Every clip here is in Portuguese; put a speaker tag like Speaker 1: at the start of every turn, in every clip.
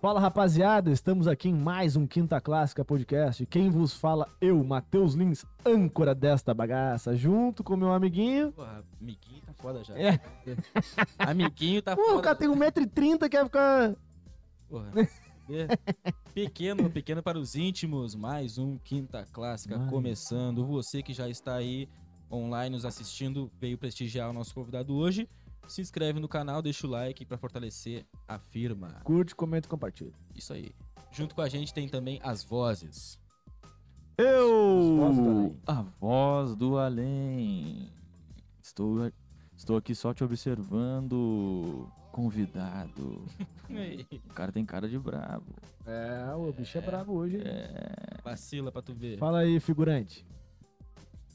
Speaker 1: Fala rapaziada, estamos aqui em mais um Quinta Clássica Podcast. Quem vos fala eu, Matheus Lins, âncora desta bagaça, junto com meu amiguinho.
Speaker 2: Porra, amiguinho tá foda já.
Speaker 1: É.
Speaker 2: Amiguinho tá
Speaker 1: Porra, o
Speaker 2: foda.
Speaker 1: cara tem 1,30m, quer ficar.
Speaker 2: Porra. É. Pequeno, pequeno para os íntimos, mais um Quinta Clássica
Speaker 1: Mais. um.
Speaker 2: começando. Você que já está aí online nos assistindo, veio prestigiar o nosso convidado hoje. Se inscreve no canal, deixa o like pra fortalecer a firma.
Speaker 1: Curte, comenta e compartilha.
Speaker 2: Isso aí. Junto com a gente tem também as vozes.
Speaker 1: Eu!
Speaker 3: A voz do além. Estou, estou aqui só te observando, convidado. O cara tem cara de brabo.
Speaker 1: É, o bicho é brabo hoje.
Speaker 2: Vacila pra tu ver.
Speaker 1: Fala aí, figurante.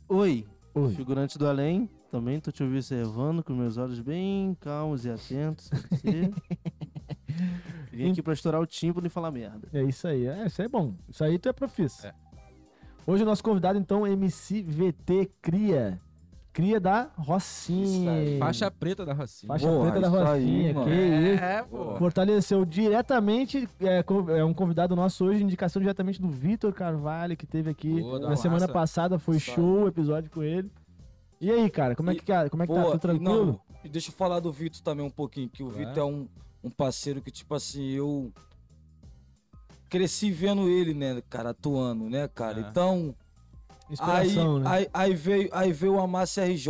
Speaker 4: Oi,
Speaker 1: Oi.
Speaker 4: figurante do além. Também tô te observando com meus olhos bem calmos e atentos. a você. Vim aqui pra estourar o tímpano e falar merda.
Speaker 1: É isso aí, é, isso aí é bom. Isso aí tu é profissa. Hoje o nosso convidado, então, é MCVT Cria. Cria da Rocinha.
Speaker 2: Faixa preta da Rocinha.
Speaker 1: Faixa
Speaker 3: Boa,
Speaker 1: preta da
Speaker 3: isso
Speaker 1: Rocinha,
Speaker 3: aí, mano.
Speaker 1: que isso.
Speaker 2: É, pô.
Speaker 1: Fortaleceu diretamente, é, co- é um convidado nosso hoje, indicação diretamente do Vitor Carvalho, que teve aqui
Speaker 2: Boa,
Speaker 1: na
Speaker 2: da
Speaker 1: semana
Speaker 2: massa.
Speaker 1: passada, foi
Speaker 5: Isso aí.
Speaker 1: show o episódio com ele. E aí, cara, como é que, como é que tá?
Speaker 5: Boa,
Speaker 1: Tudo tranquilo?
Speaker 5: não, e deixa eu falar do Vitor também um pouquinho, que o
Speaker 2: Claro.
Speaker 5: Vitor é um, um parceiro que, tipo assim, eu cresci vendo ele, né, cara, atuando, né, cara?
Speaker 2: Ah.
Speaker 5: Então, aí,
Speaker 1: É. Inspiração, né?
Speaker 5: aí, aí veio, aí veio o Amácio RJ,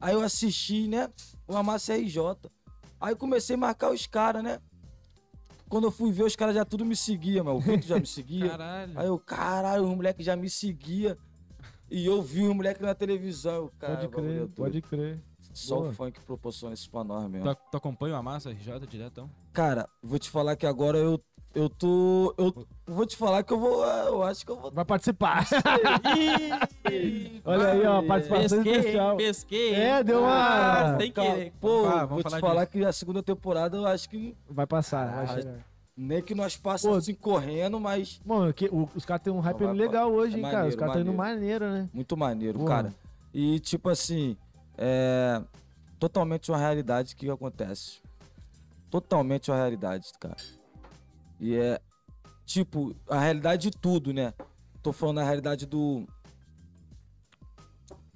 Speaker 5: aí eu assisti, né, o Amácio RJ. Aí comecei a marcar os caras, né? Quando eu fui ver, os caras já tudo me seguia, mas o Vitor já me seguia.
Speaker 2: Caralho.
Speaker 5: Aí eu, caralho, os moleques já me seguia. E eu vi os moleques na televisão, eu, cara.
Speaker 1: pode
Speaker 5: bagulho é
Speaker 1: crer,
Speaker 5: doido.
Speaker 1: pode crer.
Speaker 5: Só
Speaker 1: Boa. Tá.
Speaker 5: o funk proporciona isso pra nós mesmo.
Speaker 2: Tu, tu acompanha a massa RJ diretão?
Speaker 5: Cara, vou te falar que agora eu, eu tô. Eu vou te falar que eu vou. ah, Eu acho que eu vou.
Speaker 1: Vai participar. Olha aí, ó, participação especial.
Speaker 2: pesquei.
Speaker 1: É, deu uma.
Speaker 2: tem
Speaker 5: Cara,
Speaker 2: que.
Speaker 5: Tá, Pô,
Speaker 2: Ah, vamos
Speaker 5: vou
Speaker 2: falar
Speaker 5: te falar que a segunda temporada eu acho que.
Speaker 1: Vai passar, vai
Speaker 5: Caralho.
Speaker 1: chegar.
Speaker 5: Nem que nós passamos assim correndo, mas.
Speaker 1: Mano, que, o- os caras têm um hype
Speaker 5: Não, vai-
Speaker 1: legal hoje, hein,
Speaker 5: é
Speaker 1: cara? Os
Speaker 5: maneiro,
Speaker 1: caras estão indo maneiro, né?
Speaker 5: Muito maneiro,
Speaker 1: Porra.
Speaker 5: cara. E tipo assim. É. Totalmente uma realidade que acontece. Totalmente uma realidade, cara. E é. Tipo, a realidade de tudo, né? Tô falando a realidade do.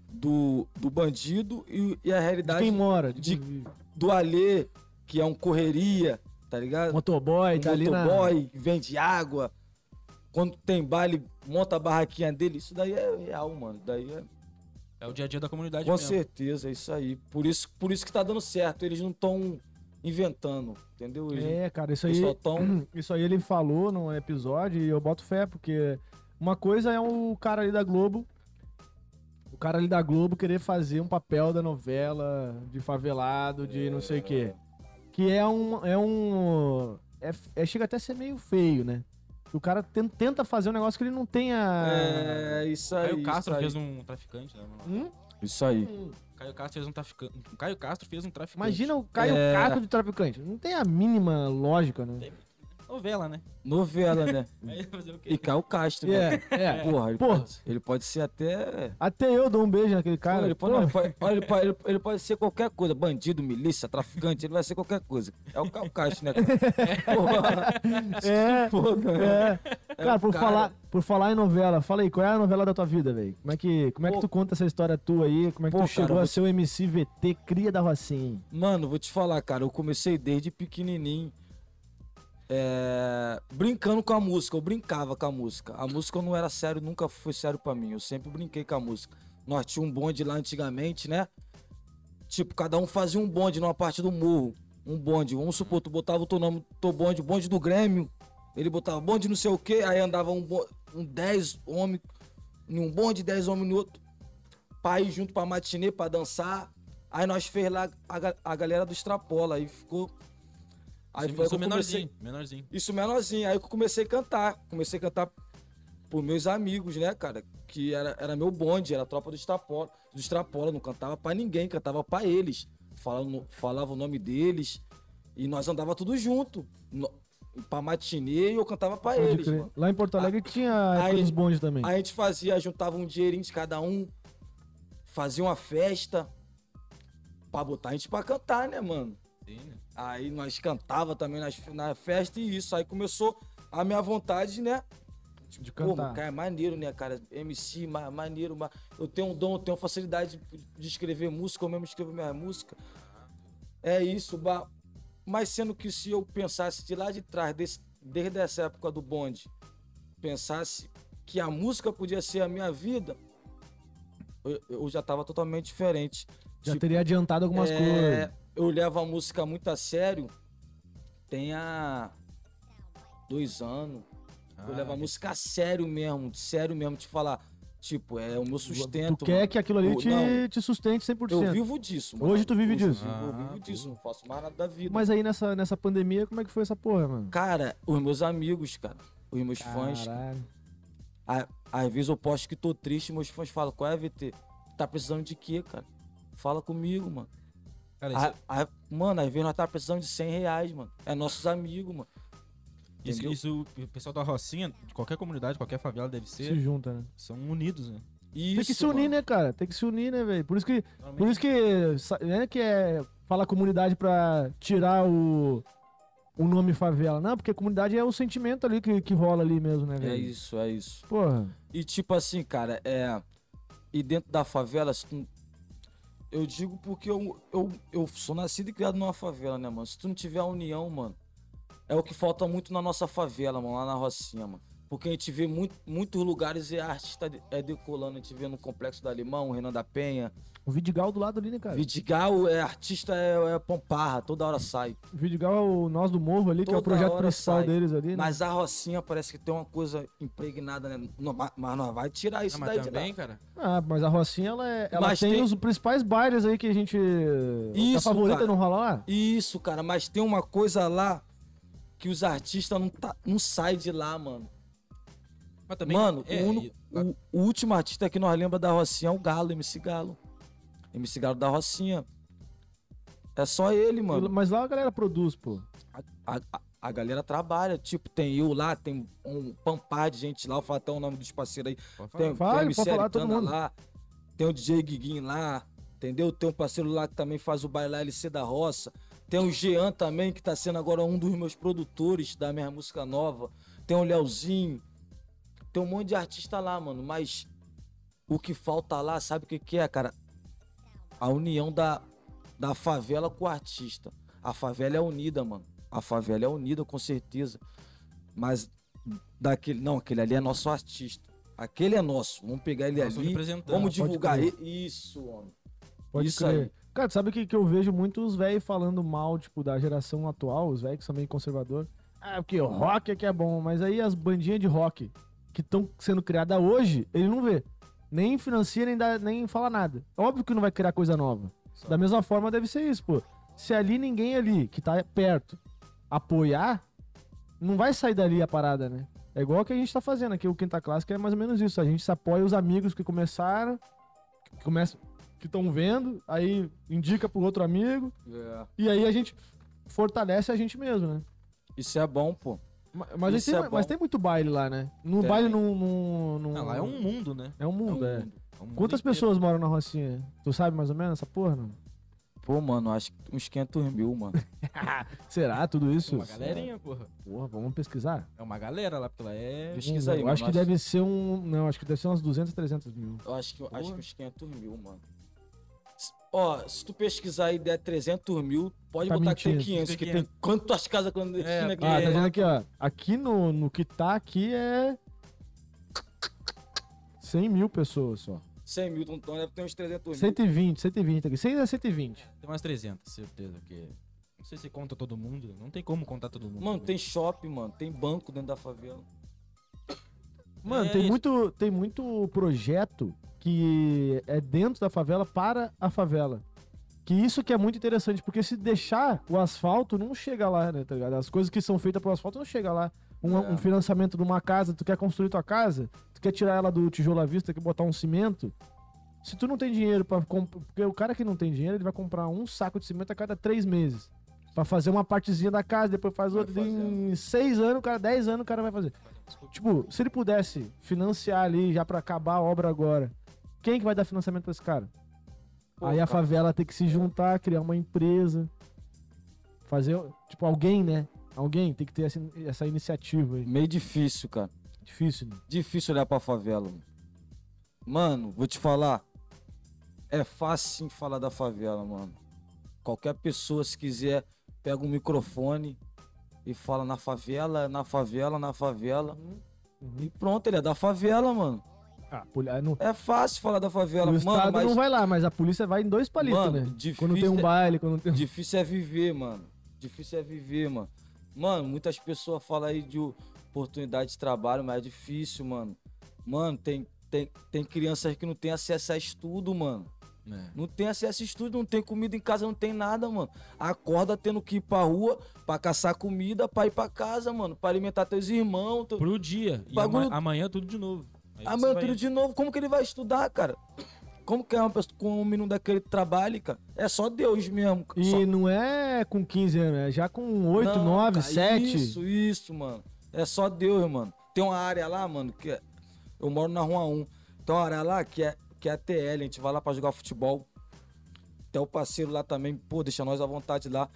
Speaker 5: Do, do bandido e, e a
Speaker 1: De
Speaker 5: realidade
Speaker 1: quem mora, de,
Speaker 5: Tá de-
Speaker 1: quem vive.
Speaker 5: do Alê, que é um correria, tá ligado?
Speaker 1: motoboy, tá ali na...
Speaker 5: motoboy, vende água. Quando tem baile, monta a barraquinha dele. Isso daí é real, mano. Daí é...
Speaker 2: É o dia a dia da comunidade
Speaker 5: Com
Speaker 2: mesmo.
Speaker 5: certeza, é isso aí. Por isso, por isso que tá dando certo. Eles não estão inventando, entendeu? Eles,
Speaker 1: É, cara, isso
Speaker 5: eles
Speaker 1: aí,
Speaker 5: só tão...
Speaker 1: isso aí ele falou num episódio e eu boto fé, porque uma coisa é o cara ali da Globo, o cara ali da Globo querer fazer um papel da novela, de favelado, de não sei o quê. Que é um. É um. É, é- chega até a ser meio feio, né? O cara ten- tenta fazer um negócio que ele não tenha.
Speaker 5: É, isso aí.
Speaker 2: Caio Castro
Speaker 5: isso aí.
Speaker 2: fez um traficante, né, mano?
Speaker 1: Hum?
Speaker 5: Isso aí.
Speaker 2: Caio Castro fez um traficante. Caio Castro fez um traficante.
Speaker 1: Imagina o Caio
Speaker 5: É.
Speaker 1: Castro de traficante. Não tem a mínima lógica, né?
Speaker 2: Novela, né?
Speaker 5: Novela, né?
Speaker 2: Aí fazer o quê?
Speaker 5: E Caio Castro, mano.
Speaker 1: É, é.
Speaker 5: Porra, ele,
Speaker 1: Porra.
Speaker 5: Pode, ele pode ser até.
Speaker 1: Até eu dou um beijo naquele cara.
Speaker 5: Não, ele, pode,
Speaker 1: Pô,
Speaker 5: não, ele pode- olha, ele pode- ele- ele pode ser qualquer coisa, bandido, milícia, traficante, ele vai ser qualquer coisa. É o Cal Castro, né? Cara? assim,
Speaker 1: É, é. Cara, por,
Speaker 5: um cara.
Speaker 1: Falar, por falar em novela, fala aí, qual é a novela da tua vida, velho? Como é, que, como é que
Speaker 5: Pô.
Speaker 1: tu conta essa história tua aí? Como é que
Speaker 5: Pô,
Speaker 1: tu
Speaker 5: cara,
Speaker 1: chegou
Speaker 5: eu
Speaker 1: a
Speaker 5: vou
Speaker 1: ser o MC VT Cria da Rocinha?
Speaker 5: Mano, vou te falar, cara, eu comecei desde pequenininho é, brincando com a música, eu brincava com a música. A música não era sério, nunca foi sério pra mim, eu sempre brinquei com a música. Nós tínhamos um bonde lá antigamente, né? Tipo, cada um fazia um bonde numa parte do morro. Um bonde, vamos supor, tu botava o teu nome, teu bonde, bonde do Grêmio. Ele botava bonde não sei o quê, aí andava um, bo- um 10 homens em um bonde, 10 homens no outro. Pra ir junto pra matinê, pra dançar. Aí nós fez lá a, ga- a galera do Extrapola, aí ficou... Aí
Speaker 2: Eu
Speaker 5: foi que
Speaker 2: sou
Speaker 5: eu comecei-
Speaker 2: menorzinho, menorzinho.
Speaker 5: isso menorzinho. Aí eu comecei a cantar. Comecei a cantar por meus amigos, né, cara? Que era, era meu bonde, era a tropa do Estrapola. Do Estrapola, não cantava pra ninguém, cantava pra eles. Falava, falava o nome deles. E nós andava tudo junto. No, pra matinê e eu cantava pra
Speaker 1: Pode
Speaker 5: eles,
Speaker 1: crer.
Speaker 5: mano.
Speaker 1: Lá em Porto Alegre tinha a época
Speaker 5: aí-
Speaker 1: dos bondes também.
Speaker 5: Aí a gente fazia, juntava um dinheirinho de cada um. fazia uma festa pra botar a gente pra cantar, né, mano?
Speaker 2: Sim, né?
Speaker 5: Aí nós cantava também nas, na festa e isso. Aí começou a minha vontade, né?
Speaker 1: De
Speaker 5: Pô,
Speaker 1: cantar.
Speaker 5: cara, é maneiro, né, cara? MC, ma maneiro. ma- Eu tenho um dom, eu tenho facilidade de escrever música, eu mesmo escrevo minha música. É isso, ba... mas sendo que se eu pensasse de lá de trás, desse- desde essa época do bonde, pensasse que a música podia ser a minha vida, eu, eu já tava totalmente diferente.
Speaker 1: Já
Speaker 5: Tipo,
Speaker 1: teria adiantado algumas
Speaker 5: é,
Speaker 1: coisas.
Speaker 5: Eu levo a música muito a sério. Tem há dois anos. Eu levo
Speaker 1: é.
Speaker 2: Ah,
Speaker 5: a música a sério mesmo, sério mesmo, te falar. Tipo, é o meu sustento.
Speaker 1: tu quer que aquilo ali
Speaker 5: Eu-
Speaker 1: te,
Speaker 5: não.
Speaker 1: te sustente
Speaker 5: mano. Eu
Speaker 1: 100%.
Speaker 5: vivo disso.
Speaker 1: Hoje tu vive
Speaker 5: eu
Speaker 1: disso.
Speaker 5: vivo- Eu
Speaker 2: Ah,
Speaker 5: vivo
Speaker 2: boa.
Speaker 5: disso, não faço mais nada da vida.
Speaker 1: Mas aí nessa, nessa pandemia, como é que foi essa porra, mano?
Speaker 5: Cara, os meus amigos, cara, os meus fãs,
Speaker 1: Caralho.
Speaker 5: a- às vezes eu posto que tô triste, meus fãs falam, qual é, VT? Tá precisando de quê, cara? Fala comigo, mano.
Speaker 2: Cara, isso,
Speaker 5: A- a- mano, às vezes nós tá precisando de 100 reais, mano. É nossos amigos, mano.
Speaker 2: isso,
Speaker 5: entendeu?
Speaker 2: isso- o pessoal da Rocinha, de qualquer comunidade, qualquer favela deve
Speaker 1: Se
Speaker 2: ser,
Speaker 1: junta, né?
Speaker 2: são unidos, né?
Speaker 5: Isso,
Speaker 1: Tem que se unir,
Speaker 5: mano.
Speaker 1: né, cara? Tem que se unir, né, velho? Por isso que, por
Speaker 2: Normalmente,
Speaker 1: isso que, sa- não é que é fala comunidade pra tirar o, o nome favela. Não, porque comunidade é o sentimento ali que, que rola ali mesmo, né, velho?
Speaker 5: É isso, é isso.
Speaker 1: Porra.
Speaker 5: E tipo assim, cara, é. E dentro da favela, se tu- eu digo porque eu, eu, eu sou nascido e criado numa favela, né, mano? Se tu não tiver a união, mano, é o que falta muito na nossa favela, mano, lá na Rocinha, mano. Porque a gente vê muito, muitos lugares e a arte tá de- é decolando. A gente vê no Complexo do Alemão, Renan da Penha.
Speaker 1: O Vidigal do lado ali, né, cara?
Speaker 5: Vidigal é artista, é, é pomparra, toda hora sai.
Speaker 1: O Vidigal é o Nós do Morro ali, que é o
Speaker 5: Toda
Speaker 1: projeto
Speaker 5: hora
Speaker 1: principal
Speaker 5: sai.
Speaker 1: deles ali, né?
Speaker 5: Mas a Rocinha parece que tem uma coisa impregnada, né? No- ma- mas nós vai tirar isso
Speaker 2: Ah,
Speaker 5: daí
Speaker 2: mas
Speaker 5: de lá.
Speaker 2: também, cara,
Speaker 1: Ah, mas a Rocinha, ela, é, ela
Speaker 5: Mas
Speaker 1: tem,
Speaker 5: tem-
Speaker 1: os principais bailes aí que a gente...
Speaker 5: Isso,
Speaker 1: a favorita
Speaker 5: cara.
Speaker 1: não rola lá?
Speaker 5: Isso, cara, mas tem uma coisa lá que os artistas não, tá, não saem de lá, mano.
Speaker 2: mas também...
Speaker 5: mano,
Speaker 2: é,
Speaker 5: o,
Speaker 2: e-
Speaker 5: único- o- o último artista que nós lembra da Rocinha é o Galo, MC Galo. MC Galo da Rocinha. É só ele, mano.
Speaker 1: Mas lá a galera produz, pô.
Speaker 5: A, a- a galera trabalha. Tipo, tem eu lá, tem um pampar de gente lá, eu falo até o nome dos parceiros aí.
Speaker 2: pode falar.
Speaker 5: Tem,
Speaker 1: Fala,
Speaker 5: tem o
Speaker 1: pode
Speaker 5: MC
Speaker 1: falar, todo
Speaker 5: Aricana
Speaker 1: mundo.
Speaker 5: lá, tem o DJ Guiguinho lá, entendeu? Tem um parceiro lá que também faz o Bailar LC da Roça. Tem o Jean também, que tá sendo agora um dos meus produtores da minha música nova. Tem o Leozinho. Tem um monte de artista lá, mano. Mas o que falta lá, sabe o que, que é, cara? A união da, da favela com o artista. A favela é unida, mano. A favela é unida, com certeza. Mas daquele. Não, aquele ali é nosso artista. Aquele é nosso. Vamos pegar ele
Speaker 2: Nosso
Speaker 5: ali.
Speaker 2: representante.
Speaker 5: Vamos
Speaker 1: pode
Speaker 5: divulgar
Speaker 1: crer.
Speaker 5: ele. Isso, homem.
Speaker 1: Pode
Speaker 5: Isso
Speaker 1: crer.
Speaker 5: aí.
Speaker 1: Cara, sabe o que, que eu vejo muito os velhos falando mal, tipo, da geração atual, os velhos que são meio conservador. Ah, porque o rock é que é bom, mas aí as bandinhas de rock que estão sendo criadas hoje, ele não vê. Nem financia, nem, dá, nem fala nada. É Óbvio que não vai criar coisa nova.
Speaker 2: Só-
Speaker 1: Da mesma forma deve ser isso, pô. Se ali ninguém ali que tá perto apoiar, não vai sair dali a parada, né? É igual o que a gente tá fazendo aqui, o Quinta Clássica é mais ou menos isso. A gente se apoia os amigos que começaram, que começam, que estão vendo, aí indica pro outro amigo,
Speaker 5: É.
Speaker 1: e aí a gente fortalece a gente mesmo, né?
Speaker 5: Isso é bom, pô.
Speaker 1: Ma- Mas, aí
Speaker 5: Isso
Speaker 1: tem,
Speaker 5: é
Speaker 1: ma- mas
Speaker 5: bom.
Speaker 1: tem muito baile lá, né? No
Speaker 5: Tem.
Speaker 1: baile não. não- não-
Speaker 2: Ah, lá é um mundo, né?
Speaker 1: É um mundo, é.
Speaker 5: É um mundo.
Speaker 2: É um mundo
Speaker 1: Quantas
Speaker 2: inteiro.
Speaker 1: pessoas moram na Rocinha? Tu sabe mais ou menos essa porra, não?
Speaker 5: Pô, mano, acho que uns 500 mil, mano.
Speaker 1: Será tudo
Speaker 2: É
Speaker 1: isso?
Speaker 2: Uma galerinha, porra.
Speaker 1: Porra, vamos pesquisar? Hum,
Speaker 2: É uma galera lá, porque ela é...
Speaker 5: Pesquisa aí,
Speaker 1: eu
Speaker 5: mano.
Speaker 1: acho que deve ser um. Não, acho que deve ser umas 200, 300 mil.
Speaker 5: Eu acho que, eu acho
Speaker 2: Boa.
Speaker 5: que uns 500 mil, mano. S- Ó, se tu pesquisar e der 300 mil, pode
Speaker 1: Tá
Speaker 5: botar que
Speaker 1: mentindo.
Speaker 5: tem 500,
Speaker 2: Tem
Speaker 5: que
Speaker 2: 500.
Speaker 5: tem quantas casas clandestinas
Speaker 2: É,
Speaker 5: que
Speaker 1: Ah,
Speaker 5: é.
Speaker 1: tá vendo aqui, ó. Aqui no, no que tá aqui é. 100 mil pessoas só.
Speaker 5: 100 mil, então deve ter uns 300 mil.
Speaker 1: 120, 120 tá aqui. 100 é 120.
Speaker 2: Tem umas 300, certeza, porque... Não sei se conta todo mundo, não tem como contar todo mundo.
Speaker 5: Mano,
Speaker 2: né?
Speaker 5: tem shopping, mano, tem banco dentro da favela.
Speaker 1: Mano,
Speaker 2: É
Speaker 1: tem,
Speaker 2: isso.
Speaker 1: muito, tem muito projeto que é dentro da favela para a favela. Que isso que é muito interessante, porque se deixar o asfalto, não chega lá, né, tá ligado? As coisas que são feitas pro asfalto não chega lá. Um,
Speaker 5: É.
Speaker 1: um financiamento de uma casa, tu quer construir tua casa, tu quer tirar ela do tijolo à vista, quer botar um cimento. Se tu não tem dinheiro para comprar. Porque o cara que não tem dinheiro, ele vai comprar um saco de cimento a cada três meses. Pra fazer uma partezinha da casa, depois faz
Speaker 5: Vai um-
Speaker 1: outra. Em seis anos, o cara, dez anos, o cara vai fazer. Tipo, se ele pudesse financiar ali já pra acabar a obra agora, quem que vai dar financiamento pra esse cara?
Speaker 5: Pô,
Speaker 1: Aí a
Speaker 5: cara,
Speaker 1: favela tem que se juntar, criar uma empresa. Fazer. Tipo, alguém, né? Alguém tem que ter essa, essa iniciativa aí.
Speaker 5: Meio difícil, cara.
Speaker 1: Difícil, né?
Speaker 5: Difícil olhar pra favela. mano. Mano, vou te falar. É fácil sim falar da favela, mano. Qualquer pessoa, se quiser, pega um microfone e fala na favela, na favela, na favela. E pronto, ele é da favela, mano.
Speaker 1: Ah, poli- ah, no,
Speaker 5: É fácil falar da favela,
Speaker 1: o
Speaker 5: mano,
Speaker 1: Estado
Speaker 5: mas
Speaker 1: não vai lá, mas a polícia vai em dois palitos,
Speaker 5: Mano,
Speaker 1: né?
Speaker 5: difícil
Speaker 1: Quando tem um
Speaker 5: é-
Speaker 1: baile, quando tem um.
Speaker 5: difícil é viver, mano. Difícil é viver, mano. Mano, muitas pessoas falam aí de oportunidade de trabalho, mas é difícil, mano. Mano, tem, tem, tem crianças que não tem acesso a estudo, mano.
Speaker 2: né?
Speaker 5: Não tem acesso a estudo, não tem comida em casa, não tem nada, mano. Acorda tendo que ir pra rua pra caçar comida, pra ir pra casa, mano. Pra alimentar teus irmãos. Teu... Ah,
Speaker 2: Pro dia. E
Speaker 5: Bagulho-
Speaker 2: ama- amanhã tudo de novo. Aí você
Speaker 5: Amanhã
Speaker 2: vai
Speaker 5: tudo
Speaker 2: indo.
Speaker 5: de novo. Como que ele vai estudar, cara? Como que é uma pessoa com um menino daquele trabalho, cara? É só Deus mesmo. cara.
Speaker 1: E
Speaker 5: Só-
Speaker 1: não é com 15 anos, é já com 8,
Speaker 5: Não,
Speaker 1: 9,
Speaker 5: cara,
Speaker 1: 7.
Speaker 5: Isso, isso, mano. É só Deus, mano. Tem uma área lá, mano, que é... eu moro na Rua 1. Tem uma área lá que é, que é a TL, a gente vai lá pra jogar futebol. Tem o parceiro lá também, pô, deixa nós à vontade lá.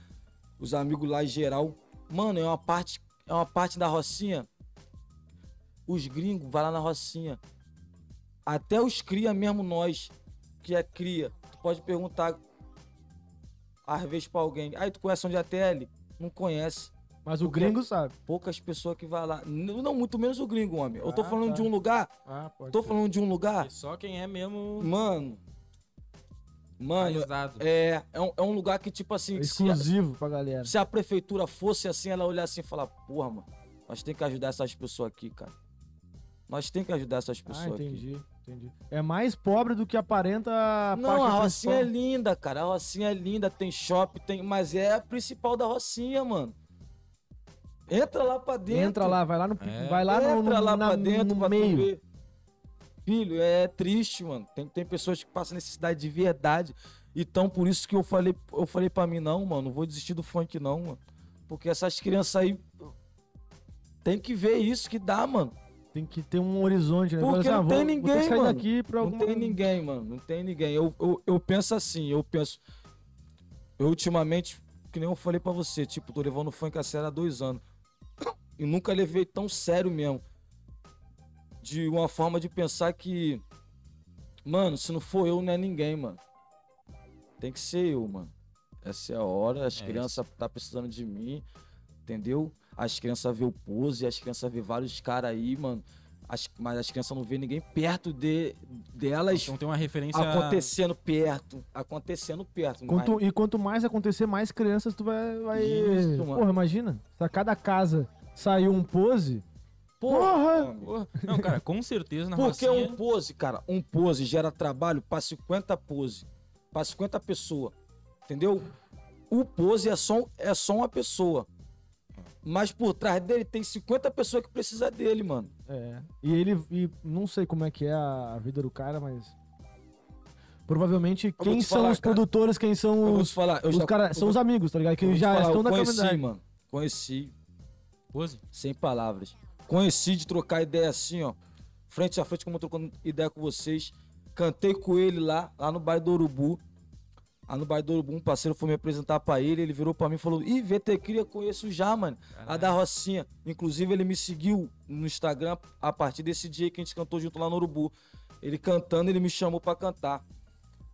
Speaker 5: Os amigos lá em geral. Mano, é uma parte, é uma parte da Rocinha. Os gringos vai lá na Rocinha. Até os cria mesmo nós, que é cria. Tu pode perguntar às vezes pra alguém. Aí tu conhece onde é a TL? Não conhece
Speaker 1: Mas o
Speaker 5: Porque-
Speaker 1: gringo sabe.
Speaker 5: poucas pessoas que vai lá. N- Não, muito menos o gringo, homem. Eu tô
Speaker 1: Ah,
Speaker 5: falando
Speaker 1: tá.
Speaker 5: de um lugar.
Speaker 1: Ah, pode.
Speaker 5: Tô falando de um lugar.
Speaker 2: E Só quem é mesmo.
Speaker 5: Mano. Mano,
Speaker 2: Mano,
Speaker 5: é, é, um, é um lugar que, tipo assim, se a,
Speaker 1: Exclusivo pra galera.
Speaker 5: se a prefeitura fosse assim, ela olhar assim e falar, porra, mano, nós tem que ajudar essas pessoas aqui, cara. Nós tem que ajudar essas
Speaker 1: Ah,
Speaker 5: pessoas aqui.
Speaker 1: entendi, entendi. É mais pobre do que aparenta a
Speaker 5: Não,
Speaker 1: parte
Speaker 5: a Rocinha é
Speaker 1: principal.
Speaker 5: linda, cara. A Rocinha é linda, tem shopping, tem. Mas é a principal da Rocinha, mano. Entra lá pra dentro.
Speaker 1: Entra lá, vai lá no,
Speaker 2: É.
Speaker 1: vai lá no,
Speaker 5: Entra
Speaker 1: no-
Speaker 5: lá
Speaker 1: na-
Speaker 5: pra dentro
Speaker 1: no
Speaker 5: pra tu
Speaker 1: meio.
Speaker 5: ver. Filho, é triste, mano. Tem, tem pessoas que passam necessidade de verdade. Então, por isso que eu falei, eu falei pra mim, não, mano, não vou desistir do funk, não, mano. Porque essas crianças aí. Tem que ver isso que dá, mano.
Speaker 1: Tem que ter um horizonte, né? Agora,
Speaker 5: Porque
Speaker 1: assim,
Speaker 5: não
Speaker 1: ah, vou-
Speaker 5: tem
Speaker 1: vou ter que
Speaker 5: ninguém,
Speaker 1: sair
Speaker 5: mano.
Speaker 1: daqui pra
Speaker 5: Não
Speaker 1: alguma-
Speaker 5: tem ninguém, mano. Não tem ninguém. Eu, eu, eu penso assim, eu penso. Eu ultimamente, que nem eu falei pra você, tipo, tô levando o funk a sério há dois anos. E nunca levei tão sério mesmo. De uma forma de pensar que. Mano, se não for eu, não é ninguém, mano. Tem que ser eu, mano. Essa é a hora, as
Speaker 2: É
Speaker 5: crianças tá precisando de mim, entendeu? As crianças vê o pose, as crianças vê vários caras aí, mano. As- mas as crianças não vê ninguém perto de, delas
Speaker 2: Então tem uma referência.
Speaker 5: acontecendo perto. Acontecendo perto. mas-
Speaker 1: Quanto- e quanto mais acontecer, mais crianças tu vai. vai...
Speaker 5: Isso, mano.
Speaker 1: Porra, imagina. Se a cada casa saiu um pose. Porra!
Speaker 5: homem.
Speaker 2: Porra. Não, cara, com certeza na
Speaker 5: Porque
Speaker 2: Rocinha.
Speaker 5: um pose, cara, um pose gera trabalho pra 50 pose, pra 50 pessoas, entendeu? O pose é só, é só uma pessoa. Mas por trás dele tem 50 pessoas que precisa dele, mano.
Speaker 1: É. E ele. E não sei como é que é a vida do cara, mas. Provavelmente
Speaker 5: vou
Speaker 1: quem
Speaker 5: te
Speaker 1: são
Speaker 5: falar,
Speaker 1: os
Speaker 5: cara.
Speaker 1: produtores, quem são
Speaker 5: Vamos
Speaker 1: os.
Speaker 5: falar, eu
Speaker 1: os
Speaker 5: já
Speaker 1: cara,
Speaker 5: eu
Speaker 1: são
Speaker 5: vou-
Speaker 1: os amigos, tá ligado?
Speaker 5: eu
Speaker 1: Que
Speaker 5: vou te
Speaker 1: já
Speaker 5: falar,
Speaker 1: estão
Speaker 5: eu
Speaker 1: na
Speaker 5: conheci,
Speaker 1: caminhada.
Speaker 5: mano. Conheci,
Speaker 2: Pose?
Speaker 5: sem palavras. Conheci de trocar ideia assim, ó. Frente a frente, como eu trocando ideia com vocês. Cantei com ele lá, lá no bairro do Urubu. Lá no bairro do Urubu, um parceiro foi me apresentar pra ele. Ele virou pra mim e falou: Ih, VT Cria, conheço já, mano. A da Rocinha. Inclusive, ele me seguiu no Instagram a partir desse dia que a gente cantou junto lá no Urubu. Ele cantando, ele me chamou pra cantar.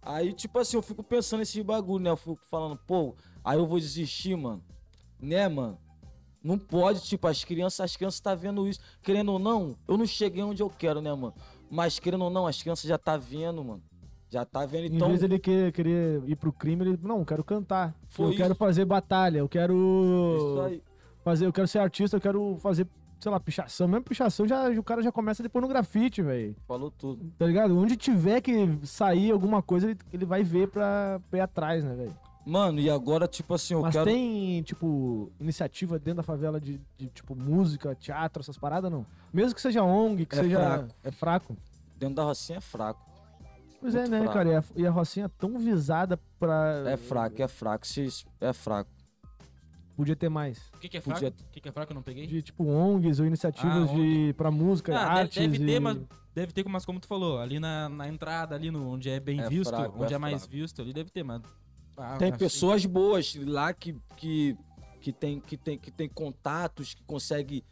Speaker 5: Aí, tipo assim, eu fico pensando nesse bagulho, né? Eu fico falando, pô, aí eu vou desistir, mano. Né, mano? Não pode, tipo, as crianças, as crianças tá vendo isso. Querendo ou não, eu não cheguei onde eu quero, né, mano? Mas querendo ou não, as crianças já tá vendo, mano. Já tá vendo,
Speaker 1: Em
Speaker 5: então.
Speaker 1: vez dele que- querer ir pro crime, ele. Não, eu quero cantar.
Speaker 5: Foi
Speaker 1: eu quero
Speaker 5: isso.
Speaker 1: fazer batalha, eu quero.
Speaker 5: Isso aí.
Speaker 1: fazer, eu quero ser artista, eu quero fazer, sei lá, pichação. Mesmo pichação, já, o cara já começa depois no grafite, velho.
Speaker 5: Falou tudo.
Speaker 1: Tá ligado? Onde tiver que sair alguma coisa, ele, ele vai ver pra pé atrás, né, velho?
Speaker 5: Mano, e agora, tipo assim, eu
Speaker 1: Mas
Speaker 5: quero.
Speaker 1: tem, tipo, iniciativa dentro da favela de, de, tipo, música, teatro, essas paradas, não? Mesmo que seja ONG, que
Speaker 5: É
Speaker 1: seja...
Speaker 5: fraco.
Speaker 1: É fraco.
Speaker 5: Dentro da Rocinha é fraco.
Speaker 1: Pois é,
Speaker 5: Muito
Speaker 1: né,
Speaker 5: fraco.
Speaker 1: cara? E a, e a Rocinha é tão visada pra...
Speaker 5: É fraco, é fraco. Cis, É fraco.
Speaker 1: Podia ter mais.
Speaker 2: O que, que é fraco?
Speaker 5: Podia-
Speaker 2: O que, que é fraco? Eu não peguei?
Speaker 1: De, tipo, ONGs ou iniciativas
Speaker 2: Ah,
Speaker 1: de... pra música,
Speaker 2: Ah, deve-
Speaker 1: artes
Speaker 2: deve ter,
Speaker 1: e-
Speaker 2: mas- Deve ter, mas como tu falou, ali na, na entrada, ali no, onde é bem
Speaker 5: É
Speaker 2: visto,
Speaker 5: fraco,
Speaker 2: onde
Speaker 5: é
Speaker 2: é, mais
Speaker 5: fraco.
Speaker 2: visto, ali deve ter, mas. Ah,
Speaker 5: Tem
Speaker 2: assim,
Speaker 5: pessoas boas lá que, que, que, tem, que, tem, que tem contatos, que consegue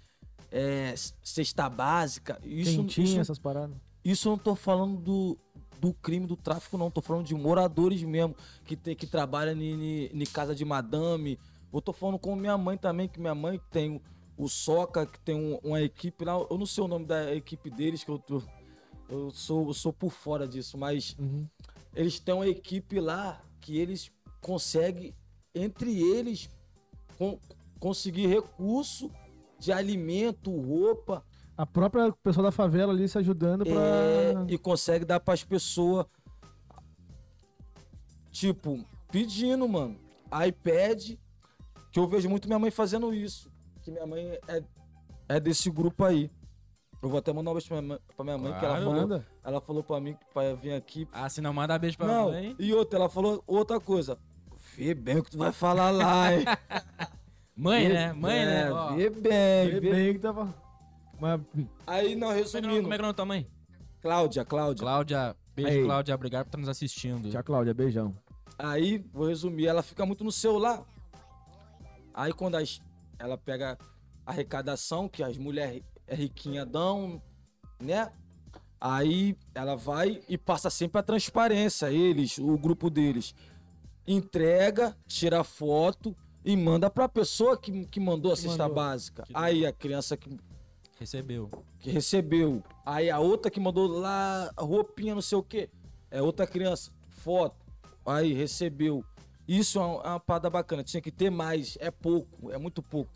Speaker 5: é, s- cesta básica. Isso,
Speaker 1: Quentinha,
Speaker 5: isso,
Speaker 1: essas paradas.
Speaker 5: isso eu não tô falando do, do crime do tráfico, não. Tô falando de moradores mesmo, que, tem, que trabalham em casa de madame. Eu tô falando com minha mãe também, que minha mãe tem o- o Soca, que tem um- uma equipe lá. Eu não sei o nome da equipe deles, que eu tô. Eu sou, eu sou por fora disso, mas
Speaker 1: Uhum.
Speaker 5: eles têm uma equipe lá que eles conseguem, entre eles, con- conseguir recurso de alimento, roupa,
Speaker 1: A própria pessoa da favela ali se ajudando pra.
Speaker 5: é, e consegue dar para as pessoas, tipo, pedindo, mano, iPad, que eu vejo muito minha mãe fazendo isso, que minha mãe é, é desse grupo aí. Eu vou até mandar um beijo pra minha mãe, pra minha mãe, que ela
Speaker 2: Claro,
Speaker 5: falou,
Speaker 1: Manda.
Speaker 5: ela falou pra mim pra vir aqui
Speaker 2: Ah, se não manda beijo pra
Speaker 5: não,
Speaker 2: mãe.
Speaker 5: e outra, ela falou outra coisa. Vê bem o que tu vai falar lá, hein?
Speaker 2: Mãe,
Speaker 5: Vê-
Speaker 2: né? Mãe, né?
Speaker 5: é,
Speaker 2: Ó,
Speaker 5: Vê bem,
Speaker 1: Vê
Speaker 5: vê
Speaker 1: bem que tava. Mas
Speaker 5: Aí, não,
Speaker 2: como é que é o nome-
Speaker 5: resumindo.
Speaker 2: como é que é o nome da tua mãe?
Speaker 5: Cláudia, Cláudia.
Speaker 2: Cláudia, beijo,
Speaker 1: Aí.
Speaker 2: Cláudia. Obrigado por estar nos assistindo.
Speaker 1: Tia Cláudia, beijão.
Speaker 5: Aí, vou resumir, ela fica muito no celular. Aí, quando as- ela pega a arrecadação, que as mulheres é riquinha dão, né? Aí, ela vai e passa sempre a transparência, eles, o grupo deles. Entrega, tira foto e manda pra pessoa que, que mandou a
Speaker 1: Que
Speaker 5: cesta
Speaker 1: mandou.
Speaker 5: básica.
Speaker 2: Que
Speaker 5: Aí, a criança que
Speaker 2: Recebeu.
Speaker 5: que recebeu. Aí a outra que mandou lá roupinha, não sei o quê. É outra criança. Foto. Aí recebeu. Isso é uma, é uma parada bacana. Tinha que ter mais. É pouco. É muito pouco.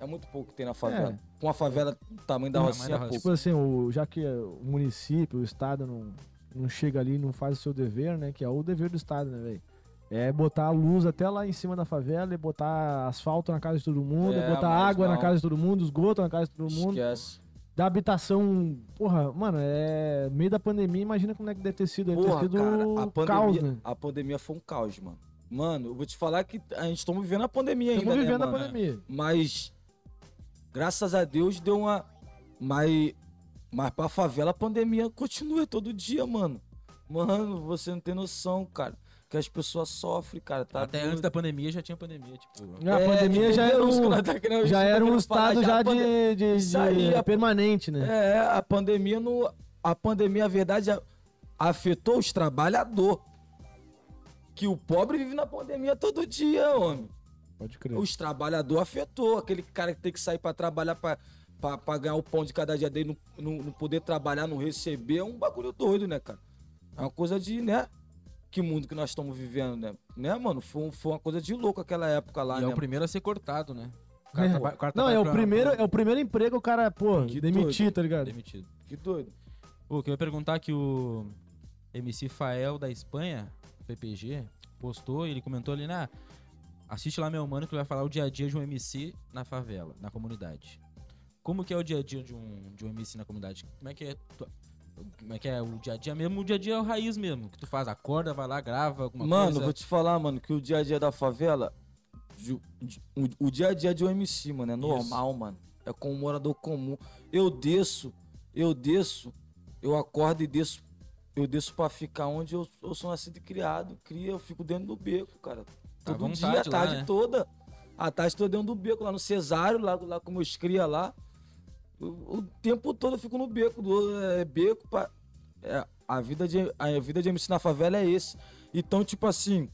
Speaker 5: É muito pouco que tem na favela.
Speaker 1: É.
Speaker 5: Com a favela do tamanho da
Speaker 2: Não,
Speaker 5: Rocinha
Speaker 2: mas da
Speaker 5: é pouco.
Speaker 1: Tipo assim, o, já que o município, o estado não, não chega ali, não faz o seu dever, né? Que é o dever do estado, né, velho? É botar a luz até lá em cima da favela, e botar asfalto na casa de todo mundo,
Speaker 5: É,
Speaker 1: é botar
Speaker 5: mas
Speaker 1: água na
Speaker 5: não.
Speaker 1: casa de todo mundo, esgoto na casa de todo mundo.
Speaker 5: Esquece.
Speaker 1: Da habitação. Porra, mano, é. Meio da pandemia, imagina como é que deve ter sido. Deve ter
Speaker 5: Porra,
Speaker 1: sido
Speaker 5: cara, a pandemia,
Speaker 1: caos, né?
Speaker 5: a pandemia foi um caos, mano. Mano, eu vou te falar que a gente tá vivendo a pandemia ainda,
Speaker 1: Estamos
Speaker 5: né,
Speaker 1: vivendo a
Speaker 5: mano?
Speaker 1: pandemia.
Speaker 5: Mas graças a Deus deu uma. Mas, mas pra favela a pandemia continua todo dia, mano. Mano, você não tem noção, cara. Que as pessoas sofrem, cara. Tá
Speaker 2: Até
Speaker 5: doido.
Speaker 2: antes da pandemia já tinha pandemia, tipo.
Speaker 1: A
Speaker 5: É,
Speaker 1: pandemia já era
Speaker 5: entendeu isso que
Speaker 1: um,
Speaker 5: nós tá querendo-
Speaker 1: já
Speaker 5: tá
Speaker 1: era um
Speaker 5: querendo falar,
Speaker 1: estado
Speaker 5: a
Speaker 1: já
Speaker 5: pande-
Speaker 1: de, de-
Speaker 5: Isso
Speaker 1: de-
Speaker 5: aí, a-
Speaker 1: permanente, né?
Speaker 5: É, a pandemia não. A pandemia, a verdade, a- afetou os trabalhadores. Que o pobre vive na pandemia todo dia, homem.
Speaker 1: Pode
Speaker 2: É.
Speaker 1: crer.
Speaker 5: Os trabalhadores afetou. Aquele cara que tem que sair pra trabalhar pra, pra, pra ganhar o pão de cada dia dele, não, não, não poder trabalhar, não receber, é um bagulho doido, né, cara? É uma coisa de, né? Que mundo que nós estamos vivendo, né? Né, mano? Foi, um- foi uma coisa de louco aquela época lá,
Speaker 2: E é
Speaker 5: né?
Speaker 2: o primeiro a ser cortado, né? O cara
Speaker 1: É.
Speaker 2: traba- cara
Speaker 1: Não, é
Speaker 2: trabalha
Speaker 1: o
Speaker 2: pra-
Speaker 1: primeiro, é o primeiro emprego o cara, pô,
Speaker 5: Que
Speaker 1: demitir, tá ligado?
Speaker 2: Demitido.
Speaker 5: Que doido.
Speaker 2: Pô, que eu ia perguntar que o MC Fael da Espanha, PPG, postou e ele comentou ali, na assiste lá meu mano que ele vai falar o dia a dia de um MC na favela, na comunidade. Como que é o dia a dia de um, de um MC na comunidade? Como é que é tua- como é que é o dia a dia mesmo? O dia a dia é o raiz mesmo, que tu faz, acorda, vai lá, grava alguma
Speaker 5: mano,
Speaker 2: coisa.
Speaker 5: vou te falar, mano, que o dia a dia da favela. de- um, de- o, o dia a dia de um MC, mano, é normal, mano. É como um morador comum. Eu desço, eu desço, eu acordo e desço. Eu desço pra ficar onde eu, eu sou nascido e criado, cria, eu fico dentro do beco, cara.
Speaker 2: Tá à
Speaker 5: Todo dia, a
Speaker 2: vontade lá,
Speaker 5: tarde
Speaker 2: né?
Speaker 5: toda. A tarde toda dentro do beco, lá no Cesário, lá, lá com meus cria lá. O, o tempo todo eu fico no beco, do, é, beco pra, é, a vida de a vida de MC na favela é esse. Então, tipo assim,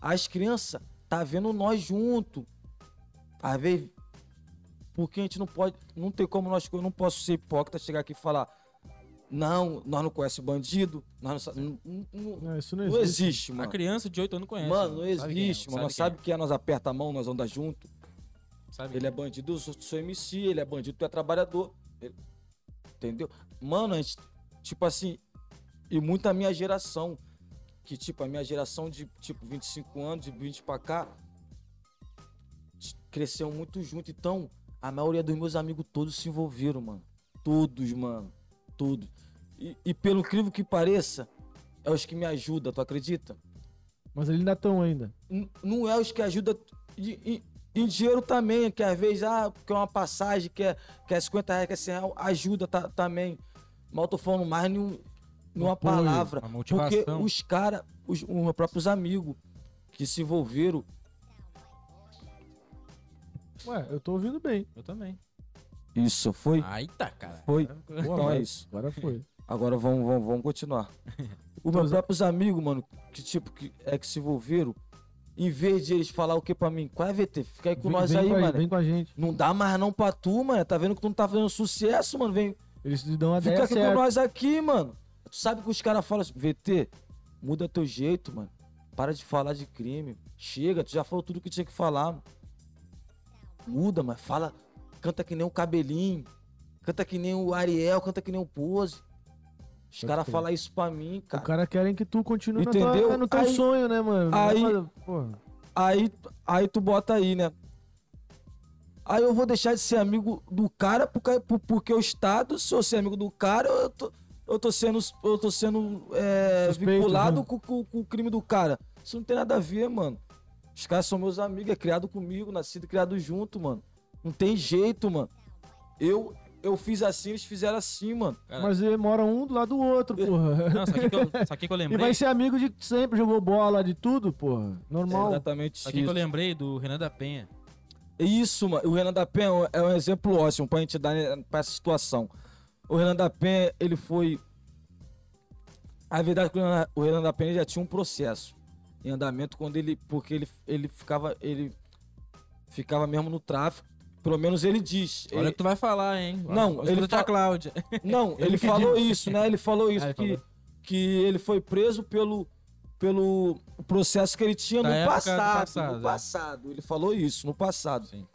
Speaker 5: as crianças tá vendo nós junto. Às vezes porque a gente não pode, não tem como nós, eu não posso ser hipócrita, chegar aqui e falar não, nós não conhecemos bandido, nós não, sa- não, não, não-
Speaker 1: Não, isso
Speaker 5: não existe,
Speaker 2: A
Speaker 5: mano.
Speaker 2: criança de 8 anos conhece.
Speaker 5: Mano, não
Speaker 2: Sabe quem é,
Speaker 5: existe, mano. Nós
Speaker 2: quem é,
Speaker 5: sabe que é, nós aperta a mão, nós andamos junto.
Speaker 2: sabe
Speaker 5: Ele
Speaker 2: quem
Speaker 5: é bandido, eu sou, sou MC, ele é bandido, tu é trabalhador. Ele- Entendeu? Mano, a gente, tipo assim, e muita minha geração, que tipo, a minha geração de tipo 25 anos, de 20 pra cá, t- cresceu muito junto. Então, a maioria dos meus amigos todos se envolveram, mano. Todos, mano. Todos. E, e pelo incrível que pareça, é os que me ajudam, tu acredita?
Speaker 1: Mas eles ainda estão ainda.
Speaker 5: N- não é os que ajudam em dinheiro também, que às vezes, ah, porque é uma passagem, que é, que é 50 reais, que é 100 reais, ajuda ta- também. Mas eu tô falando mais num, numa
Speaker 2: apoio,
Speaker 5: palavra.
Speaker 2: uma
Speaker 5: Porque
Speaker 2: motivação.
Speaker 5: os caras, os, os meus próprios amigos que se envolveram,
Speaker 1: Ué, eu tô ouvindo bem.
Speaker 2: Eu também.
Speaker 5: isso foi.
Speaker 2: Aí tá, cara.
Speaker 5: Foi.
Speaker 2: Agora-
Speaker 1: Boa,
Speaker 5: então é
Speaker 1: agora-
Speaker 5: isso.
Speaker 1: Agora foi.
Speaker 5: Agora vamos, vamos, vamos continuar. Os meus próprios amigos, mano, que tipo, que é que se envolveram, em vez de eles falar o que pra mim? Qual é, VT? Fica aí com
Speaker 1: Vem-
Speaker 5: nós
Speaker 1: vem
Speaker 5: aí,
Speaker 1: com a-
Speaker 5: mano.
Speaker 1: Vem com a gente.
Speaker 5: Não dá mais não pra tu, mano. Tá vendo que tu não tá fazendo sucesso, mano? Vem,
Speaker 1: Eles te dão a
Speaker 5: fica
Speaker 1: ideia
Speaker 5: aqui com
Speaker 1: certa.
Speaker 5: nós aqui, mano. Tu sabe que os caras falam assim, VT, muda teu jeito, mano. Para de falar de crime. Chega, tu já falou tudo que tinha que falar. mano. Muda, mas fala. Canta que nem o cabelinho. Canta que nem o Ariel, canta que nem o Pose. Os
Speaker 1: Pode
Speaker 5: caras
Speaker 1: crer.
Speaker 5: falam isso pra mim,
Speaker 1: Os
Speaker 5: cara.
Speaker 1: caras querem que tu continue na tua-
Speaker 5: Entendeu?
Speaker 1: no teu
Speaker 5: Aí-
Speaker 1: sonho, né, mano? Não é
Speaker 5: aí-
Speaker 1: uma- porra.
Speaker 5: Aí, aí tu bota aí, né? Aí eu vou deixar de ser amigo do cara porque, porque o Estado, se eu ser amigo do cara, eu tô, eu tô sendo, eu tô sendo é,
Speaker 1: Suspeito,
Speaker 5: vinculado
Speaker 1: né?
Speaker 5: com, com- com o crime do cara. Isso não tem nada a ver, mano. Os caras são meus amigos, é criado comigo, nascido e criado junto, mano. Não tem jeito, mano. Eu, eu fiz assim, eles fizeram assim, mano.
Speaker 2: Cara,
Speaker 1: Mas ele mora um do lado do outro, porra.
Speaker 2: Não, sabe o que, eu- sabe o que que eu
Speaker 1: E
Speaker 2: lembrei?
Speaker 1: vai ser amigo de sempre, jogou bola, de tudo, porra.
Speaker 5: É
Speaker 1: Normal.
Speaker 5: exatamente
Speaker 2: Sabe o que que eu lembrei do Renan da Penha?
Speaker 5: Isso, mano. O Renan da Penha é um exemplo ótimo pra gente dar né, pra essa situação. O Renan da Penha, ele foi. A verdade é que o Renan- o Renan da Penha já tinha um processo em andamento quando ele. Porque ele, ele ficava. Ele ficava mesmo no tráfico. Pelo menos ele diz.
Speaker 2: Olha o
Speaker 5: Ele-
Speaker 2: que tu vai falar, hein?
Speaker 5: Não,
Speaker 2: Escuta
Speaker 5: ele
Speaker 2: a tia
Speaker 5: fa-
Speaker 2: Cláudia.
Speaker 5: não,
Speaker 2: Ele
Speaker 5: ele
Speaker 2: que
Speaker 5: falou
Speaker 2: diz. Ah,
Speaker 5: isso, né? Ele falou isso,
Speaker 2: ele
Speaker 5: que, que ele foi preso pelo, pelo processo que ele tinha
Speaker 2: Da
Speaker 5: no
Speaker 2: época do
Speaker 5: passado,
Speaker 2: passado,
Speaker 5: No
Speaker 2: é.
Speaker 5: passado. Ele falou isso, no passado.
Speaker 2: Sim.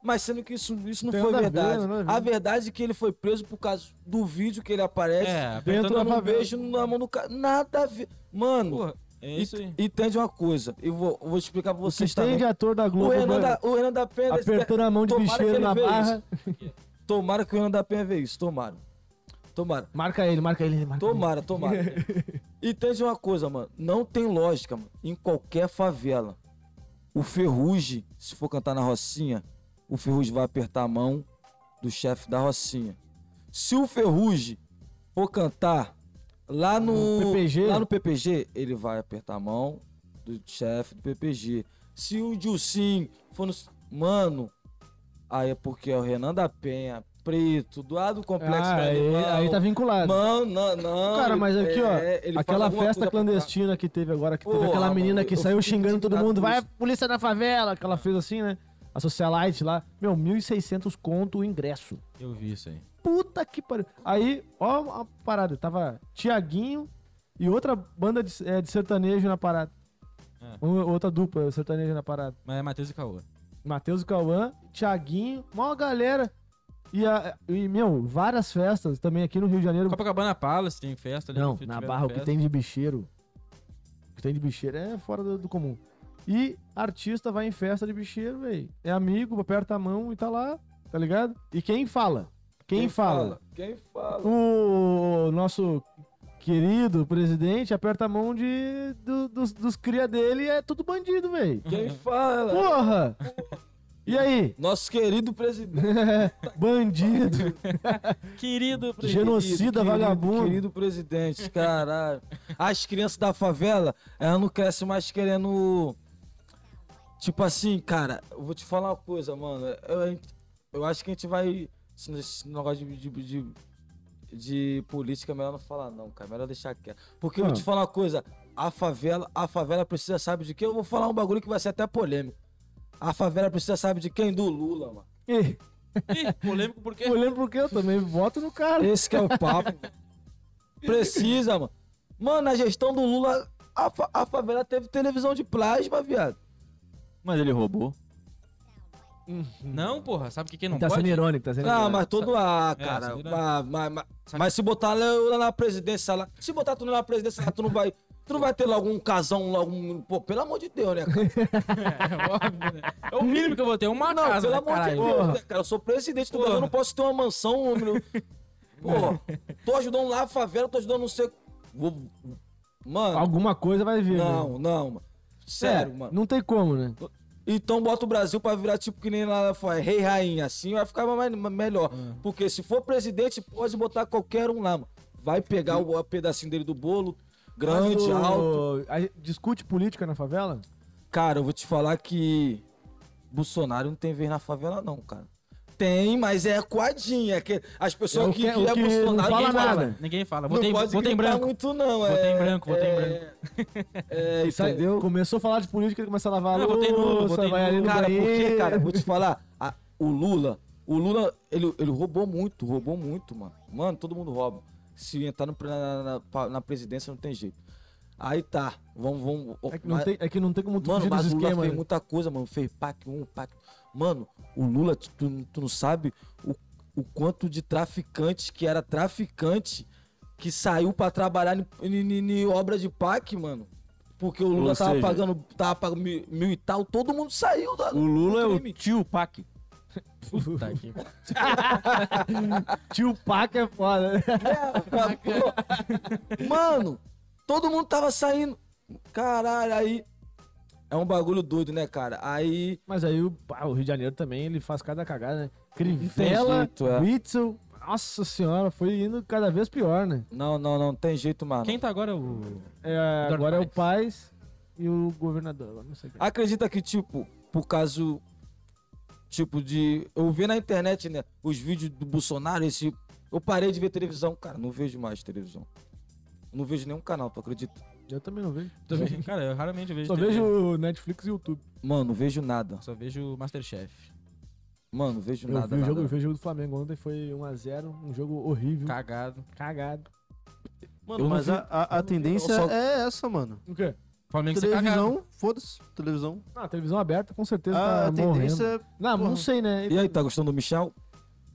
Speaker 5: Mas sendo que isso, isso não
Speaker 1: Tem
Speaker 5: foi
Speaker 1: nada a ver,
Speaker 5: verdade.
Speaker 1: nada a
Speaker 5: a
Speaker 1: ver.
Speaker 5: verdade é que ele foi preso por causa do vídeo que ele aparece.
Speaker 2: É,
Speaker 1: dentro
Speaker 5: dando
Speaker 1: da
Speaker 5: um
Speaker 1: favela.
Speaker 5: beijo na mão do cara. Nada a ver. Mano,
Speaker 2: Porra, é
Speaker 5: ent-
Speaker 2: isso aí.
Speaker 5: entende uma coisa. Eu vou, eu vou explicar pra
Speaker 1: Você
Speaker 5: vocês
Speaker 1: tem
Speaker 5: também.
Speaker 1: de ator da
Speaker 5: O
Speaker 1: Globo
Speaker 5: Renan
Speaker 1: mano,
Speaker 5: da, o Renan da Penha...
Speaker 1: apertando a mão de
Speaker 5: Tomara que
Speaker 1: bicheiro
Speaker 5: ele
Speaker 1: na
Speaker 5: vê
Speaker 1: barra.
Speaker 5: Tomara que o Renan da Penha vê isso. Tomara. Tomara.
Speaker 1: Marca ele, marca ele, marca ele.
Speaker 5: Tomara, tomara. Entende uma coisa, mano. Não tem lógica, mano. Em qualquer favela, o Ferrugem, se for cantar na Rocinha, o Ferrugem vai apertar a mão do chefe da Rocinha. Se o Ferrugem for cantar lá no,
Speaker 1: No PPG?
Speaker 5: lá no PPG, ele vai apertar a mão do chefe do PPG. Se o Dilcim for no... Mano, aí é porque é o Renan da Penha, preto, do lado do complexo.
Speaker 1: Ah,
Speaker 5: do
Speaker 1: aí,
Speaker 5: Alemão,
Speaker 1: aí tá vinculado.
Speaker 5: Mano, não, não.
Speaker 1: Cara, mas aqui, ó,
Speaker 5: ele fala
Speaker 1: aquela
Speaker 5: alguma
Speaker 1: festa
Speaker 5: coisa pra
Speaker 1: clandestina que teve agora, que teve
Speaker 5: Porra,
Speaker 1: aquela menina
Speaker 5: mano,
Speaker 1: que
Speaker 5: eu
Speaker 1: saiu
Speaker 5: fiquei
Speaker 1: xingando todo
Speaker 5: indignado
Speaker 1: mundo,
Speaker 5: com
Speaker 1: vai
Speaker 5: isso. Ah.
Speaker 1: polícia na favela, que ela fez assim, né? A socialite lá, meu, 1.600 conto o ingresso.
Speaker 2: Eu vi isso aí.
Speaker 1: Puta que pariu. Aí, ó a parada, tava Tiaguinho e outra banda de, eh, de sertanejo na parada.
Speaker 2: Ah.
Speaker 1: Uma- Outra dupla sertaneja na parada.
Speaker 2: Mas é Matheus e Caô.
Speaker 1: Matheus e Cauã, Tiaguinho, maior galera. E, a- e, meu, várias festas também aqui no Rio de Janeiro.
Speaker 2: Copacabana Palace tem festa ali.
Speaker 1: Não,
Speaker 2: se
Speaker 1: na
Speaker 2: tiver
Speaker 1: barra o que
Speaker 2: festa.
Speaker 1: tem de bicheiro. O que tem de bicheiro é fora do, do comum. E artista vai em festa de bicheiro, velho. É amigo, aperta a mão e tá lá, tá ligado? E quem fala? Quem, fala?
Speaker 5: Quem fala?
Speaker 1: O nosso querido presidente aperta a mão de, do- dos, dos cria dele e é tudo bandido, velho.
Speaker 5: Quem fala?
Speaker 1: Porra! E aí?
Speaker 5: Nosso querido presidente.
Speaker 1: bandido,
Speaker 2: Querido,
Speaker 1: genocida,
Speaker 5: querido,
Speaker 1: vagabundo.
Speaker 5: Querido presidente, caralho. As crianças da favela, elas não crescem mais querendo. Tipo assim, cara, eu vou te falar uma coisa, mano. Eu, eu acho que a gente vai. Esse esse negócio de, de, de, de política é melhor não falar, não, cara. Melhor deixar quieto. Porque eu vou
Speaker 1: Ah.
Speaker 5: te falar uma coisa. A favela, a favela precisa, sabe de quê? Eu vou falar um bagulho que vai ser até polêmico. A favela precisa, sabe de quem? Do Lula, mano.
Speaker 1: Ih,
Speaker 2: Ih, polêmico porque.
Speaker 1: Olhando porque eu também voto no cara.
Speaker 5: Esse que é o papo. Precisa, mano. Mano, na gestão do Lula, a, fa- a favela teve televisão de plasma, viado.
Speaker 3: Mas ele roubou.
Speaker 2: Não, porra, sabe o que, que não
Speaker 1: tá
Speaker 2: pode?
Speaker 1: sendo irônico, tá sendo
Speaker 5: Ah,
Speaker 1: irônico.
Speaker 5: mas todo ah,
Speaker 2: É,
Speaker 5: cara.
Speaker 2: sabe, né?
Speaker 5: mas, mas- mas-
Speaker 2: Sabe-
Speaker 5: mas se botar Lula na presidência lá, se botar tu na presidência lá, tu não vai, tu não vai ter logo um casão, logo um, pô, pelo amor de Deus, né, cara?
Speaker 2: É, óbvio, né? É o mínimo que eu vou ter, uma
Speaker 5: Não,
Speaker 2: casa,
Speaker 5: pelo
Speaker 2: né,
Speaker 5: amor de
Speaker 2: caralho?
Speaker 5: Deus,
Speaker 1: Porra.
Speaker 5: né, cara? Eu sou presidente do
Speaker 2: Porra.
Speaker 5: Brasil, eu não posso ter uma mansão, um homem. Pô, tô ajudando lá a favela, tô ajudando não sei. Vou- Mano,
Speaker 1: Alguma coisa vai vir. né?
Speaker 2: É.
Speaker 5: não, não, mano. Sério, mano.
Speaker 1: Não tem como, né?
Speaker 5: Então bota o Brasil pra virar tipo que nem lá foi rei rainha. Assim vai ficar mais, melhor.
Speaker 1: É.
Speaker 2: Ah.
Speaker 5: Porque se for presidente, pode botar qualquer um lá, mano. Vai pegar o pedacinho dele do bolo, grande,
Speaker 1: Mas o-
Speaker 5: alto.
Speaker 1: a- discute política na favela?
Speaker 5: Cara, eu vou te falar que Bolsonaro não tem vez na favela, não, cara. Tem, mas é coadinha. Que as pessoas
Speaker 1: É o
Speaker 5: que,
Speaker 1: que-
Speaker 5: que
Speaker 1: o
Speaker 5: é
Speaker 1: que não
Speaker 5: Bolsonaro
Speaker 1: fala
Speaker 5: ninguém
Speaker 1: nada.
Speaker 2: Ninguém fala.
Speaker 5: Não
Speaker 2: Votei,
Speaker 5: pode
Speaker 2: votei em
Speaker 5: gritar
Speaker 2: branco.
Speaker 5: muito, não.
Speaker 2: Votei
Speaker 5: é,
Speaker 2: em branco, votei em
Speaker 5: é-
Speaker 2: branco.
Speaker 5: É,
Speaker 1: Sai-
Speaker 5: entendeu?
Speaker 1: Começou a falar de política, ele começa a lavar a
Speaker 2: Não,
Speaker 1: louça,
Speaker 2: botei nulo, botei
Speaker 1: vai ali
Speaker 2: nulo.
Speaker 1: no
Speaker 5: Cara, porque,
Speaker 1: banheiro.
Speaker 5: cara, vou te falar, a- o Lula, o Lula, ele, ele roubou muito, roubou muito, mano. Mano, todo mundo rouba. Se entrar no pre- na, na- na- na presidência, não tem jeito. Aí tá, vamos, vamos.
Speaker 1: É que, não tem, é que não tem como tu
Speaker 5: Mano,
Speaker 1: fugir
Speaker 5: mas
Speaker 1: dos
Speaker 5: o Lula
Speaker 1: esquemas.
Speaker 5: fez
Speaker 1: né?
Speaker 5: muita coisa, mano. Fez PAC 1, PAC. Mano, o Lula, tu- tu, tu não sabe o, o quanto de traficante que era traficante que saiu pra trabalhar em, em- em- em obra de PAC, mano. Porque o Lula
Speaker 3: Ou
Speaker 5: tava
Speaker 3: seja-
Speaker 5: pagando, tava pagando mil, mil e tal, todo mundo saiu da.
Speaker 3: O Lula é o
Speaker 5: crime.
Speaker 3: tio Pac.
Speaker 2: Puta que
Speaker 1: Tio Pac é foda. né?
Speaker 5: É, pô. mano, todo mundo tava saindo. Caralho, aí. É um bagulho doido, né, cara? Aí.
Speaker 1: Mas aí o, pá, o Rio de Janeiro também, ele faz cada cagada, né? Crivella,
Speaker 5: jeito, é.
Speaker 1: Witzel, nossa senhora, foi indo cada vez pior, né?
Speaker 5: Não, não, não, tem jeito, mano.
Speaker 2: Quem tá agora é o.
Speaker 1: É,
Speaker 2: Eduardo
Speaker 1: agora é o Paz e o governador, agora não sei quem.
Speaker 5: Acredita que, tipo, por causa. Tipo, de. Eu vi na internet, né? Os vídeos do Bolsonaro, esse. Eu parei de ver televisão, cara. Não vejo mais televisão. Não vejo nenhum canal, tu acredita?
Speaker 1: Eu também não vejo.
Speaker 2: Também, cara, eu raramente vejo.
Speaker 1: Só
Speaker 2: TV.
Speaker 1: vejo Netflix e YouTube.
Speaker 5: Mano, não vejo nada.
Speaker 2: Só vejo Masterchef.
Speaker 5: Mano, não vejo
Speaker 1: Eu
Speaker 5: nada.
Speaker 1: vi o
Speaker 5: nada,
Speaker 1: jogo, eu
Speaker 5: nada.
Speaker 1: vi o jogo do Flamengo ontem, foi 1x0, um jogo horrível,
Speaker 2: Cagado.
Speaker 1: cagado.
Speaker 4: Mano,
Speaker 3: Eu não
Speaker 4: mas
Speaker 3: vi-
Speaker 4: a, a- a tendência
Speaker 5: só-
Speaker 4: é essa, mano.
Speaker 1: O quê?
Speaker 2: Flamengo ser cagado.
Speaker 4: Televisão, foda-se, televisão.
Speaker 1: Não, a televisão aberta com certeza
Speaker 4: a
Speaker 1: tá morrendo.
Speaker 4: tendência é.
Speaker 1: Não,
Speaker 4: porra.
Speaker 1: não sei, né?
Speaker 5: Ah, E aí, tá gostando do Michel?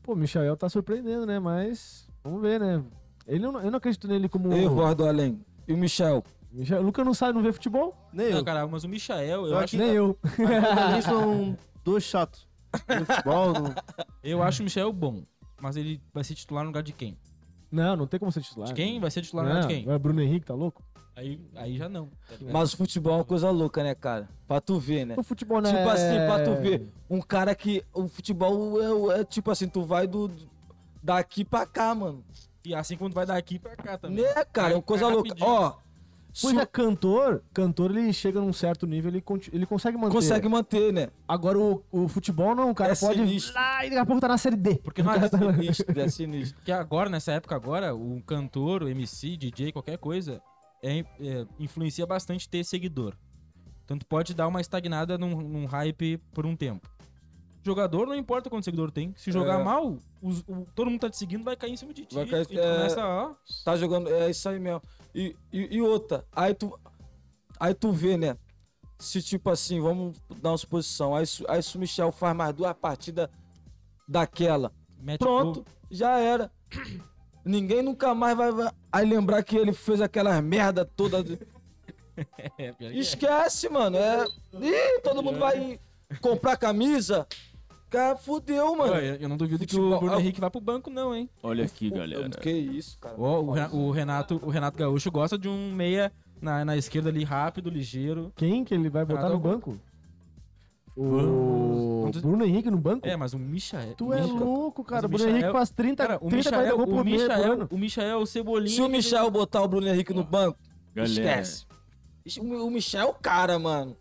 Speaker 1: Pô, o Michael tá surpreendendo, né? Mas vamos ver, né? Ele não, eu não acredito nele como.
Speaker 5: Eu, Eduardo Além. E o Michel?
Speaker 1: Michael, o Lucas não sai, não vê futebol?
Speaker 4: é Nem eu.
Speaker 2: Não, cara, mas o Michael, eu
Speaker 4: Eu
Speaker 2: acho.
Speaker 4: acho-
Speaker 1: Nem eu.
Speaker 4: Pra mim são dois chatos. No futebol, no-
Speaker 2: Eu acho o Michael bom. Mas ele vai ser titular no lugar de quem?
Speaker 1: Não, não tem como ser titular.
Speaker 2: De quem? Vai ser
Speaker 1: Não,
Speaker 2: titular no lugar de quem?
Speaker 1: Ah, não é Bruno Henrique, tá louco?
Speaker 2: Aí, aí já não. tá ligado?
Speaker 5: Mas o futebol é uma coisa louca, né, cara? Pra tu ver, né?
Speaker 1: O futebol não é...
Speaker 5: Tipo assim, pra tu ver. Um cara que. O futebol é, o- é tipo assim, tu vai do. do- Daqui pra cá, mano.
Speaker 2: E assim quando vai daqui pra cá também.
Speaker 5: Né, cara? É uma coisa
Speaker 2: Vai
Speaker 5: louca.
Speaker 2: rapidinho.
Speaker 5: Ó.
Speaker 1: Pois é, cantor, cantor ele chega num certo nível, ele, conti- ele consegue manter.
Speaker 5: consegue manter, né?
Speaker 1: Agora o, o futebol não, o cara
Speaker 5: É
Speaker 1: pode.
Speaker 5: sinistro.
Speaker 1: Lá, e daqui a pouco tá na série D.
Speaker 2: Porque não adianta-
Speaker 5: Sinistro, é sinistro.
Speaker 2: Porque agora, nessa época agora, o cantor, o MC, DJ, qualquer coisa, é, é, influencia bastante ter seguidor. Então tu pode dar uma estagnada num, num hype por um tempo. Jogador, não importa quanto seguidor tem. Se jogar
Speaker 5: É.
Speaker 2: mal, os- o- todo mundo tá te seguindo, vai cair em cima de ti.
Speaker 5: Vai cair-
Speaker 2: e tu
Speaker 5: é.
Speaker 2: começa, ó...
Speaker 5: Tá jogando. É isso aí mesmo. E, e, e outra. Aí tu. Aí tu vê, né? Se tipo assim, vamos dar uma suposição. Aí, se- aí se o Michel faz mais duas partidas daquela.
Speaker 3: É tipo,
Speaker 2: Mete
Speaker 5: Pronto, já era. Ninguém nunca mais vai, vai- aí lembrar que ele fez aquelas merda toda. de-
Speaker 2: É, pior que é.
Speaker 5: Esquece, mano. É... Ih, todo mundo vai comprar camisa. Cara, fudeu,
Speaker 2: Pô,
Speaker 5: mano.
Speaker 2: eu, eu não duvido que
Speaker 5: Futebol-
Speaker 2: o Bruno Henrique vá pro banco, não, hein?
Speaker 3: Olha aqui,
Speaker 5: Pô,
Speaker 3: galera.
Speaker 5: Que isso, cara.
Speaker 2: Ó, o, Ren- o Renato, o Renato Gaúcho gosta de um meia na, na esquerda ali, rápido, ligeiro.
Speaker 1: Quem que ele vai botar
Speaker 2: Ah, tá
Speaker 1: no
Speaker 2: bom.
Speaker 1: banco? O
Speaker 2: Vamos-
Speaker 1: Bruno Henrique no banco?
Speaker 2: É, mas o Michael...
Speaker 1: Tu é
Speaker 2: Michael-
Speaker 1: louco, cara. O
Speaker 2: Mas
Speaker 1: Bruno
Speaker 2: o
Speaker 1: Henrique
Speaker 2: Michael-
Speaker 1: faz 30,
Speaker 2: Cara, o
Speaker 1: 30
Speaker 2: Michael,
Speaker 1: gol por
Speaker 2: o
Speaker 1: mês por
Speaker 2: Michael,
Speaker 1: ano.
Speaker 2: o Michael, o Cebolinha...
Speaker 5: Se o Michel botar o Bruno Henrique no banco,
Speaker 3: Galera,
Speaker 5: esquece. Ixi, O o Michel é o cara, mano.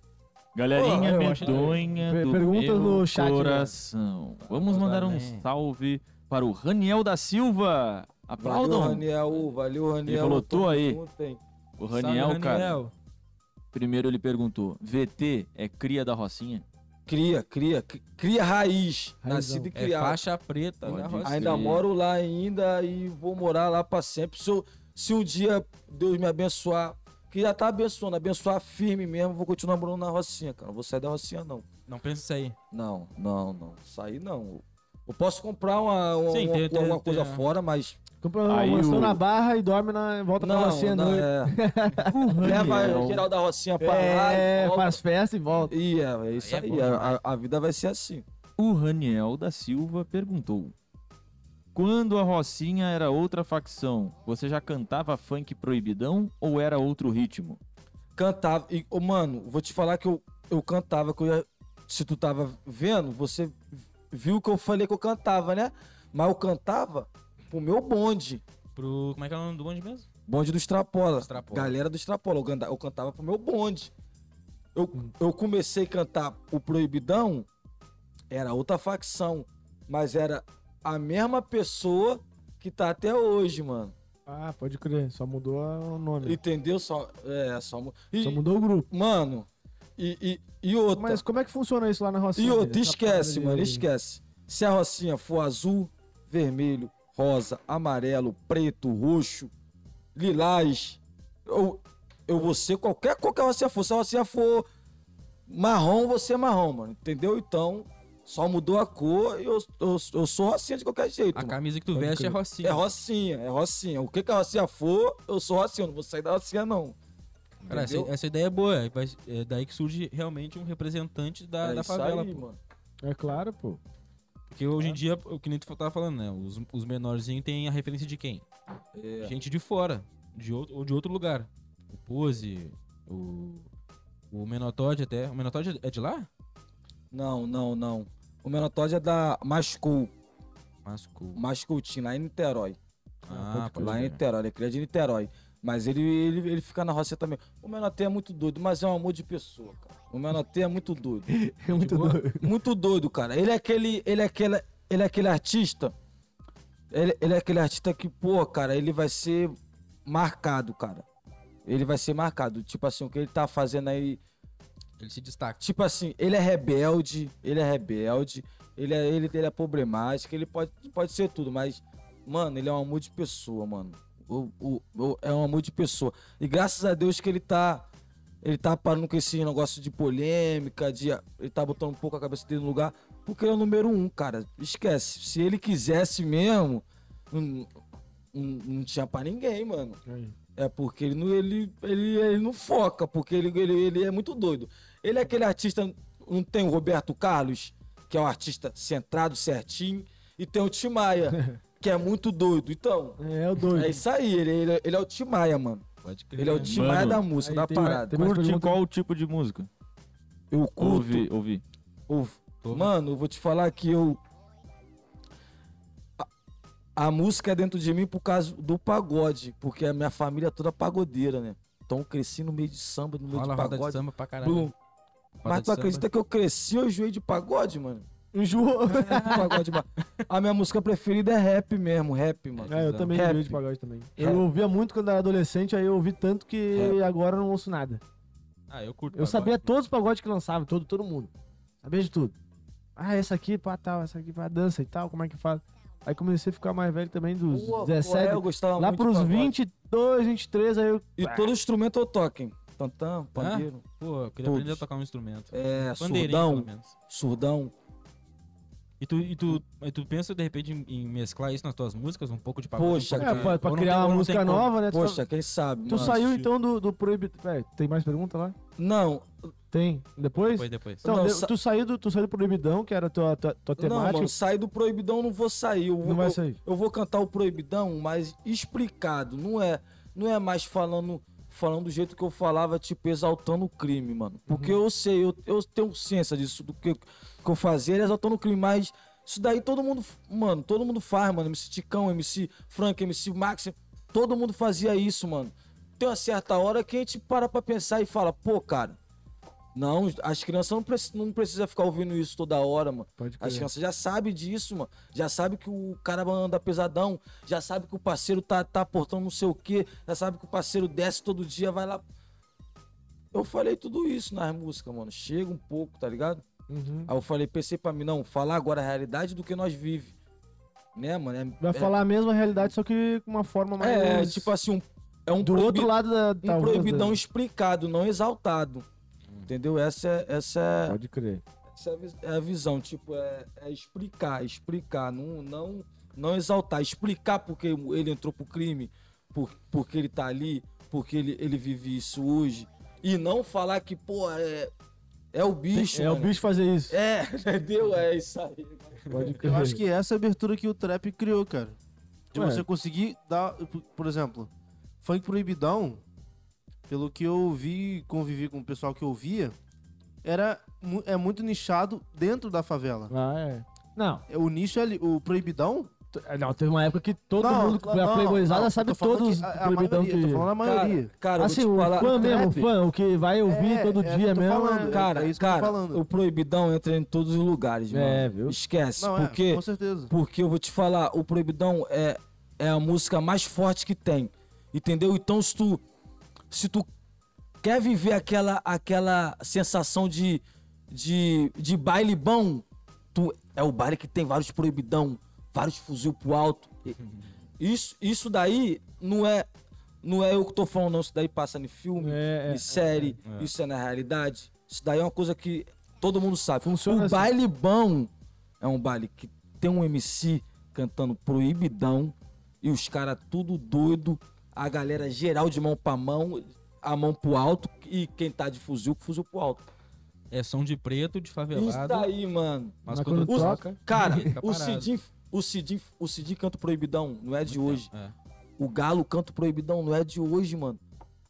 Speaker 3: Galerinha
Speaker 1: Pô, eu acho-
Speaker 3: medonha
Speaker 1: Per-
Speaker 3: do
Speaker 1: pergunta
Speaker 3: meu
Speaker 1: no chat, né?
Speaker 3: coração. Vamos
Speaker 2: Vamos
Speaker 3: mandar
Speaker 2: lá,
Speaker 3: um
Speaker 2: né?
Speaker 3: salve para o Raniel da Silva.
Speaker 5: Valeu,
Speaker 3: Aplaudam.
Speaker 5: Raniel. Valeu, Raniel.
Speaker 3: falou, tô
Speaker 5: Tamo
Speaker 3: aí.
Speaker 5: junto, hein.
Speaker 3: O
Speaker 2: Salve,
Speaker 3: Raniel, cara, primeiro ele perguntou, VT é cria da Rocinha?
Speaker 5: Cria, cria, cri- cria raiz.
Speaker 1: Raizão.
Speaker 5: Nascido e
Speaker 2: É
Speaker 5: criado.
Speaker 2: faixa preta
Speaker 3: Pode
Speaker 2: na roça.
Speaker 5: Ainda
Speaker 3: Sim.
Speaker 5: moro lá ainda e vou morar lá pra sempre. Se, eu- se um dia Deus me abençoar, que já tá abençoando, abençoar firme mesmo, vou continuar morando na Rocinha, cara. Não vou sair da Rocinha, não.
Speaker 2: Não pensa isso aí.
Speaker 5: Não, não, não. Sair não. Eu posso comprar uma, uma,
Speaker 2: Sim,
Speaker 5: uma-
Speaker 2: tem- tem-
Speaker 5: alguma coisa
Speaker 2: tem-
Speaker 5: fora, mas.
Speaker 1: Compra uma
Speaker 3: Aí
Speaker 1: mansão
Speaker 3: o-
Speaker 1: na barra e dorme na volta
Speaker 5: não,
Speaker 1: pra Rocinha à
Speaker 5: não,
Speaker 1: noite.
Speaker 5: é.
Speaker 3: Raniel.
Speaker 5: Leva geral da Rocinha pra lá.
Speaker 1: É,
Speaker 5: e volta.
Speaker 1: faz festa e volta.
Speaker 5: E é, é isso
Speaker 2: Aí é
Speaker 5: aí.
Speaker 2: bom
Speaker 5: a, a vida vai ser assim.
Speaker 3: O Raniel da Silva perguntou, quando a Rocinha era outra facção, você já cantava funk proibidão ou era outro ritmo?
Speaker 5: Cantava. E, ô, mano, vou te falar que eu, eu cantava, que eu ia. se tu tava vendo, você viu que eu falei que eu cantava, né? Mas eu cantava pro meu bonde.
Speaker 2: Pro. Como é que é o nome do bonde mesmo?
Speaker 5: Bonde do Strapola.
Speaker 2: Strapola.
Speaker 5: Galera do Strapola. Eu, canta- eu cantava pro meu bonde. Eu, eu comecei a cantar o Proibidão, era outra facção. Mas era a mesma pessoa que tá até hoje, mano.
Speaker 1: Ah, pode crer, só mudou o nome.
Speaker 5: Entendeu? Só. É, só. mu- E,
Speaker 1: Só mudou o grupo.
Speaker 5: Mano, e, e, e outra.
Speaker 1: Mas como é que funciona isso lá na Rocinha?
Speaker 5: E
Speaker 2: tá
Speaker 5: outra,
Speaker 1: Essa
Speaker 5: esquece,
Speaker 1: parada de-
Speaker 5: mano, esquece. Se a rocinha for azul, vermelho, rosa, amarelo, preto, roxo, lilás, eu, eu vou ser qualquer cor que a rocinha for. Se a rocinha for marrom, você é marrom, mano, entendeu? Então, só mudou a cor e eu, eu, eu sou rocinha de qualquer jeito,
Speaker 2: A
Speaker 5: mano.
Speaker 2: camisa que tu
Speaker 1: Pode
Speaker 2: veste é
Speaker 1: crer.
Speaker 2: rocinha.
Speaker 5: É rocinha, é rocinha. O que, que a rocinha for, eu sou rocinha. Eu não vou sair da rocinha, não.
Speaker 2: Cara, essa,
Speaker 5: Entendeu?
Speaker 2: essa ideia é boa. É vai- é daí que surge realmente um representante da,
Speaker 5: é
Speaker 2: da
Speaker 5: isso
Speaker 2: favela.
Speaker 5: aí,
Speaker 2: pô.
Speaker 5: mano.
Speaker 1: É claro, pô.
Speaker 2: Porque hoje em dia, o que nem tu tava falando, né? Os, os menorzinhos têm a referência de quem?
Speaker 5: É.
Speaker 2: Gente de fora. De outro, ou de outro lugar. O Pose, o. O Menotod até. O Menotod é de lá?
Speaker 5: Não, não, não. O Menotódio é da Mascou.
Speaker 2: Masco.
Speaker 5: Mascultim, lá em Niterói.
Speaker 2: Ah, pode
Speaker 5: lá
Speaker 2: crer.
Speaker 5: em Niterói, ele é cria de Niterói. Mas ele, ele, ele fica na roça também. O Menotê é muito doido, mas é um amor de pessoa, cara. O Menotê é muito doido.
Speaker 1: É muito
Speaker 2: boa.
Speaker 1: doido.
Speaker 5: Muito doido, cara. Ele é aquele. Ele é aquele, ele é aquele artista. Ele, ele é aquele artista que, pô, cara, ele vai ser marcado, cara. Ele vai ser marcado. Tipo assim, o que ele tá fazendo aí
Speaker 2: Ele se destaca.
Speaker 5: tipo assim, ele é rebelde, ele é rebelde, ele é, ele, ele é problemático, ele pode, pode ser tudo, mas, mano, ele é um amor de pessoa, mano. O, o, o- é um amor de pessoa. E graças a Deus que ele tá. Ele tá parando com esse negócio de polêmica, de. Ele tá botando um pouco a cabeça dele no lugar, porque ele é o número um, cara. Esquece. Se ele quisesse mesmo, não, não, não tinha pra ninguém, mano.
Speaker 1: Aí.
Speaker 5: É porque ele não, ele, ele, ele não foca, porque ele, ele, ele é muito doido. Ele é aquele artista, não tem o Roberto Carlos, que é um artista centrado, certinho, e tem o Tim Maia, que é muito doido. Então,
Speaker 1: É o doido.
Speaker 5: é isso aí, ele, ele, ele é o Tim Maia, mano.
Speaker 2: tipo, Pode crer.
Speaker 5: Ele é o Tim
Speaker 3: Mano,
Speaker 5: Maia da música,
Speaker 1: aí
Speaker 5: da
Speaker 1: tem-
Speaker 5: parada.
Speaker 1: tem mais
Speaker 3: Curte
Speaker 1: pergunta?
Speaker 3: qual tipo de música?
Speaker 5: Eu curto.
Speaker 3: Ouvi, ouvi.
Speaker 5: ouvi.
Speaker 2: Tô vendo.
Speaker 5: Mano, eu vou te falar que eu. A, a música é dentro de mim por causa do pagode, porque a minha família é toda pagodeira, né? Então eu cresci no meio de samba, no meio
Speaker 2: Rola
Speaker 5: de
Speaker 2: roda de
Speaker 5: pagode.
Speaker 2: samba pra caralho.
Speaker 5: Blum.
Speaker 2: Roda
Speaker 5: Mas
Speaker 2: de
Speaker 5: tu
Speaker 2: samba.
Speaker 5: acredita que eu cresci eu joelho de pagode, mano?
Speaker 1: Enjoou.
Speaker 5: pagode, mano. A minha música preferida é rap mesmo, rap, mano.
Speaker 1: É, eu também
Speaker 5: Rap.
Speaker 1: enjoei de pagode também. Eu
Speaker 5: Rap.
Speaker 1: ouvia muito quando era adolescente, aí eu ouvi tanto que
Speaker 5: Rap.
Speaker 1: agora eu não ouço nada.
Speaker 2: Ah, eu curto.
Speaker 1: Eu
Speaker 2: pagode.
Speaker 1: sabia todos os pagodes que lançava, todo, todo mundo. Sabia de tudo. Ah, essa aqui, pá, tal, essa aqui, pá, dança e tal, como é que faz? Aí comecei a ficar mais velho também, dos
Speaker 5: Pô, é,
Speaker 1: 17,
Speaker 5: eu gostava
Speaker 1: lá
Speaker 5: muito de
Speaker 1: pros
Speaker 5: pagode.
Speaker 1: 22, 23, aí eu...
Speaker 5: E todo instrumento eu toco, hein? Tantão, pandeiro,
Speaker 2: Pô, eu queria
Speaker 5: Todos.
Speaker 2: aprender a tocar um instrumento.
Speaker 5: é,
Speaker 2: Pandeirinho,
Speaker 5: surdão,
Speaker 2: pelo menos.
Speaker 5: surdão.
Speaker 2: E tu, e tu, e tu pensa, de repente, em, em mesclar isso nas tuas músicas? Um pouco de pagode.
Speaker 5: Poxa,
Speaker 2: um pouco
Speaker 1: É,
Speaker 2: de-
Speaker 1: pra, pra
Speaker 2: ou não
Speaker 1: criar
Speaker 2: tem- ou
Speaker 1: uma
Speaker 2: não tem
Speaker 1: música
Speaker 2: como?
Speaker 1: nova, né? Tu-
Speaker 5: Poxa, quem sabe?
Speaker 1: tu
Speaker 5: mano.
Speaker 1: saiu
Speaker 2: tipo-
Speaker 1: então do, do proibido... Peraí, tem mais pergunta lá?
Speaker 5: Não,
Speaker 1: Tem. Depois?
Speaker 2: Depois, depois.
Speaker 1: Então,
Speaker 5: Não,
Speaker 1: de-
Speaker 5: sa-
Speaker 1: tu, saiu do, tu saiu do proibidão, que era tua, tua, tua
Speaker 5: não,
Speaker 1: temática,
Speaker 5: mano, sai do proibidão, não vou sair. Eu,
Speaker 1: não é vai
Speaker 5: eu-
Speaker 1: sair.
Speaker 5: eu vou cantar o proibidão, mas explicado, não é, não é mais falando falando do jeito que eu falava, tipo exaltando o crime, mano. Porque eu sei, eu, eu tenho ciência disso do que, que eu fazia, era exaltando o crime, mas isso daí todo mundo, mano, todo mundo faz, mano. MC Ticão, MC Frank, MC Max, todo mundo fazia isso, mano. Tem uma certa hora que a gente para pra pensar e fala, pô, cara, não, as crianças não, preci- não precisam ficar ouvindo isso toda hora, mano.
Speaker 1: Pode
Speaker 5: As
Speaker 1: crer.
Speaker 5: crianças já sabem disso, mano. Já sabe que o cara anda pesadão, já sabe que o parceiro tá, tá portando não sei o quê, já sabe que o parceiro desce todo dia, vai lá. Eu falei tudo isso nas músicas, mano. Chega um pouco, tá ligado?
Speaker 1: Uhum.
Speaker 5: Aí eu falei, pensei pra mim, não, falar agora a realidade do que nós vive. Né, mano? É,
Speaker 1: Vai falar a mesma realidade, só que com uma forma mais...
Speaker 5: é, é tipo assim, um, é um
Speaker 1: do outro
Speaker 5: proibi-
Speaker 1: lado tá, da... né? da-
Speaker 5: um proibidão
Speaker 1: da-
Speaker 5: explicado, não exaltado.
Speaker 1: Hum.
Speaker 5: Entendeu? Essa é, essa é,
Speaker 1: Pode crer.
Speaker 5: Essa é a vis- é a visão, tipo, é, é explicar, explicar, não, não, não exaltar, explicar porque ele entrou pro crime, por, porque ele tá ali, porque ele, ele vive isso hoje. E não falar que, pô, é, é o bicho.
Speaker 1: É o
Speaker 5: mano.
Speaker 1: bicho fazer isso.
Speaker 5: É, entendeu? É isso aí.
Speaker 1: Pode crer.
Speaker 4: Eu acho que essa é a abertura que o trap criou, cara. De
Speaker 1: Ué.
Speaker 4: você conseguir dar, por- por exemplo, funk proibidão, pelo que eu ouvi e convivi com o pessoal que ouvia, era, mu- é muito nichado dentro da favela.
Speaker 1: Ah, é. Não,
Speaker 4: É, O nicho ali, o proibidão.
Speaker 1: t- é, não, teve uma época que todo
Speaker 4: Não,
Speaker 1: mundo que
Speaker 4: não,
Speaker 1: é
Speaker 4: não,
Speaker 1: playboyzada
Speaker 4: não,
Speaker 1: sabe
Speaker 4: tô falando
Speaker 1: todos
Speaker 4: que
Speaker 1: os
Speaker 4: a- a
Speaker 1: proibidão
Speaker 4: maioria, Tô falando
Speaker 1: que...
Speaker 4: a maioria.
Speaker 5: Cara, eu
Speaker 1: assim,
Speaker 5: vou
Speaker 1: o
Speaker 5: te falar.
Speaker 1: fã mesmo, o
Speaker 4: trap.
Speaker 1: fã, o que vai ouvir
Speaker 4: É,
Speaker 1: todo
Speaker 4: é,
Speaker 1: dia
Speaker 4: eu tô
Speaker 1: mesmo.
Speaker 4: falando.
Speaker 5: Cara,
Speaker 4: É isso que eu tô
Speaker 5: cara,
Speaker 4: falando.
Speaker 5: o proibidão entra em todos os lugares, mano.
Speaker 1: É, viu?
Speaker 5: Esquece.
Speaker 4: Não, é,
Speaker 5: porque,
Speaker 4: com certeza.
Speaker 5: porque eu vou te falar, o proibidão é, é a música mais forte que tem. Entendeu? Então, se tu. Se tu quer viver aquela, aquela sensação de, de, de baile bom, tu, é o baile que tem vários proibidão, vários fuzil pro alto. E- Isso, isso daí não é. Não é eu que tô falando, não. Isso daí passa em filme
Speaker 1: É, é,
Speaker 5: de série,
Speaker 2: é.
Speaker 5: isso é na realidade. Isso daí é uma coisa que todo mundo sabe.
Speaker 1: Funciona
Speaker 5: o
Speaker 1: assim.
Speaker 5: baile bom é um baile que tem um MC cantando proibidão e os caras tudo doido, a galera geral de mão pra mão, a mão pro alto e quem tá de fuzil, com fuzil pro alto.
Speaker 2: É som de preto, de
Speaker 5: Isso
Speaker 2: favelado.
Speaker 5: daí, mano.
Speaker 2: Mas
Speaker 1: Mas
Speaker 2: quando
Speaker 1: quando
Speaker 2: toca.
Speaker 5: Cara,
Speaker 2: fica
Speaker 5: o
Speaker 2: parado.
Speaker 5: Cidinho, o Cidinho, o Cidinho canta proibidão, não é de
Speaker 2: Muito
Speaker 5: hoje.
Speaker 2: tempo, é.
Speaker 5: O Galo canta proibidão, não é de hoje, mano.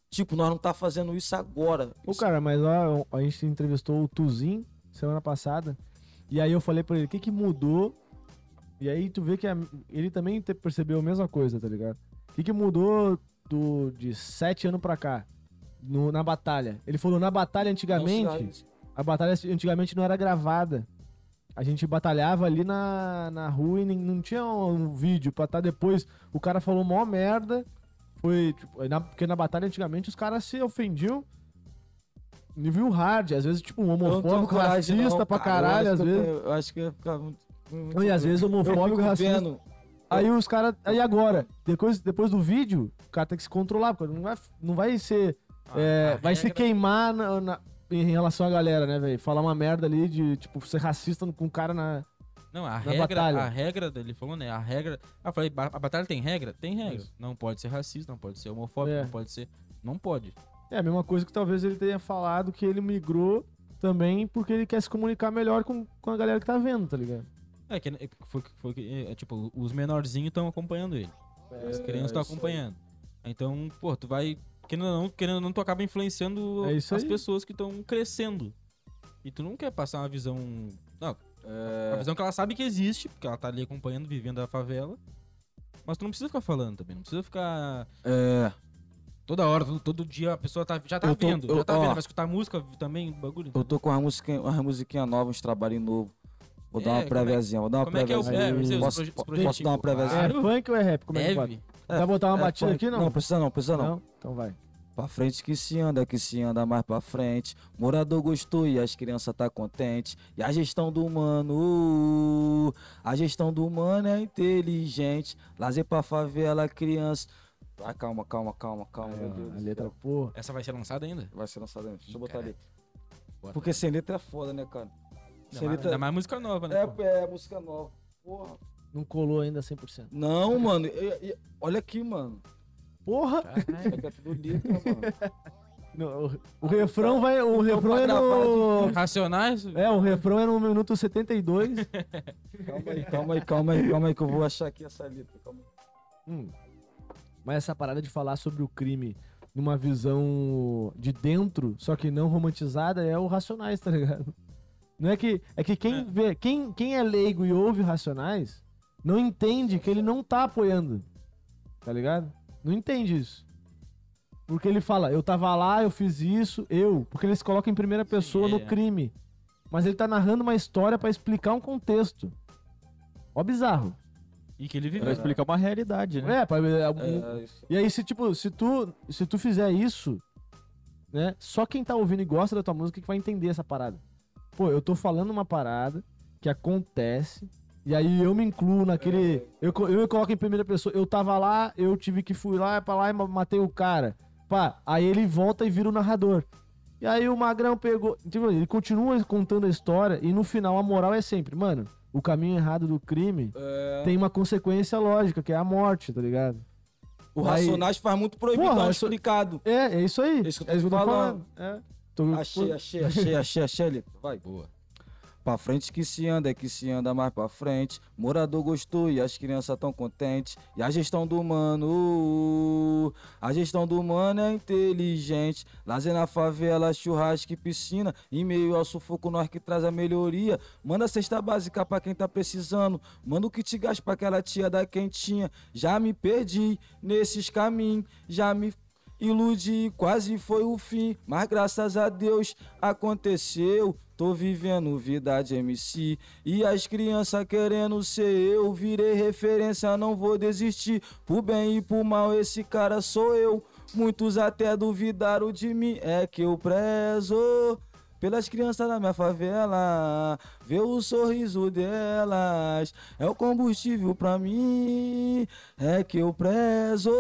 Speaker 5: Tipo, nós não tá fazendo isso agora.
Speaker 1: Ô,
Speaker 5: Isso-
Speaker 1: cara, mas ó, a gente entrevistou o Tuzin semana passada. E aí eu falei pra ele, o que que mudou? E aí tu vê que a- ele também te- percebeu a mesma coisa, tá ligado? O que que mudou do, de sete anos pra cá? no- na batalha. Ele falou, na batalha
Speaker 5: não se dá
Speaker 1: antigamente,
Speaker 5: isso.
Speaker 1: a batalha antigamente não era gravada. A gente batalhava ali na, na rua e nem- não tinha um, um vídeo pra tá depois. O cara falou mó merda. Foi, tipo, na- porque na batalha antigamente os caras se ofendiam. Nível hard, às vezes, tipo, um
Speaker 5: Eu não tenho
Speaker 1: homofóbico,
Speaker 5: coragem, não,
Speaker 1: racista pra
Speaker 5: cara. Eu
Speaker 1: caralho, às
Speaker 5: acho que eu-
Speaker 1: vezes.
Speaker 5: Eu acho que ia ficar muito. muito
Speaker 1: Não, e às vezes
Speaker 5: eu
Speaker 1: homofóbico,
Speaker 5: fico
Speaker 1: racista.
Speaker 5: vendo.
Speaker 1: Aí os caras. Aí agora, depois, depois do vídeo, o cara tem que se controlar, porque não vai, não vai ser. é,
Speaker 2: Ah, a
Speaker 1: vai se
Speaker 2: regra-
Speaker 1: queimar na- na- em relação à galera, né, velho? Falar uma merda ali de, tipo, ser racista com o cara na.
Speaker 5: é
Speaker 2: Não, a regra,
Speaker 1: batalha.
Speaker 2: a regra dele falou, né? A regra. Ah, eu falei, "Ba- a batalha tem regra? Tem regra. Não pode ser racista, não pode ser homofóbico,
Speaker 1: É.
Speaker 2: não pode ser. Não pode.
Speaker 1: É a mesma coisa que talvez ele tenha falado que ele migrou também porque ele quer se comunicar melhor com, com a galera que tá vendo, tá ligado?
Speaker 2: É que é que foi, foi que- é, tipo, os menorzinhos estão acompanhando ele.
Speaker 5: É,
Speaker 2: as crianças estão acompanhando. Então, pô, tu vai. Querendo ou não, querendo ou não tu acaba influenciando
Speaker 1: É isso
Speaker 2: as
Speaker 1: aí.
Speaker 2: pessoas que estão crescendo. E tu não quer passar uma visão. Não,
Speaker 5: É.
Speaker 2: a visão que ela sabe que existe, porque ela tá ali acompanhando, vivendo a favela. Mas tu não precisa ficar falando também, não precisa ficar.
Speaker 5: É.
Speaker 2: Toda hora, todo, todo dia a pessoa tá, já tá
Speaker 5: Eu tô-
Speaker 2: vendo,
Speaker 5: eu-
Speaker 2: já tá
Speaker 5: ó.
Speaker 2: vendo, vai escutar música também, bagulho.
Speaker 5: Eu tô com uma musiquinha, uma musiquinha nova, uns trabalhos novos. Vou
Speaker 2: É,
Speaker 5: dar uma
Speaker 2: como é-
Speaker 5: préviazinha, vou dar uma
Speaker 2: Como é que é o
Speaker 5: préviazinha.
Speaker 2: é, os- os
Speaker 5: posso,
Speaker 2: proje- os
Speaker 5: po- posso
Speaker 2: projetinhos?
Speaker 5: dar uma préviazinha?
Speaker 1: É funk ou é rap? Como é que
Speaker 2: Deve.
Speaker 1: pode? Vai botar uma
Speaker 5: É,
Speaker 1: batida
Speaker 5: pô,
Speaker 1: aqui? Não,
Speaker 5: Não, precisa não, precisa não.
Speaker 1: não? Então vai.
Speaker 5: Pra frente que se anda, que se anda mais pra frente. Morador gostou e as crianças tá contente. E a gestão do mano, uh, a gestão do mano é inteligente. Lazer pra favela, criança. Ah, calma, calma, calma, calma, meu Deus. do
Speaker 1: É, a
Speaker 5: céu.
Speaker 1: letra, porra.
Speaker 2: Essa vai ser lançada ainda?
Speaker 5: Vai ser lançado antes. Deixa eu
Speaker 2: Ih,
Speaker 5: botar ali.
Speaker 2: Bota.
Speaker 5: Porque sem letra é foda, né, cara?
Speaker 2: Ainda
Speaker 5: Sem
Speaker 2: mais,
Speaker 5: letra
Speaker 2: ainda mais música nova, né? pô?
Speaker 5: é, é música nova. Porra.
Speaker 1: Não colou ainda 100%.
Speaker 5: Não, mano. e- e- olha aqui, mano.
Speaker 1: Porra!
Speaker 5: É que é tudo letra, mano.
Speaker 1: Não, o, o
Speaker 5: Ah,
Speaker 1: refrão vai. O refrão é
Speaker 5: tá. gravado.
Speaker 1: no.
Speaker 2: Racionais?
Speaker 1: É, o refrão é no minuto 72.
Speaker 5: Calma aí, calma aí, calma aí, calma aí que eu vou achar aqui essa letra. Calma aí.
Speaker 1: Hum. Mas essa parada de falar sobre o crime numa visão de dentro, só que não romantizada, é o Racionais, tá ligado? Não é que. É que quem
Speaker 2: É.
Speaker 1: vê. Quem, quem é leigo e ouve Racionais não entende que ele não tá apoiando. Tá ligado? Não entende isso. Porque ele fala, eu tava lá, eu fiz isso, eu. Porque eles colocam em primeira pessoa
Speaker 2: é,
Speaker 1: no
Speaker 2: é.
Speaker 1: crime. Mas ele tá narrando uma história pra explicar um contexto. Ó, bizarro.
Speaker 2: E que ele
Speaker 3: Pra
Speaker 2: viveu.
Speaker 3: explicar uma realidade, né?
Speaker 1: É, pra,
Speaker 5: É, isso.
Speaker 1: e aí, se, tipo, se tu, se tu fizer isso, né? Só quem tá ouvindo e gosta da tua música que vai entender essa parada. Pô, eu tô falando uma parada que acontece, e aí eu me incluo naquele. Eu, co- eu me coloco em primeira pessoa. Eu tava lá, eu tive que fui lá pra lá e ma- matei o cara. Pá, aí ele volta e vira o narrador. E aí o Magrão pegou. Tipo, ele continua contando a história, e no final a moral é sempre, mano, o caminho errado do crime
Speaker 5: É.
Speaker 1: tem uma consequência lógica, que é a morte, tá ligado?
Speaker 5: O
Speaker 1: Aí-
Speaker 5: Racionais faz muito proibidão
Speaker 1: Porra, isso-
Speaker 5: explicado.
Speaker 1: É, é isso aí.
Speaker 5: É isso que eu tô
Speaker 1: é isso
Speaker 5: falando.
Speaker 1: É. Tô-
Speaker 5: Achei, achei, achei, achei, achei a letra. Vai.
Speaker 2: Boa.
Speaker 5: Pra frente que se anda, é que se anda mais pra frente. Morador gostou e as crianças tão contentes. E a gestão do mano, a gestão do mano é inteligente. Lazer na favela, churrasco e piscina. Em meio ao sufoco, nós que traz a melhoria. Manda cesta básica pra quem tá precisando. Manda o que te gasta pra aquela tia da quentinha. Já me perdi nesses caminhos, já me iludi, quase foi o fim, mas graças a Deus aconteceu. Tô vivendo vida de MC e as crianças querendo ser eu. Virei referência, não vou desistir. Por bem e por mal, esse cara sou eu. Muitos até duvidaram de mim, é que eu prezo pelas crianças da minha favela. Ver o sorriso delas é o combustível pra mim. É que eu prezo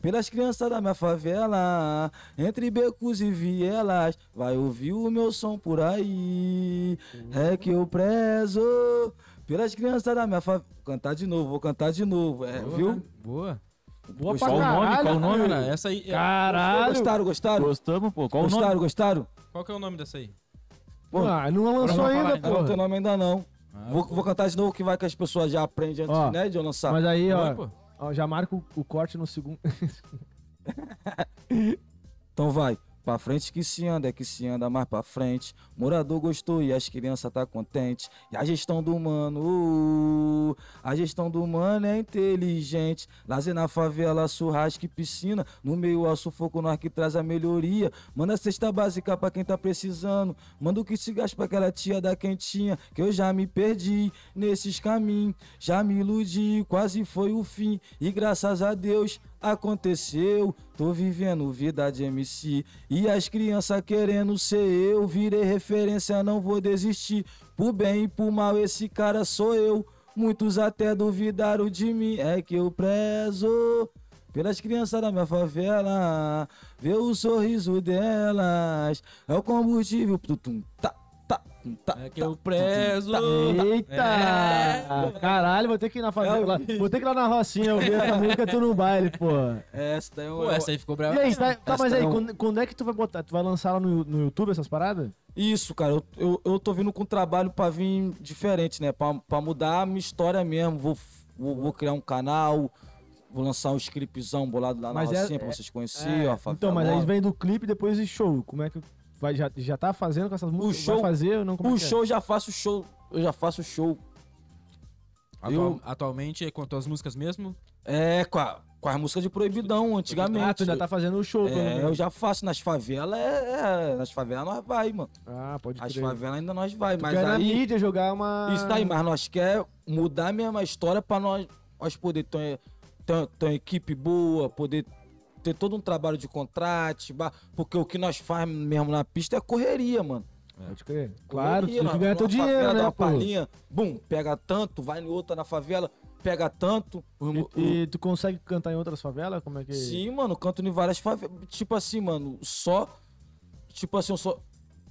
Speaker 5: pelas crianças da minha favela. Entre becos e vielas, vai ouvir o meu som por aí. É que eu prezo pelas crianças da minha favela. Cantar de novo, vou cantar de novo. É,
Speaker 2: Boa, né?
Speaker 5: viu?
Speaker 2: Boa.
Speaker 1: Boa pra
Speaker 3: Qual o nome?
Speaker 1: caralho.
Speaker 3: Qual o nome?
Speaker 2: Cara, essa aí. é-
Speaker 1: Caralho.
Speaker 5: Gostaram, gostaram?
Speaker 3: Gostamos, pô. Qual o nome?
Speaker 5: Gostaram, gostaram?
Speaker 2: Qual que é o nome dessa aí?
Speaker 1: Ah, não lançou
Speaker 3: Agora eu vou
Speaker 1: ainda,
Speaker 3: falar,
Speaker 5: Eu não tenho
Speaker 1: pô.
Speaker 5: nome ainda não.
Speaker 2: Ah,
Speaker 5: Vou,
Speaker 2: pô.
Speaker 5: vou cantar de novo que vai que as pessoas já aprendem antes,
Speaker 1: Ó,
Speaker 5: né, de eu lançar.
Speaker 1: Mas aí,
Speaker 2: Vai,
Speaker 1: ó,
Speaker 2: pô.
Speaker 1: ó, já marca o, o corte no segundo.
Speaker 5: Então vai, pra frente que se anda, é que se anda mais pra frente. Morador gostou e as crianças tá contente. E a gestão do mano, uh, a gestão do mano é inteligente. Lazer na favela, churrasco e piscina. No meio ao sufoco, nós que traz a melhoria. Manda cesta básica pra quem tá precisando. Manda o que se gasta pra aquela tia da quentinha. Que eu já me perdi nesses caminhos. Já me iludi, quase foi o fim. E graças a Deus aconteceu. Tô vivendo vida de MC. E as crianças querendo ser eu. Virei referência, não vou desistir. Por bem e por mal, esse cara sou eu. Muitos até duvidaram de mim. É que eu prezo pelas crianças da minha favela. Ver o sorriso delas é o combustível. Tum, tum, tá, tá, tum, tá,
Speaker 2: É que
Speaker 5: tá,
Speaker 2: eu
Speaker 5: tum, tum,
Speaker 2: prezo.
Speaker 5: tá.
Speaker 1: Eita!
Speaker 5: É.
Speaker 1: Caralho, vou ter que ir na favela. Vou ter que ir lá na Rocinha ouvir essa música tu no baile, pô.
Speaker 5: Essa daí é
Speaker 2: Pô,
Speaker 5: uma-
Speaker 2: essa aí ficou brava.
Speaker 1: E aí, tá, tá, mas aí,
Speaker 5: Questão.
Speaker 1: quando, quando é que tu vai botar? Tu vai lançar lá no, no YouTube essas paradas?
Speaker 5: Isso, cara, eu, eu, eu tô vindo com um trabalho pra vir diferente, né? Pra, pra mudar a minha história mesmo. Vou, f- vou, vou criar um canal, vou lançar um scriptzão bolado lá na
Speaker 1: Mas é-
Speaker 5: Rocinha pra
Speaker 1: é-
Speaker 5: vocês conhecerem, ó, tá
Speaker 1: então, mas aí
Speaker 5: favelona.
Speaker 1: vem do clipe depois de show. Como é que vai, já, já tá fazendo com essas músicas?
Speaker 5: show-
Speaker 1: vai fazer ou não? Como é
Speaker 5: O
Speaker 1: que é?
Speaker 5: show, eu já faço show, eu já faço show.
Speaker 2: Atual- Atualmente, com as tuas músicas mesmo?
Speaker 5: É, com, a, com as músicas de Proibidão, antigamente.
Speaker 1: Ah, tu ainda tá fazendo o show. pelo
Speaker 5: É, eu
Speaker 1: menos.
Speaker 5: já faço nas favelas, é, é, nas favelas nós vai, mano.
Speaker 1: Ah, pode
Speaker 5: As
Speaker 1: crer.
Speaker 5: favelas ainda nós vai,
Speaker 1: Tu
Speaker 5: mas
Speaker 1: quer na
Speaker 5: aí
Speaker 1: mídia jogar uma...
Speaker 5: Isso tá aí, mas nós quer mudar mesmo a história pra nós, nós poder ter, ter, ter uma equipe boa, poder ter todo um trabalho de contrato, ba- porque o que nós faz mesmo na pista é correria, mano.
Speaker 1: Pode crer. Claro,
Speaker 5: correria,
Speaker 1: tu tem que ganhar
Speaker 5: numa
Speaker 1: teu dinheiro,
Speaker 5: favela, dá
Speaker 1: né,
Speaker 5: uma
Speaker 1: pô?
Speaker 5: palhinha, bum, pega tanto, vai em outra na favela, pega tanto. O- o-
Speaker 1: E, e tu consegue cantar em outras favelas? Como é que...
Speaker 5: Sim, mano, canto em várias favelas. Tipo assim, mano, só. Tipo assim, eu só.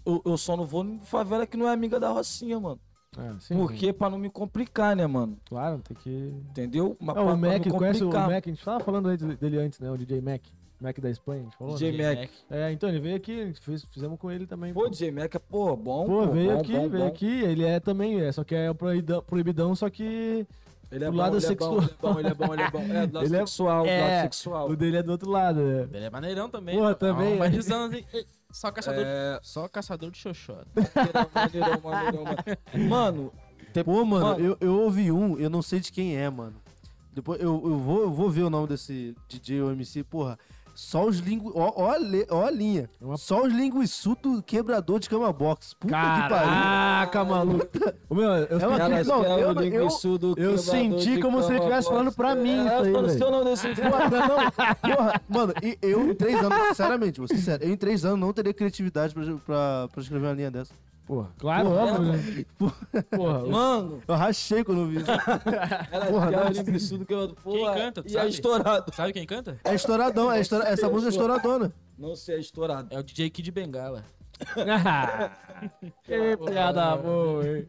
Speaker 5: Eu, eu só não vou em favela que não é amiga da Rocinha, mano.
Speaker 1: Ah, sim.
Speaker 5: Porque pra não me complicar, né, mano?
Speaker 1: Claro, tem que...
Speaker 5: Entendeu? Mas
Speaker 1: Ah,
Speaker 5: pra-
Speaker 1: o
Speaker 5: pra não
Speaker 1: Mac, conhece o
Speaker 5: complicar.
Speaker 1: Mac? A gente tava falando antes dele antes, né? O DJ Mac. Mac da Espanha, a gente falou?
Speaker 5: DJ
Speaker 1: né?
Speaker 5: Mac.
Speaker 1: É, então ele veio aqui, a gente fez- fizemos com ele também.
Speaker 5: Pô, DJ Mac é, pô, bom.
Speaker 1: Pô, veio
Speaker 5: bom,
Speaker 1: aqui,
Speaker 5: bom,
Speaker 1: veio
Speaker 5: bom.
Speaker 1: aqui. Ele é também, é, só que é o proibidão, proibidão, só que
Speaker 5: Ele é
Speaker 1: do
Speaker 5: bom,
Speaker 1: lado
Speaker 5: ele é bom, Ele é bom, ele é bom, ele é bom. É, do lado
Speaker 1: Ele é-
Speaker 5: sexual, do
Speaker 1: é.
Speaker 5: lado sexual.
Speaker 1: o dele é do outro lado, né?
Speaker 2: Ele é maneirão também.
Speaker 1: Porra,
Speaker 2: mano.
Speaker 1: também,
Speaker 2: Ah,
Speaker 1: é.
Speaker 2: maneirão, assim, eh, Só caçador,
Speaker 5: É,
Speaker 2: de- só caçador de xoxota.
Speaker 5: maneirão, maneirão, maneirão. Mano,
Speaker 4: Pô, mano,
Speaker 5: Mano.
Speaker 4: Eu, eu ouvi um, eu não sei de quem é, mano. Depois eu, eu, vou, eu vou ver o nome desse DJ ou MC, porra. Só os lingu... Ó, ó, a le- ó a linha.
Speaker 1: É uma-
Speaker 4: Só os linguiçuto quebrador de cama box. Puta
Speaker 1: Caraca, maluco. Ô, meu, eu,
Speaker 4: É uma
Speaker 1: senti-
Speaker 5: cara,
Speaker 4: não,
Speaker 5: espera,
Speaker 4: eu-
Speaker 5: o linguiçudo
Speaker 1: eu
Speaker 5: quebrador
Speaker 1: senti
Speaker 5: de
Speaker 1: como se ele
Speaker 5: cama,
Speaker 1: estivesse
Speaker 5: pô.
Speaker 1: falando pra mim
Speaker 5: É,
Speaker 1: isso aí,
Speaker 5: eu não
Speaker 1: velho.
Speaker 5: sei o nome desse.
Speaker 4: que pariu. Porra, não. Porra, mano, e eu em três anos, sinceramente, vou ser sério, eu em três anos não teria criatividade pra, pra, pra escrever uma linha dessa.
Speaker 1: Porra, claro,
Speaker 5: Porra,
Speaker 1: óbvio, né?
Speaker 5: é
Speaker 1: Porra,
Speaker 5: Mano,
Speaker 4: Eu rachei quando eu vi isso.
Speaker 5: era
Speaker 4: Porra,
Speaker 5: aquela
Speaker 4: não.
Speaker 5: linguiçudo que eu... Porra,
Speaker 2: canta, tu
Speaker 5: e é
Speaker 2: sabe?
Speaker 5: estourado.
Speaker 2: Sabe quem canta?
Speaker 4: É estouradão, é estoura... essa música é estouradona.
Speaker 5: Não sei, é estourado.
Speaker 2: É o DJ Kid Bengala.
Speaker 1: que piada boa, hein?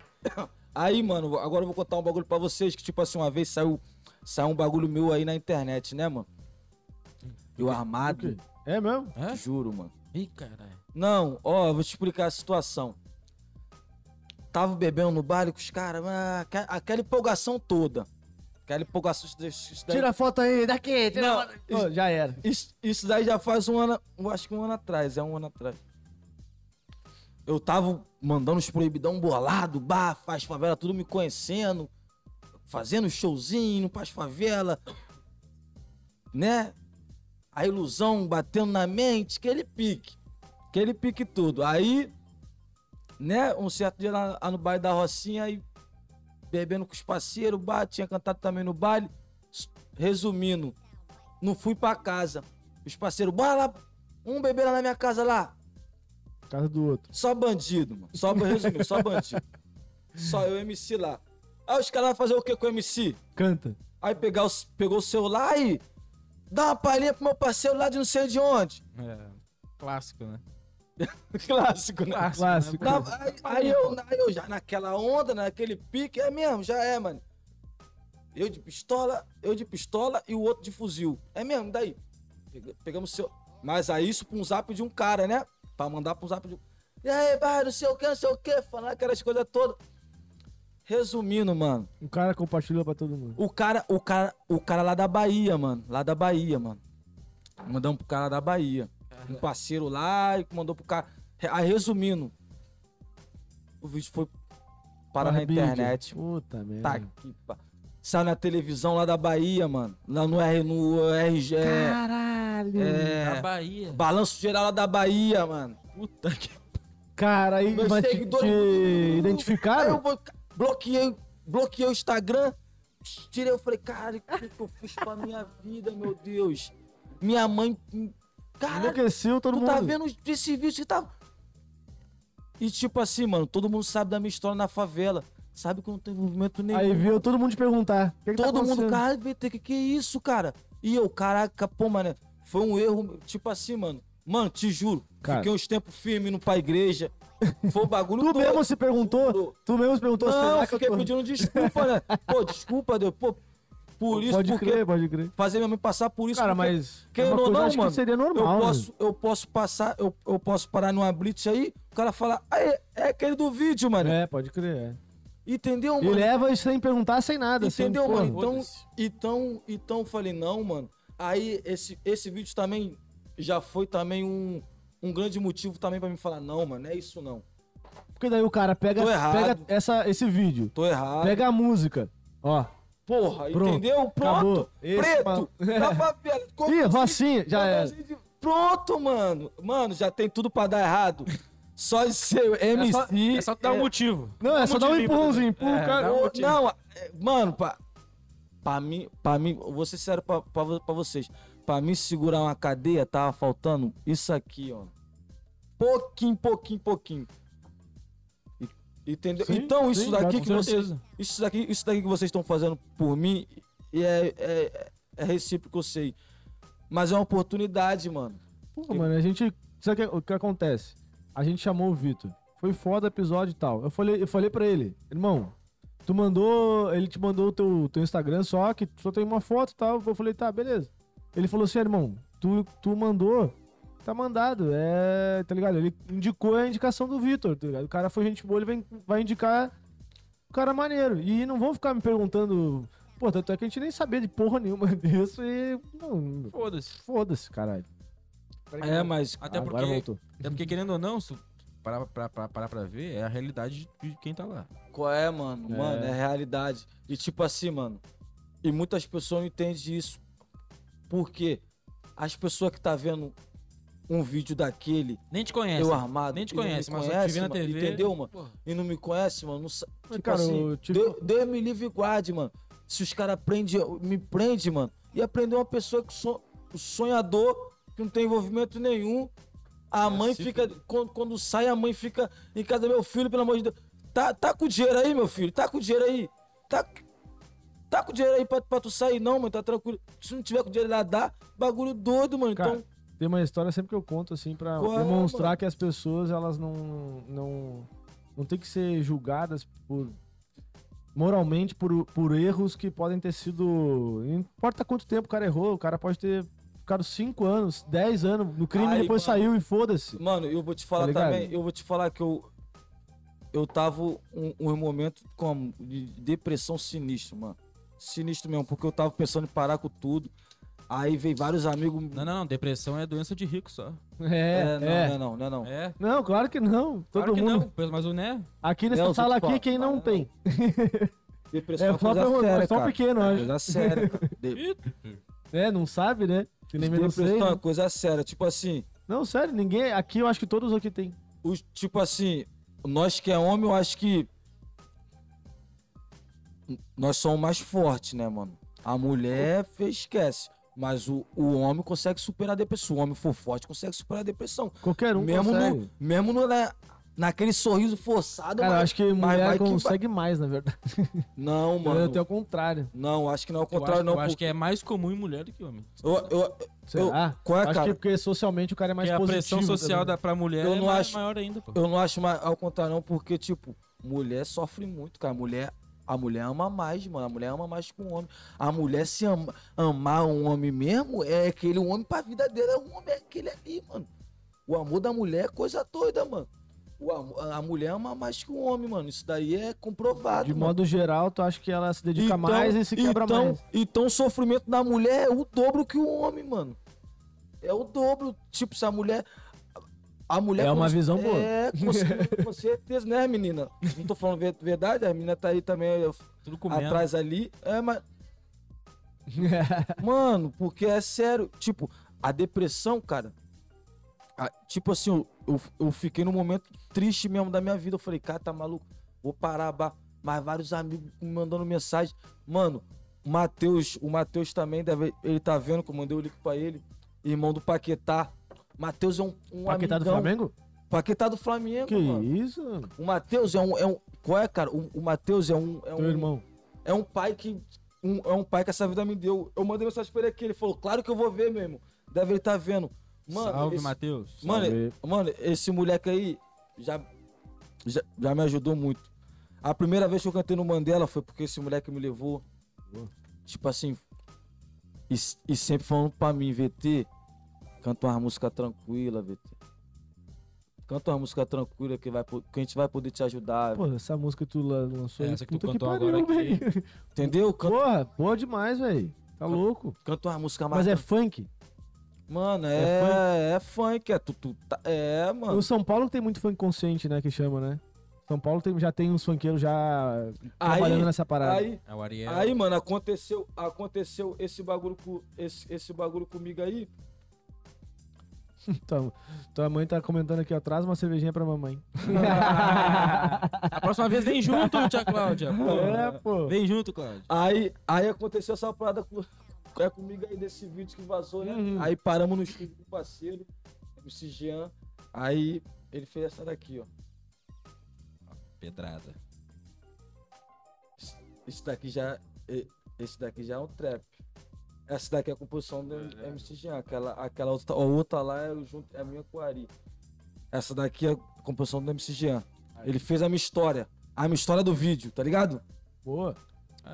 Speaker 5: Aí, mano, agora eu vou contar um bagulho pra vocês que, tipo assim, uma vez saiu, saiu um bagulho meu aí na internet, né, mano? Eu armado,
Speaker 1: É mesmo?
Speaker 2: Hã?
Speaker 5: juro, mano.
Speaker 2: Ih, caralho.
Speaker 5: Não, ó, eu vou te explicar a situação. tava bebendo no baile com os caras, ah, aque- aquela empolgação toda. Aquela empolgação. isso daí- isso daí-
Speaker 1: Tira a foto aí, daqui, tira
Speaker 5: Não,
Speaker 1: a foto. Pô, já era.
Speaker 5: É. Isso, isso daí já faz um ano. eu Acho que um ano atrás, é um ano atrás. Eu tava mandando os proibidão bolado, bar, faz favela, tudo me conhecendo, fazendo showzinho no Paz Favela, né? A ilusão batendo na mente, aquele pique. Aquele pique tudo. Aí, né, um certo dia lá, lá no baile da Rocinha, aí bebendo com os parceiros, bar, tinha cantado também no baile. S- Resumindo, não fui pra casa. Os parceiros, bora lá, um bebê lá na minha casa lá.
Speaker 1: Casa do outro.
Speaker 5: Só bandido, mano. Só, resumindo, só bandido. Só eu MC lá. Aí os caras vão fazer o que com o MC?
Speaker 1: Canta.
Speaker 5: Aí pegar os, pegou o celular e dá uma palhinha pro meu parceiro lá de não sei de onde.
Speaker 2: É, clássico, né?
Speaker 5: Clássico, né?
Speaker 1: Clássico.
Speaker 5: Não, aí, aí eu, aí eu já naquela onda, naquele pique, é mesmo, já é, mano. Eu de pistola, eu de pistola e o outro de fuzil. É mesmo, daí. Pega- Pegamos o seu. Mas aí isso pra um zap de um cara, né? Pra mandar pra um zap de um. E aí, barra, não sei o que, não sei o que, falando aquelas coisas todas. Resumindo, mano.
Speaker 1: O Um cara compartilhou pra todo mundo.
Speaker 5: O cara, o cara, o cara lá da Bahia, mano. Lá da Bahia, mano. Mandamos pro cara da Bahia. Um parceiro lá e mandou pro cara. Aí, resumindo, o vídeo foi parar na
Speaker 1: Barbie,
Speaker 5: internet.
Speaker 1: Puta merda.
Speaker 5: Tá aqui, pá. Saiu na televisão lá da Bahia, mano. Lá no, R, no RG.
Speaker 1: Caralho.
Speaker 2: Na
Speaker 5: É,
Speaker 2: né? Bahia.
Speaker 5: balanço geral lá da Bahia, mano.
Speaker 2: Puta que.
Speaker 1: Cara, aí
Speaker 5: Meus
Speaker 1: mas te,
Speaker 5: seguidores-
Speaker 1: te
Speaker 5: Aí
Speaker 1: identificaram?
Speaker 5: eu vou- bloqueei, bloqueei o Instagram, tirei, eu falei, caralho, o que, que eu fiz pra minha vida, meu Deus? Minha mãe. Caralho,
Speaker 1: Enlouqueceu todo
Speaker 5: tu
Speaker 1: mundo.
Speaker 5: tá vendo esse vídeo que tá. E tipo assim, mano, todo mundo sabe da minha história na favela. Sabe que eu não tenho envolvimento nenhum.
Speaker 1: Aí viu todo mundo te perguntar. "O que que tá
Speaker 5: Todo mundo,
Speaker 1: acontecendo?"
Speaker 5: caralho, VT, que que é isso, cara? E eu, caraca, pô, mano, foi um erro, tipo assim, mano. Mano, te juro,
Speaker 1: Cara.
Speaker 5: fiquei uns tempos firme indo pra igreja. Foi um bagulho
Speaker 1: Tu
Speaker 5: todo.
Speaker 1: mesmo se perguntou?
Speaker 5: Juro.
Speaker 1: Tu mesmo se perguntou?
Speaker 5: Não,
Speaker 1: será
Speaker 5: eu
Speaker 1: que eu
Speaker 5: fiquei
Speaker 1: tô-
Speaker 5: pedindo desculpa, né? Pô, desculpa, Deus. Pô, por isso,
Speaker 1: Pode
Speaker 5: porque
Speaker 1: crer, pode crer.
Speaker 5: fazer minha mãe passar por isso.
Speaker 1: Cara,
Speaker 5: porque-
Speaker 1: mas.
Speaker 5: Quem
Speaker 1: é uma
Speaker 5: não,
Speaker 1: coisa, eu
Speaker 5: não,
Speaker 1: acho
Speaker 5: mano.
Speaker 1: que seria
Speaker 5: Eu
Speaker 1: normal. né?
Speaker 5: posso, eu posso passar, eu, eu posso parar numa blitz aí, o cara fala, "Aê, é aquele do vídeo, mano.
Speaker 1: É, pode crer.
Speaker 5: Entendeu,
Speaker 1: E
Speaker 5: mano?
Speaker 1: leva sem perguntar, sem nada. assim,
Speaker 5: Entendeu,
Speaker 1: pô,
Speaker 5: mano? Então,
Speaker 2: foda-se.
Speaker 5: então, então eu falei, não, mano. Aí esse, esse vídeo também já foi também um, um grande motivo também pra mim falar, não, mano, é isso não.
Speaker 1: Porque daí o cara pega,
Speaker 5: Tô errado.
Speaker 1: pega essa, esse vídeo,
Speaker 5: Tô errado.
Speaker 1: pega a música. Ó.
Speaker 5: Porra,
Speaker 1: É. Pronto,
Speaker 5: entendeu?
Speaker 1: acabou.
Speaker 5: Pronto.
Speaker 1: Esse,
Speaker 5: Preto. Tá
Speaker 1: mano.
Speaker 5: Da favela.
Speaker 1: Ih,
Speaker 5: Como
Speaker 1: Rocinha, já era.
Speaker 5: assim de- Pronto, mano. Mano, já tem tudo pra dar errado. Só de ser
Speaker 2: É
Speaker 5: MC.
Speaker 2: só, é só tu dar um motivo.
Speaker 1: Não, é só dar um
Speaker 5: né?
Speaker 1: empurrãozinho, empurra o cara.
Speaker 2: dá um
Speaker 5: Ô,
Speaker 2: motivo.
Speaker 5: Não, é, mano, pra, pra mim, pra mim, eu vou ser sério pra, pra, vo- pra vocês. Pra mim segurar uma cadeia, tava faltando isso aqui, ó. Pouquinho, pouquinho, pouquinho. E- Entendeu?
Speaker 1: Sim,
Speaker 5: então, isso
Speaker 1: sim,
Speaker 5: daqui
Speaker 1: com
Speaker 5: que vocês. Isso daqui, isso daqui que vocês estão fazendo por mim e é, é, é recíproco, eu sei. Mas é uma oportunidade, mano.
Speaker 1: Pô, mano, a gente. Sabe o que, o que acontece? A gente chamou o Vitor. Foi foda o episódio e tal. Eu falei, eu falei pra ele, irmão, tu mandou. Ele te mandou o teu, teu Instagram só, que só tem uma foto e tal. Eu falei, tá, beleza. Ele falou assim, irmão, tu, tu mandou, tá mandado. É. Tá ligado? Ele indicou a indicação do Vitor, tá ligado? O cara foi gente boa, ele vai, vai indicar o cara maneiro. E não vão ficar me perguntando. Pô, tanto é que a gente nem sabia de porra nenhuma disso e. não,
Speaker 2: Foda-se.
Speaker 1: Foda-se, caralho.
Speaker 5: É, mas.
Speaker 2: Até
Speaker 1: Agora
Speaker 2: porque,
Speaker 1: voltou.
Speaker 2: até porque, querendo ou não, se tu parar pra, pra, parar pra ver, é a realidade de quem tá lá.
Speaker 5: Qual é, mano?
Speaker 1: É.
Speaker 5: Mano, é realidade. E tipo assim, mano. E muitas pessoas não entendem isso. Porque as pessoas que tá vendo um vídeo daquele,
Speaker 2: Nem te conhece.
Speaker 5: eu armado.
Speaker 2: nem te
Speaker 5: e não me
Speaker 2: conhece, mas só te vi na
Speaker 5: mano,
Speaker 2: TV.
Speaker 5: Entendeu, mano?
Speaker 2: Porra.
Speaker 5: E não me conhece, mano. Não sa...
Speaker 1: Mas,
Speaker 5: Tipo
Speaker 1: cara,
Speaker 5: assim,
Speaker 1: eu tive-
Speaker 5: Deu- Deus me livre e guarde, mano. Se os caras prende, me prende, mano. E aprender uma pessoa que so... sonhador, que não tem envolvimento nenhum. A mãe
Speaker 2: se
Speaker 5: fica. Quando, quando sai, a mãe fica em casa, meu filho, pelo amor de Deus. Tá, tá com dinheiro aí, meu filho. Tá com dinheiro aí. Tá, tá com dinheiro aí pra, pra tu sair, não, mano. Tá tranquilo. Se não tiver com dinheiro, lá dá. Bagulho doido, mano.
Speaker 1: Cara,
Speaker 5: então,
Speaker 1: Tem uma história sempre que eu conto, assim, pra
Speaker 5: Qual é,
Speaker 1: demonstrar
Speaker 5: mano?
Speaker 1: que as pessoas, elas não. Não, não tem que ser julgadas por. Moralmente, por, por erros que podem ter sido. Não importa quanto tempo o cara errou, o cara pode ter ficado 5 anos, 10 anos no crime
Speaker 5: Aí,
Speaker 1: e depois
Speaker 5: mano.
Speaker 1: saiu e foda-se.
Speaker 5: mano, eu vou te falar
Speaker 1: ligado?
Speaker 5: também. Eu vou te falar que eu. eu tava um, um momento como de depressão sinistro, mano. Sinistro mesmo, porque eu tava pensando em parar com tudo. Aí veio vários amigos.
Speaker 2: Não, não, não. Depressão é doença de rico só.
Speaker 1: É,
Speaker 5: É, não,
Speaker 1: é.
Speaker 5: não, não, não, não.
Speaker 2: É.
Speaker 1: Não, claro que não. Todo
Speaker 2: claro que
Speaker 1: mundo.
Speaker 2: não, pois- mas o né?
Speaker 1: Aqui nessa
Speaker 5: É, os
Speaker 1: sala
Speaker 5: outros
Speaker 1: aqui,
Speaker 5: falam,
Speaker 1: quem não
Speaker 5: não.
Speaker 1: tem?
Speaker 5: Depressão
Speaker 1: É só,
Speaker 5: coisa
Speaker 1: pra,
Speaker 5: séria,
Speaker 1: só
Speaker 5: cara.
Speaker 1: pequeno,
Speaker 5: É
Speaker 1: eu acho.
Speaker 5: coisa séria. cara. De-
Speaker 1: É, não sabe, né? Se nem menos sei.
Speaker 5: Depressão é
Speaker 1: né?
Speaker 5: coisa séria. Tipo assim,
Speaker 1: Não, sério, ninguém. Aqui eu acho que todos aqui tem.
Speaker 5: os, tipo assim, nós que é homem, eu acho que nós somos mais fortes, né, mano? A mulher fe- esquece, mas o, o homem consegue superar a depressão. O homem for forte consegue superar a depressão.
Speaker 1: Qualquer um
Speaker 5: mesmo
Speaker 1: consegue.
Speaker 5: no, mesmo no, né, naquele sorriso forçado,
Speaker 1: Cara, eu
Speaker 5: mas-
Speaker 1: acho que
Speaker 5: mas
Speaker 1: mulher
Speaker 5: vai que
Speaker 1: consegue mais, na verdade.
Speaker 5: vai. Não,
Speaker 1: Eu
Speaker 5: mano.
Speaker 1: até o contrário.
Speaker 5: Não, acho que não é o
Speaker 2: Eu acho,
Speaker 5: contrário,
Speaker 2: eu
Speaker 5: não.
Speaker 2: acho
Speaker 5: porque-
Speaker 2: que é mais comum em mulher do que homem.
Speaker 5: Eu, eu,
Speaker 1: Será?
Speaker 5: qual é,
Speaker 1: acho
Speaker 5: cara?
Speaker 1: que porque socialmente o cara é mais
Speaker 2: Porque a
Speaker 1: positivo.
Speaker 2: pressão social
Speaker 1: tá
Speaker 2: da, pra mulher
Speaker 5: Eu
Speaker 2: é
Speaker 5: não
Speaker 2: ma-
Speaker 5: acho-
Speaker 2: maior ainda, pô.
Speaker 5: eu não acho mais ao contrário, não, porque, tipo, mulher sofre muito, cara. Mulher, a mulher ama mais, mano. A mulher ama mais que o homem. A mulher se ama, amar um homem mesmo é aquele homem pra vida dele, é um homem, é aquele ali, mano. O amor da mulher é coisa doida, mano. O amor, a mulher ama mais que o homem, mano. Isso daí é comprovado.
Speaker 1: ligado? De
Speaker 5: mano.
Speaker 1: modo geral, tu acha que ela se dedica mais e se quebra
Speaker 5: então,
Speaker 1: mais.
Speaker 5: Então o sofrimento da mulher é o dobro que o homem, mano. É o dobro. Tipo, se a mulher. A mulher
Speaker 1: É uma visão boa.
Speaker 5: É, com, cer- com certeza, né, menina? Não tô falando ver- verdade, a menina tá aí também eu-
Speaker 2: Tudo comendo.
Speaker 5: atrás ali. É, mas. um
Speaker 1: É.
Speaker 5: Mano, porque é sério. Tipo, a depressão, cara. a- tipo assim, eu, eu, eu fiquei num momento triste mesmo da minha vida. Eu falei, cara, tá maluco? Vou parar, bah. mas vários amigos me mandando mensagem. Mano, o Matheus, o Matheus também deve. Ele tá vendo que eu mandei o link pra ele. Irmão do Paquetá. Matheus é um, um
Speaker 1: Paquetá tá do
Speaker 5: amigão.
Speaker 1: Flamengo?
Speaker 5: Paquetá do Flamengo,
Speaker 1: Que
Speaker 5: mano.
Speaker 1: isso?
Speaker 5: O Matheus é um, é um. Qual é, cara? O, o Matheus é um. É
Speaker 1: Teu
Speaker 5: um
Speaker 1: irmão.
Speaker 5: é um pai que. um- é um pai que essa vida me deu. Eu mandei mensagem pra ele aqui, ele falou, claro que eu vou ver mesmo. Deve ele tá vendo. Mano,
Speaker 2: Salve,
Speaker 5: esse,
Speaker 2: Matheus.
Speaker 5: mano, mano, esse moleque aí já, já, já me ajudou muito. A primeira vez que eu cantei no Mandela foi porque esse moleque me levou. Tipo assim. E, e sempre falando pra mim, VT, canta uma música tranquila, VT. Canta uma música tranquila que, vai, po- que a gente vai poder te ajudar.
Speaker 1: Pô, essa música que tu lan- lançou.
Speaker 2: É,
Speaker 1: aí,
Speaker 2: essa que tu
Speaker 1: puta
Speaker 2: cantou agora aqui.
Speaker 1: velho.
Speaker 5: Entendeu? Canta,
Speaker 1: Porra, boa demais, velho. Tá louco.
Speaker 5: canta uma música mais
Speaker 1: Mas é funk.
Speaker 5: Mano,
Speaker 1: É
Speaker 5: é, é funk, é tu, tu tá- é, mano.
Speaker 1: O São Paulo tem muito funk consciente, né? Que chama, né? São Paulo tem- já tem uns funkeiros já
Speaker 5: Aí,
Speaker 1: trabalhando nessa parada.
Speaker 5: aí,
Speaker 2: É o Ariel.
Speaker 5: aí, mano, aconteceu, aconteceu esse bagulho com esse, esse bagulho comigo aí.
Speaker 1: Tua, tua mãe tá comentando aqui atrás uma cervejinha pra mamãe.
Speaker 2: A próxima vez vem junto, tia Cláudia.
Speaker 1: é,
Speaker 2: pô.
Speaker 1: pô.
Speaker 2: Vem junto, Cláudia.
Speaker 5: Aí, aí aconteceu essa parada com, é comigo aí desse vídeo que vazou, né?
Speaker 1: Uhum.
Speaker 5: Aí paramos no estúdio do parceiro, MC Jean. Aí ele fez essa daqui, ó.
Speaker 2: Pedrada.
Speaker 5: Esse daqui já, e- esse daqui já é um trap. Essa daqui é a composição do MC Jean. Aquela, aquela outra, a outra lá é, o junto, é minha com a Ari. Essa daqui é a composição do MC Jean. Ele fez a minha história. A minha história do vídeo, tá ligado?
Speaker 1: Boa.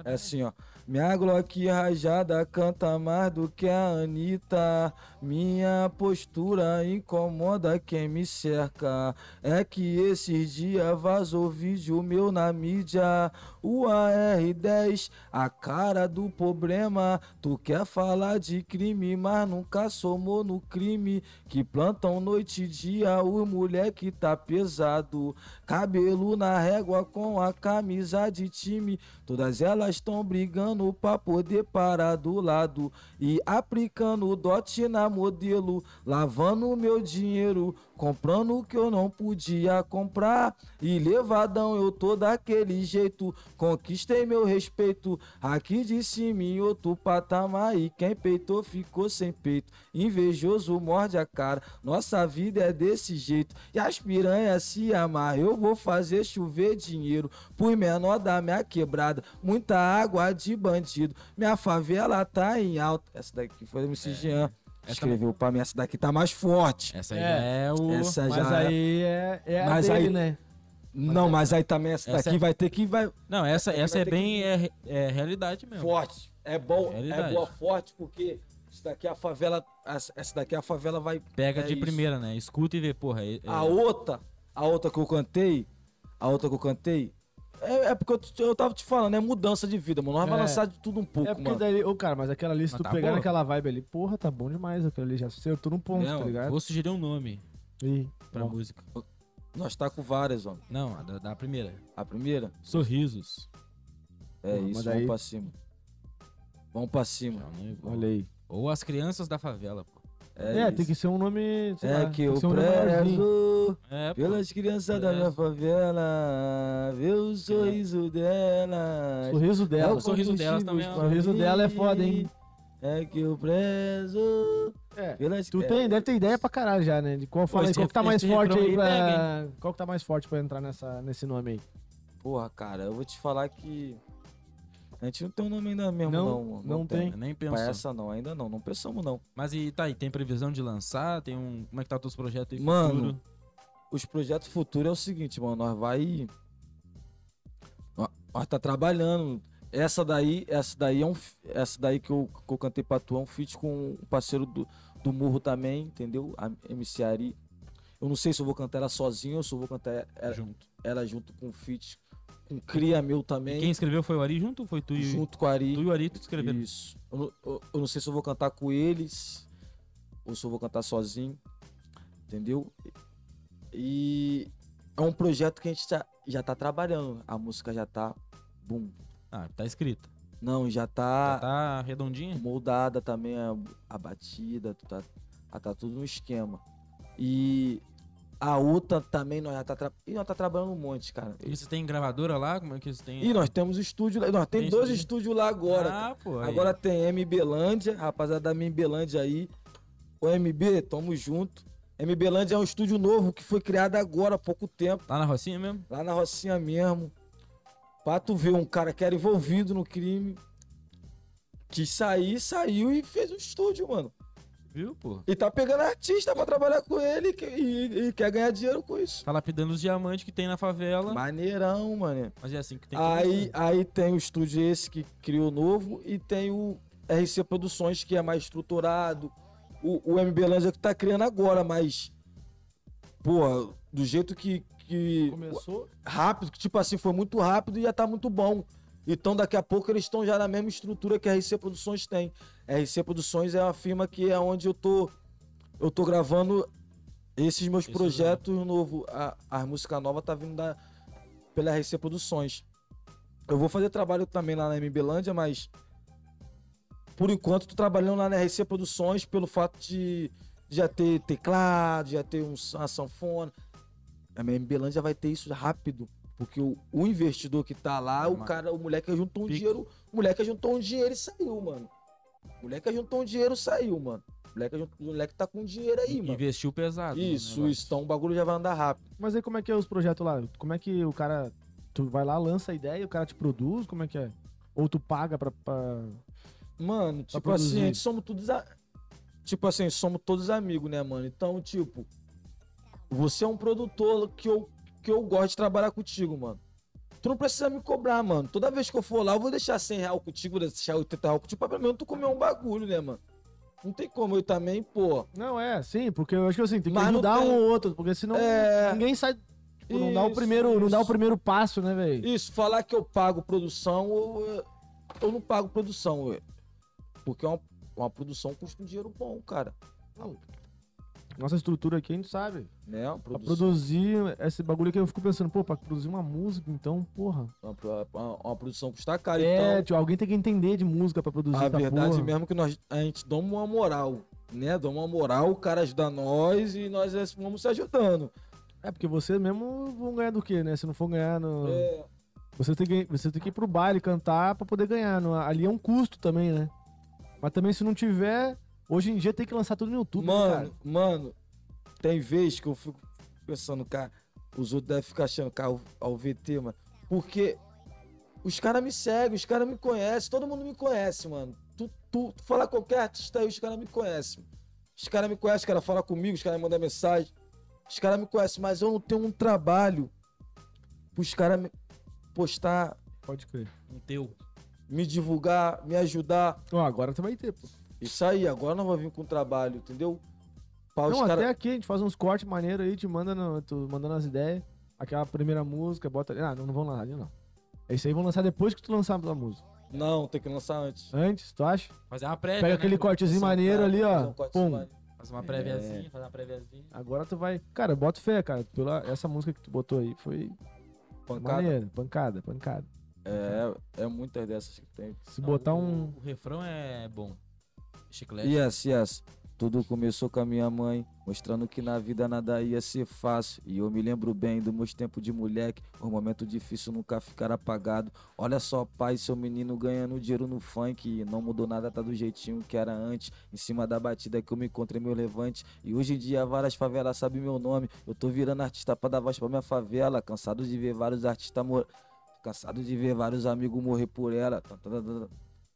Speaker 5: É assim, ó. Minha Glock rajada canta mais do que a Anitta. Minha postura incomoda quem me cerca. É que esses dias vazou vídeo meu na mídia. O AR10, a cara do problema. Tu quer falar de crime, mas nunca somou no crime. Que plantam noite e dia, o moleque tá pesado. Cabelo na régua com a camisa de time. Todas elas estão brigando pra poder parar do lado e aplicando dote na modelo, lavando meu dinheiro, comprando o que eu não podia comprar. E levadão eu tô daquele jeito, conquistei meu respeito. Aqui de cima em outro patamar e quem peitou ficou sem peito. Invejoso morde a cara, nossa vida é desse jeito. E as piranhas se amarram, eu vou fazer chover dinheiro. Por menor da minha quebrada, muita água de bandido. Minha favela tá em alta. Essa daqui foi o MC Jean.
Speaker 2: Essa-
Speaker 5: Escreveu pra mim, essa daqui tá mais forte.
Speaker 2: Essa aí
Speaker 1: É.
Speaker 2: já é o.
Speaker 5: Essa já.
Speaker 1: Mas aí é, é a
Speaker 5: Mas
Speaker 1: dele,
Speaker 5: aí-
Speaker 1: né?
Speaker 5: Não, mas aí também essa
Speaker 2: Essa
Speaker 5: daqui vai ter que. Vai...
Speaker 2: Não, essa,
Speaker 5: Essa
Speaker 2: essa
Speaker 5: vai
Speaker 2: é
Speaker 5: ter
Speaker 2: bem. É, é realidade mesmo.
Speaker 5: Forte. É bom, é
Speaker 2: Realidade.
Speaker 5: boa forte, porque isso daqui é a favela. Essa essa daqui é a favela vai.
Speaker 2: Pega
Speaker 5: é
Speaker 2: de
Speaker 5: isso.
Speaker 2: primeira, né? Escuta e vê, porra. É, é-
Speaker 5: A outra, a outra que eu cantei, a outra que eu cantei. É, é porque eu, te- eu tava te falando, é mudança de vida, mano. Nós
Speaker 1: É.
Speaker 5: vamos lançar de tudo um pouco,
Speaker 1: É porque
Speaker 5: mano.
Speaker 1: daí, ô, cara, mas aquela ali, se
Speaker 2: Mas
Speaker 1: tu
Speaker 2: tá
Speaker 1: pegar
Speaker 2: boa.
Speaker 1: naquela vibe ali, porra, tá bom demais aquela ali, já acertou num ponto,
Speaker 5: Não,
Speaker 1: tá ligado?
Speaker 2: é Vou sugerir um nome
Speaker 1: Ih,
Speaker 2: pra
Speaker 1: bom.
Speaker 2: música.
Speaker 5: Nós tá com várias, homem.
Speaker 2: Não, a da, da primeira.
Speaker 5: A primeira?
Speaker 2: Sorrisos.
Speaker 5: É
Speaker 1: Ah, mas
Speaker 5: isso,
Speaker 1: daí-
Speaker 5: vamos pra cima. Vamos pra cima.
Speaker 2: Já não é bom.
Speaker 1: Olha aí.
Speaker 2: Ou As Crianças da Favela, pô.
Speaker 5: É,
Speaker 1: É, tem
Speaker 5: isso.
Speaker 1: que ser um nome. sei lá,
Speaker 5: É que
Speaker 1: tem
Speaker 5: eu
Speaker 1: ser um nome maiorzinho.
Speaker 5: prezo
Speaker 2: É, pô.
Speaker 5: pelas crianças da minha favela, ver o
Speaker 1: é?
Speaker 5: sorriso delas.
Speaker 1: Sorriso
Speaker 5: É
Speaker 1: dela.
Speaker 2: o sorriso delas também é
Speaker 1: O
Speaker 2: uma-
Speaker 1: sorriso dela é foda, hein?
Speaker 5: É que eu prezo
Speaker 1: É.
Speaker 5: pelas
Speaker 1: Tu tem, deve ter ideia pra caralho já, né? De qual fala aí,
Speaker 2: esse
Speaker 1: qual que tá
Speaker 2: ref-
Speaker 1: mais
Speaker 2: esse
Speaker 1: forte
Speaker 2: refrão
Speaker 1: aí
Speaker 2: aí
Speaker 1: pra.
Speaker 2: pega,
Speaker 1: Qual que tá mais forte pra entrar nessa, nesse nome aí?
Speaker 5: Porra, cara, eu vou te falar que. A gente não tem um nome ainda mesmo,
Speaker 1: Não,
Speaker 5: não. mano,
Speaker 1: não tem.
Speaker 2: Nem penso.
Speaker 5: Pra essa não, ainda não. Não pensamos, não.
Speaker 2: Mas e tá aí, tem previsão de lançar? Tem um. Como é que tá os teus projetos aí?
Speaker 5: Mano.
Speaker 2: futuro?
Speaker 5: Os projetos futuros é o seguinte, mano. Nós vai. Nó- Nós tá trabalhando. Essa daí, essa daí é um. f- Essa daí que eu, que eu cantei pra tu é um feat com um parceiro do, do Murro também, entendeu? A MC Ari. Eu não sei se eu vou cantar ela sozinho ou se eu vou cantar ela,
Speaker 2: junto.
Speaker 5: ela junto com o feat com o Cria Meu
Speaker 2: E
Speaker 5: também.
Speaker 2: quem escreveu foi o Ari junto? ou Foi tu e
Speaker 5: junto com a Ari.
Speaker 2: Tu e o Ari que escreveram.
Speaker 5: Isso. Eu não, eu- eu não sei se eu vou cantar com eles ou se eu vou cantar sozinho. Entendeu? E é um projeto que a gente tá- já tá trabalhando. A música já tá. Bum.
Speaker 2: Ah, tá escrito.
Speaker 5: Não, já
Speaker 2: Já
Speaker 5: tá
Speaker 2: tá redondinha?
Speaker 5: moldada também a, a batida, tá, tá, tá tudo no esquema. E a outra também nós já tá, tra- e nós tá trabalhando um monte, cara.
Speaker 2: E você tem gravadora lá? Como é que você tem?
Speaker 5: E nós temos estúdio lá. Nós tem,
Speaker 2: Tem
Speaker 5: dois
Speaker 2: estúdio?
Speaker 5: estúdios lá agora. cara.
Speaker 2: Ah, pô. aí.
Speaker 5: Agora tem MB Lândia, rapaziada da MB Lândia aí. O MB, tamo junto. MB Lândia é um estúdio novo que foi criado agora há pouco tempo,
Speaker 2: Lá Tá na Rocinha mesmo?
Speaker 5: lá na Rocinha mesmo. Pra tu ver um cara que era envolvido no crime, quis sair, saiu e fez um estúdio, mano.
Speaker 2: Viu, pô?
Speaker 5: E tá pegando artista pra trabalhar com ele e, que- e- e quer ganhar dinheiro com isso.
Speaker 2: Tá lapidando os diamantes que tem na favela. Mas,
Speaker 5: Maneirão, mano.
Speaker 2: é assim que tem que
Speaker 5: Aí,
Speaker 2: começar.
Speaker 5: aí tem o estúdio esse que criou novo e tem o RC Produções que é mais estruturado. O, o MB Lanza que tá criando agora, mas. Pô, do jeito que. que
Speaker 1: Começou.
Speaker 5: rápido, que tipo assim, foi muito rápido e já tá muito bom. Então daqui a pouco eles estão já na mesma estrutura que a RC Produções tem. A RC Produções é uma firma que é onde eu tô. Eu tô gravando esses meus
Speaker 2: Esses, né?
Speaker 5: projetos novos. A, a música nova tá vindo da, pela RC Produções. Eu vou fazer trabalho também lá na MBlândia, mas por enquanto tô trabalhando lá na RC Produções pelo fato de já ter teclado, já ter um, uma sanfona. A minha MBlândia vai ter isso rápido, porque o, o investidor que tá lá,
Speaker 2: É
Speaker 5: o
Speaker 2: uma-
Speaker 5: cara, o moleque juntou um
Speaker 2: Pica.
Speaker 5: dinheiro, o moleque juntou um dinheiro e saiu, mano. O moleque juntou um dinheiro e saiu, mano. O moleque, jun- o moleque tá com dinheiro aí, mano.
Speaker 2: Investiu pesado. no
Speaker 5: Isso,
Speaker 2: né, negócio.
Speaker 5: isso. Então o bagulho já vai andar rápido.
Speaker 1: Mas aí como é que é os projetos lá? Como é que o cara. Tu vai lá, lança a ideia, o cara te produz, como é que é? Ou tu paga pra. pra...
Speaker 5: Mano, tipo
Speaker 1: produzir.
Speaker 5: assim, a gente somos todos. A... Tipo assim, somos todos amigos, né, mano? Então, tipo, você é um produtor que eu, que eu gosto de trabalhar contigo, mano. Tu não precisa me cobrar, mano. Toda vez que eu for lá, eu vou deixar 100 real contigo, vou deixar 80 real contigo, pra pelo menos tu comer um bagulho, né, mano? Não tem como eu também, pô.
Speaker 1: Não, é, sim, porque eu acho que assim, tem que
Speaker 5: Mas não
Speaker 1: ajudar
Speaker 5: tem-
Speaker 1: um ou outro, porque senão
Speaker 5: É.
Speaker 1: ninguém sai. Tipo, não dá o
Speaker 5: Isso,
Speaker 1: primeiro. Não dá o
Speaker 5: isso.
Speaker 1: primeiro passo, né, velho?
Speaker 5: Isso, falar que eu pago produção, eu, eu não pago produção. eu- Porque uma, uma produção custa um dinheiro bom, cara.
Speaker 1: Nossa estrutura aqui a gente sabe.
Speaker 5: Né? Uma
Speaker 1: Pra
Speaker 5: produção.
Speaker 1: produzir esse bagulho que eu fico pensando, pô, pra produzir uma música, então, porra.
Speaker 5: Uma, pro- uma- uma produção custa caro,
Speaker 1: é,
Speaker 5: então.
Speaker 1: tio, alguém tem que entender de música pra produzir
Speaker 5: A
Speaker 1: essa
Speaker 5: verdade
Speaker 1: porra.
Speaker 5: mesmo é que nós, a gente dá uma moral, né? Dá uma moral, o cara ajuda nós e nós é, vamos se ajudando.
Speaker 1: É, porque vocês mesmo vão ganhar do quê, né? Se não for ganhar no.
Speaker 5: É,
Speaker 1: Você, tem que, você tem que ir pro baile cantar pra poder ganhar. não- ali é um custo também, né? Mas também se não tiver. Hoje em dia tem que lançar tudo no YouTube, né,
Speaker 5: mano,
Speaker 1: cara.
Speaker 5: mano, tem vez que eu fico pensando, cara, os outros devem ficar achando, cara, o- ao VT, mano. Porque os caras me seguem, os caras me conhecem, todo mundo me conhece, mano. Tu, tu, tu fala qualquer artista aí, os caras me conhecem. Os caras me conhecem, os caras falam comigo, os caras mandam mensagem. Os caras me conhecem, mas eu não tenho um trabalho pros caras me postar,
Speaker 1: Pode crer.
Speaker 2: Um teu.
Speaker 5: me divulgar, me ajudar.
Speaker 1: Ó, agora tu vai ter, pô.
Speaker 5: Isso aí, agora nós vamos vir com trabalho, entendeu? Pra os
Speaker 1: não,
Speaker 5: caras.
Speaker 1: até aqui a gente faz uns cortes maneiros aí, te manda no, tu mandando as ideias. aquela primeira música, bota ali. Ah, não, não vão lançar ali, não. É Isso aí vão lançar depois que tu lançar a tua música.
Speaker 5: Não, tem que lançar antes.
Speaker 1: Antes, tu acha?
Speaker 2: Fazer uma
Speaker 5: É,
Speaker 2: prévia.
Speaker 1: Pega
Speaker 2: né?
Speaker 1: aquele cortezinho maneiro ali,
Speaker 5: Fazer
Speaker 1: ó.
Speaker 5: um corte
Speaker 1: Pum.
Speaker 5: suave.
Speaker 2: Fazer uma
Speaker 5: É.
Speaker 2: préviazinha, fazer uma préviazinha.
Speaker 1: Agora tu vai. Cara, bota fé, cara. Pela... Essa música que tu botou aí foi
Speaker 5: Pancada.
Speaker 1: maneira. Pancada, pancada.
Speaker 5: É, é muitas dessas que tem.
Speaker 1: Se
Speaker 2: Não,
Speaker 1: botar
Speaker 2: o-
Speaker 1: um.
Speaker 2: O refrão é bom. Chiclete.
Speaker 5: Yes, yes. Tudo começou com a minha mãe, mostrando que na vida nada ia ser fácil. E eu me lembro bem dos meus tempos de moleque, o momento difícil nunca ficar apagado. Olha só, pai, seu menino ganhando dinheiro no funk. Não mudou nada, tá do jeitinho que era antes. Em cima da batida que eu me encontrei meu levante. E hoje em dia várias favelas sabem meu nome. Eu tô virando artista pra dar voz pra minha favela. Cansado de ver vários artistas mor... Cansado de ver vários amigos morrer por ela. Tá, tá, tá, tá.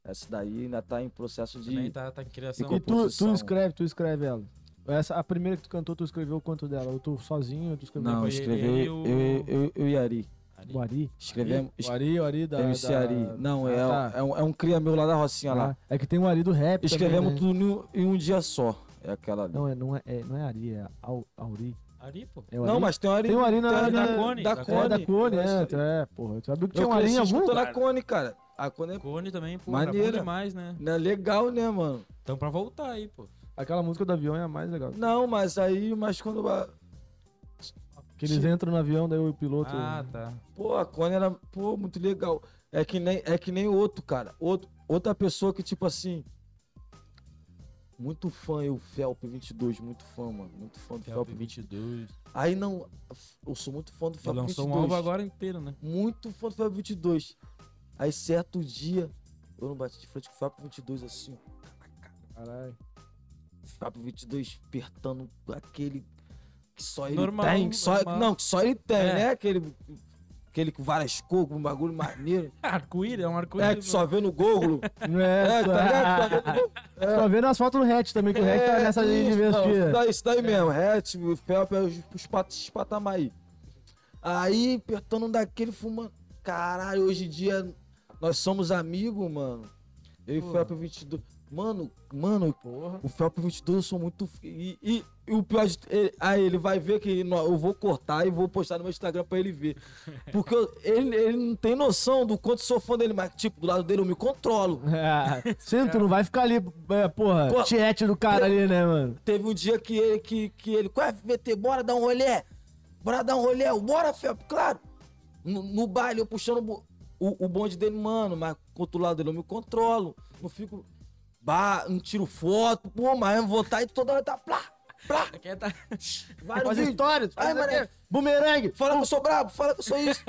Speaker 5: Essa daí ainda tá em processo de.
Speaker 2: Também tá, tá em criação.
Speaker 5: Então,
Speaker 1: E tu, tu
Speaker 5: composição.
Speaker 1: escreve, tu escreve ela. Essa, a primeira que tu cantou, tu escreveu quanto dela? Ou tu sozinho, ou tu escreveu
Speaker 5: Não,
Speaker 2: Foi
Speaker 5: escreveu
Speaker 2: ele e
Speaker 5: eu,
Speaker 2: o-
Speaker 5: eu, eu, eu e Ari.
Speaker 1: O é, Ari?
Speaker 5: Escrevemos.
Speaker 1: O Ari, o Ari da.
Speaker 5: MC
Speaker 1: da-
Speaker 5: Ari. Não, é,
Speaker 1: Ah, tá.
Speaker 5: é, um, é um cria meu lá da Rocinha lá.
Speaker 1: Ah, É que tem o Ari do rap. também,
Speaker 5: Escrevemos
Speaker 1: né?
Speaker 5: tudo em um- em um dia só. É aquela ali.
Speaker 1: Não, é, não, é, é- não é Ari, é Au- Auri.
Speaker 2: Ari, pô.
Speaker 1: É o
Speaker 5: Não,
Speaker 1: Ari?
Speaker 5: mas tem o Ari.
Speaker 1: Tem o Ari na.
Speaker 5: tem
Speaker 1: na,
Speaker 5: o Ari
Speaker 1: na,
Speaker 2: da Cone.
Speaker 5: Da
Speaker 2: da
Speaker 1: é,
Speaker 5: Cone.
Speaker 1: da Cone, é,
Speaker 5: Eu
Speaker 1: é, porra. Tu sabia que tinha
Speaker 5: eu
Speaker 1: um Ari
Speaker 5: cresci
Speaker 1: em algum
Speaker 5: escutando
Speaker 1: lugar?
Speaker 5: a Cone, cara. A Cone é-
Speaker 2: Cone também, pô. Era
Speaker 5: Maneira.
Speaker 2: bom demais, né?
Speaker 5: não é legal, né, mano?
Speaker 2: Então pra voltar aí, pô.
Speaker 1: Aquela música do avião é a mais legal.
Speaker 5: Não, mas aí, mas quando. a-
Speaker 1: Que eles entram no avião, daí o piloto.
Speaker 2: Ah, tá.
Speaker 5: Pô, a Cone era. Pô, muito legal. É que nem, é que nem outro, cara. Outro, outra pessoa que, tipo assim. Muito fã, eu, Felp 22, muito fã, mano. Muito fã do Felp
Speaker 2: Felp
Speaker 5: 22.
Speaker 2: 22.
Speaker 5: Aí não. Eu sou muito fã do
Speaker 2: Tu
Speaker 5: Fábio
Speaker 2: lançou
Speaker 5: 22.
Speaker 2: um álbum agora inteiro, né?
Speaker 5: Muito fã do Fábio 22. Aí certo dia, eu não bati de frente com o Fábio 22 assim. ó.
Speaker 1: Caralho.
Speaker 5: Fábio 22 apertando aquele que só ele
Speaker 2: Normal,
Speaker 5: tem. que só-
Speaker 2: normal.
Speaker 5: Não, que só ele tem,
Speaker 2: É.
Speaker 5: né? Aquele. Aquele com várias cores, com um bagulho maneiro.
Speaker 2: Arco-íris, é um arco-íris.
Speaker 5: É, que só vê no Google.
Speaker 1: Não é,
Speaker 5: É,
Speaker 1: só-
Speaker 5: tá ligado? Só vê no Google.
Speaker 1: Só vendo as fotos do hatch também, que o hatch tá nessa aí de
Speaker 5: É, isso,
Speaker 1: vez
Speaker 5: não,
Speaker 1: que.
Speaker 5: Isso daí, isso daí mesmo, hatch, felp, é os, os, pat- esses patamar aí. Aí, apertando um daquele, fumando. Caralho, hoje em dia nós somos amigos, mano. Eu e o Felp 22. Mano, mano, o Felp 22 eu sou muito. f- E, e- e o pior de. ele- Aí ele vai ver que nó- eu vou cortar e vou postar no meu Instagram pra ele ver. Porque eu- ele, ele não tem noção do quanto eu sou fã dele, mas, tipo, do lado dele eu me controlo.
Speaker 1: É, Sim, tu não vai ficar ali, é, porra,
Speaker 5: Co-
Speaker 1: tiete do cara ali, né, mano?
Speaker 5: Teve um dia que ele, que, que ele, qual é, VT, bora dar um rolê? Bora dar um rolê, bora, Felp, claro. No, no baile, eu puxando o, bo- o, o bonde dele, mano, mas do lado dele eu me controlo. Não fico, bah, não tiro foto, pô, mas eu vou estar e toda hora tá, plá, plá,
Speaker 2: Aqui tá...
Speaker 5: vários
Speaker 1: Faz
Speaker 5: vídeos.
Speaker 1: histórias,
Speaker 5: Ai,
Speaker 1: faz
Speaker 5: mané.
Speaker 1: aqui. Bumerangue!
Speaker 5: Fala que eu sou brabo, fala que eu sou isso.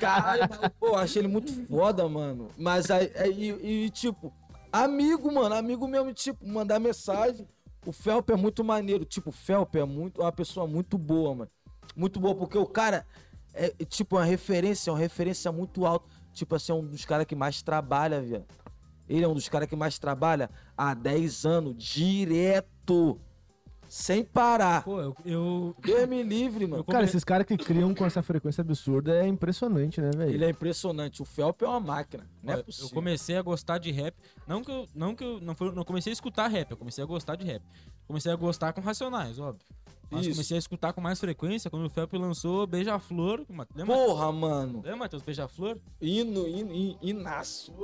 Speaker 5: Caralho, mano, pô, achei ele muito foda, mano. Mas aí, aí- e, e, tipo, amigo, mano, amigo mesmo, tipo, mandar mensagem. O Felp é muito maneiro. Tipo, o Felp é muito, uma pessoa muito boa, mano. Muito boa, porque o cara é, tipo, uma referência, uma referência muito alta. Tipo assim, é um dos caras que mais trabalha, velho. Ele é um dos caras que mais trabalha há 10 anos, direto. Sem parar.
Speaker 2: Pô, eu... eu...
Speaker 5: Deus me livre, mano.
Speaker 2: eu
Speaker 1: Cara,
Speaker 2: come-
Speaker 1: esses caras que criam com essa frequência absurda é impressionante, né, velho?
Speaker 5: Ele é impressionante. O Felp é uma máquina. Não
Speaker 2: Ó,
Speaker 5: é
Speaker 2: eu- eu
Speaker 5: possível.
Speaker 2: comecei a gostar de rap. Não que eu. Não que eu. Não, foi, não comecei a escutar rap, eu comecei a gostar de rap. Comecei a gostar com Racionais, óbvio. Mas
Speaker 5: Isso.
Speaker 2: comecei a escutar com mais frequência quando o Felp lançou Beija-Flor. Ma- Lembra,
Speaker 5: Porra, mano.
Speaker 2: lembra Matheus? Beija-Flor?
Speaker 5: Hino, hino, hino Inácio.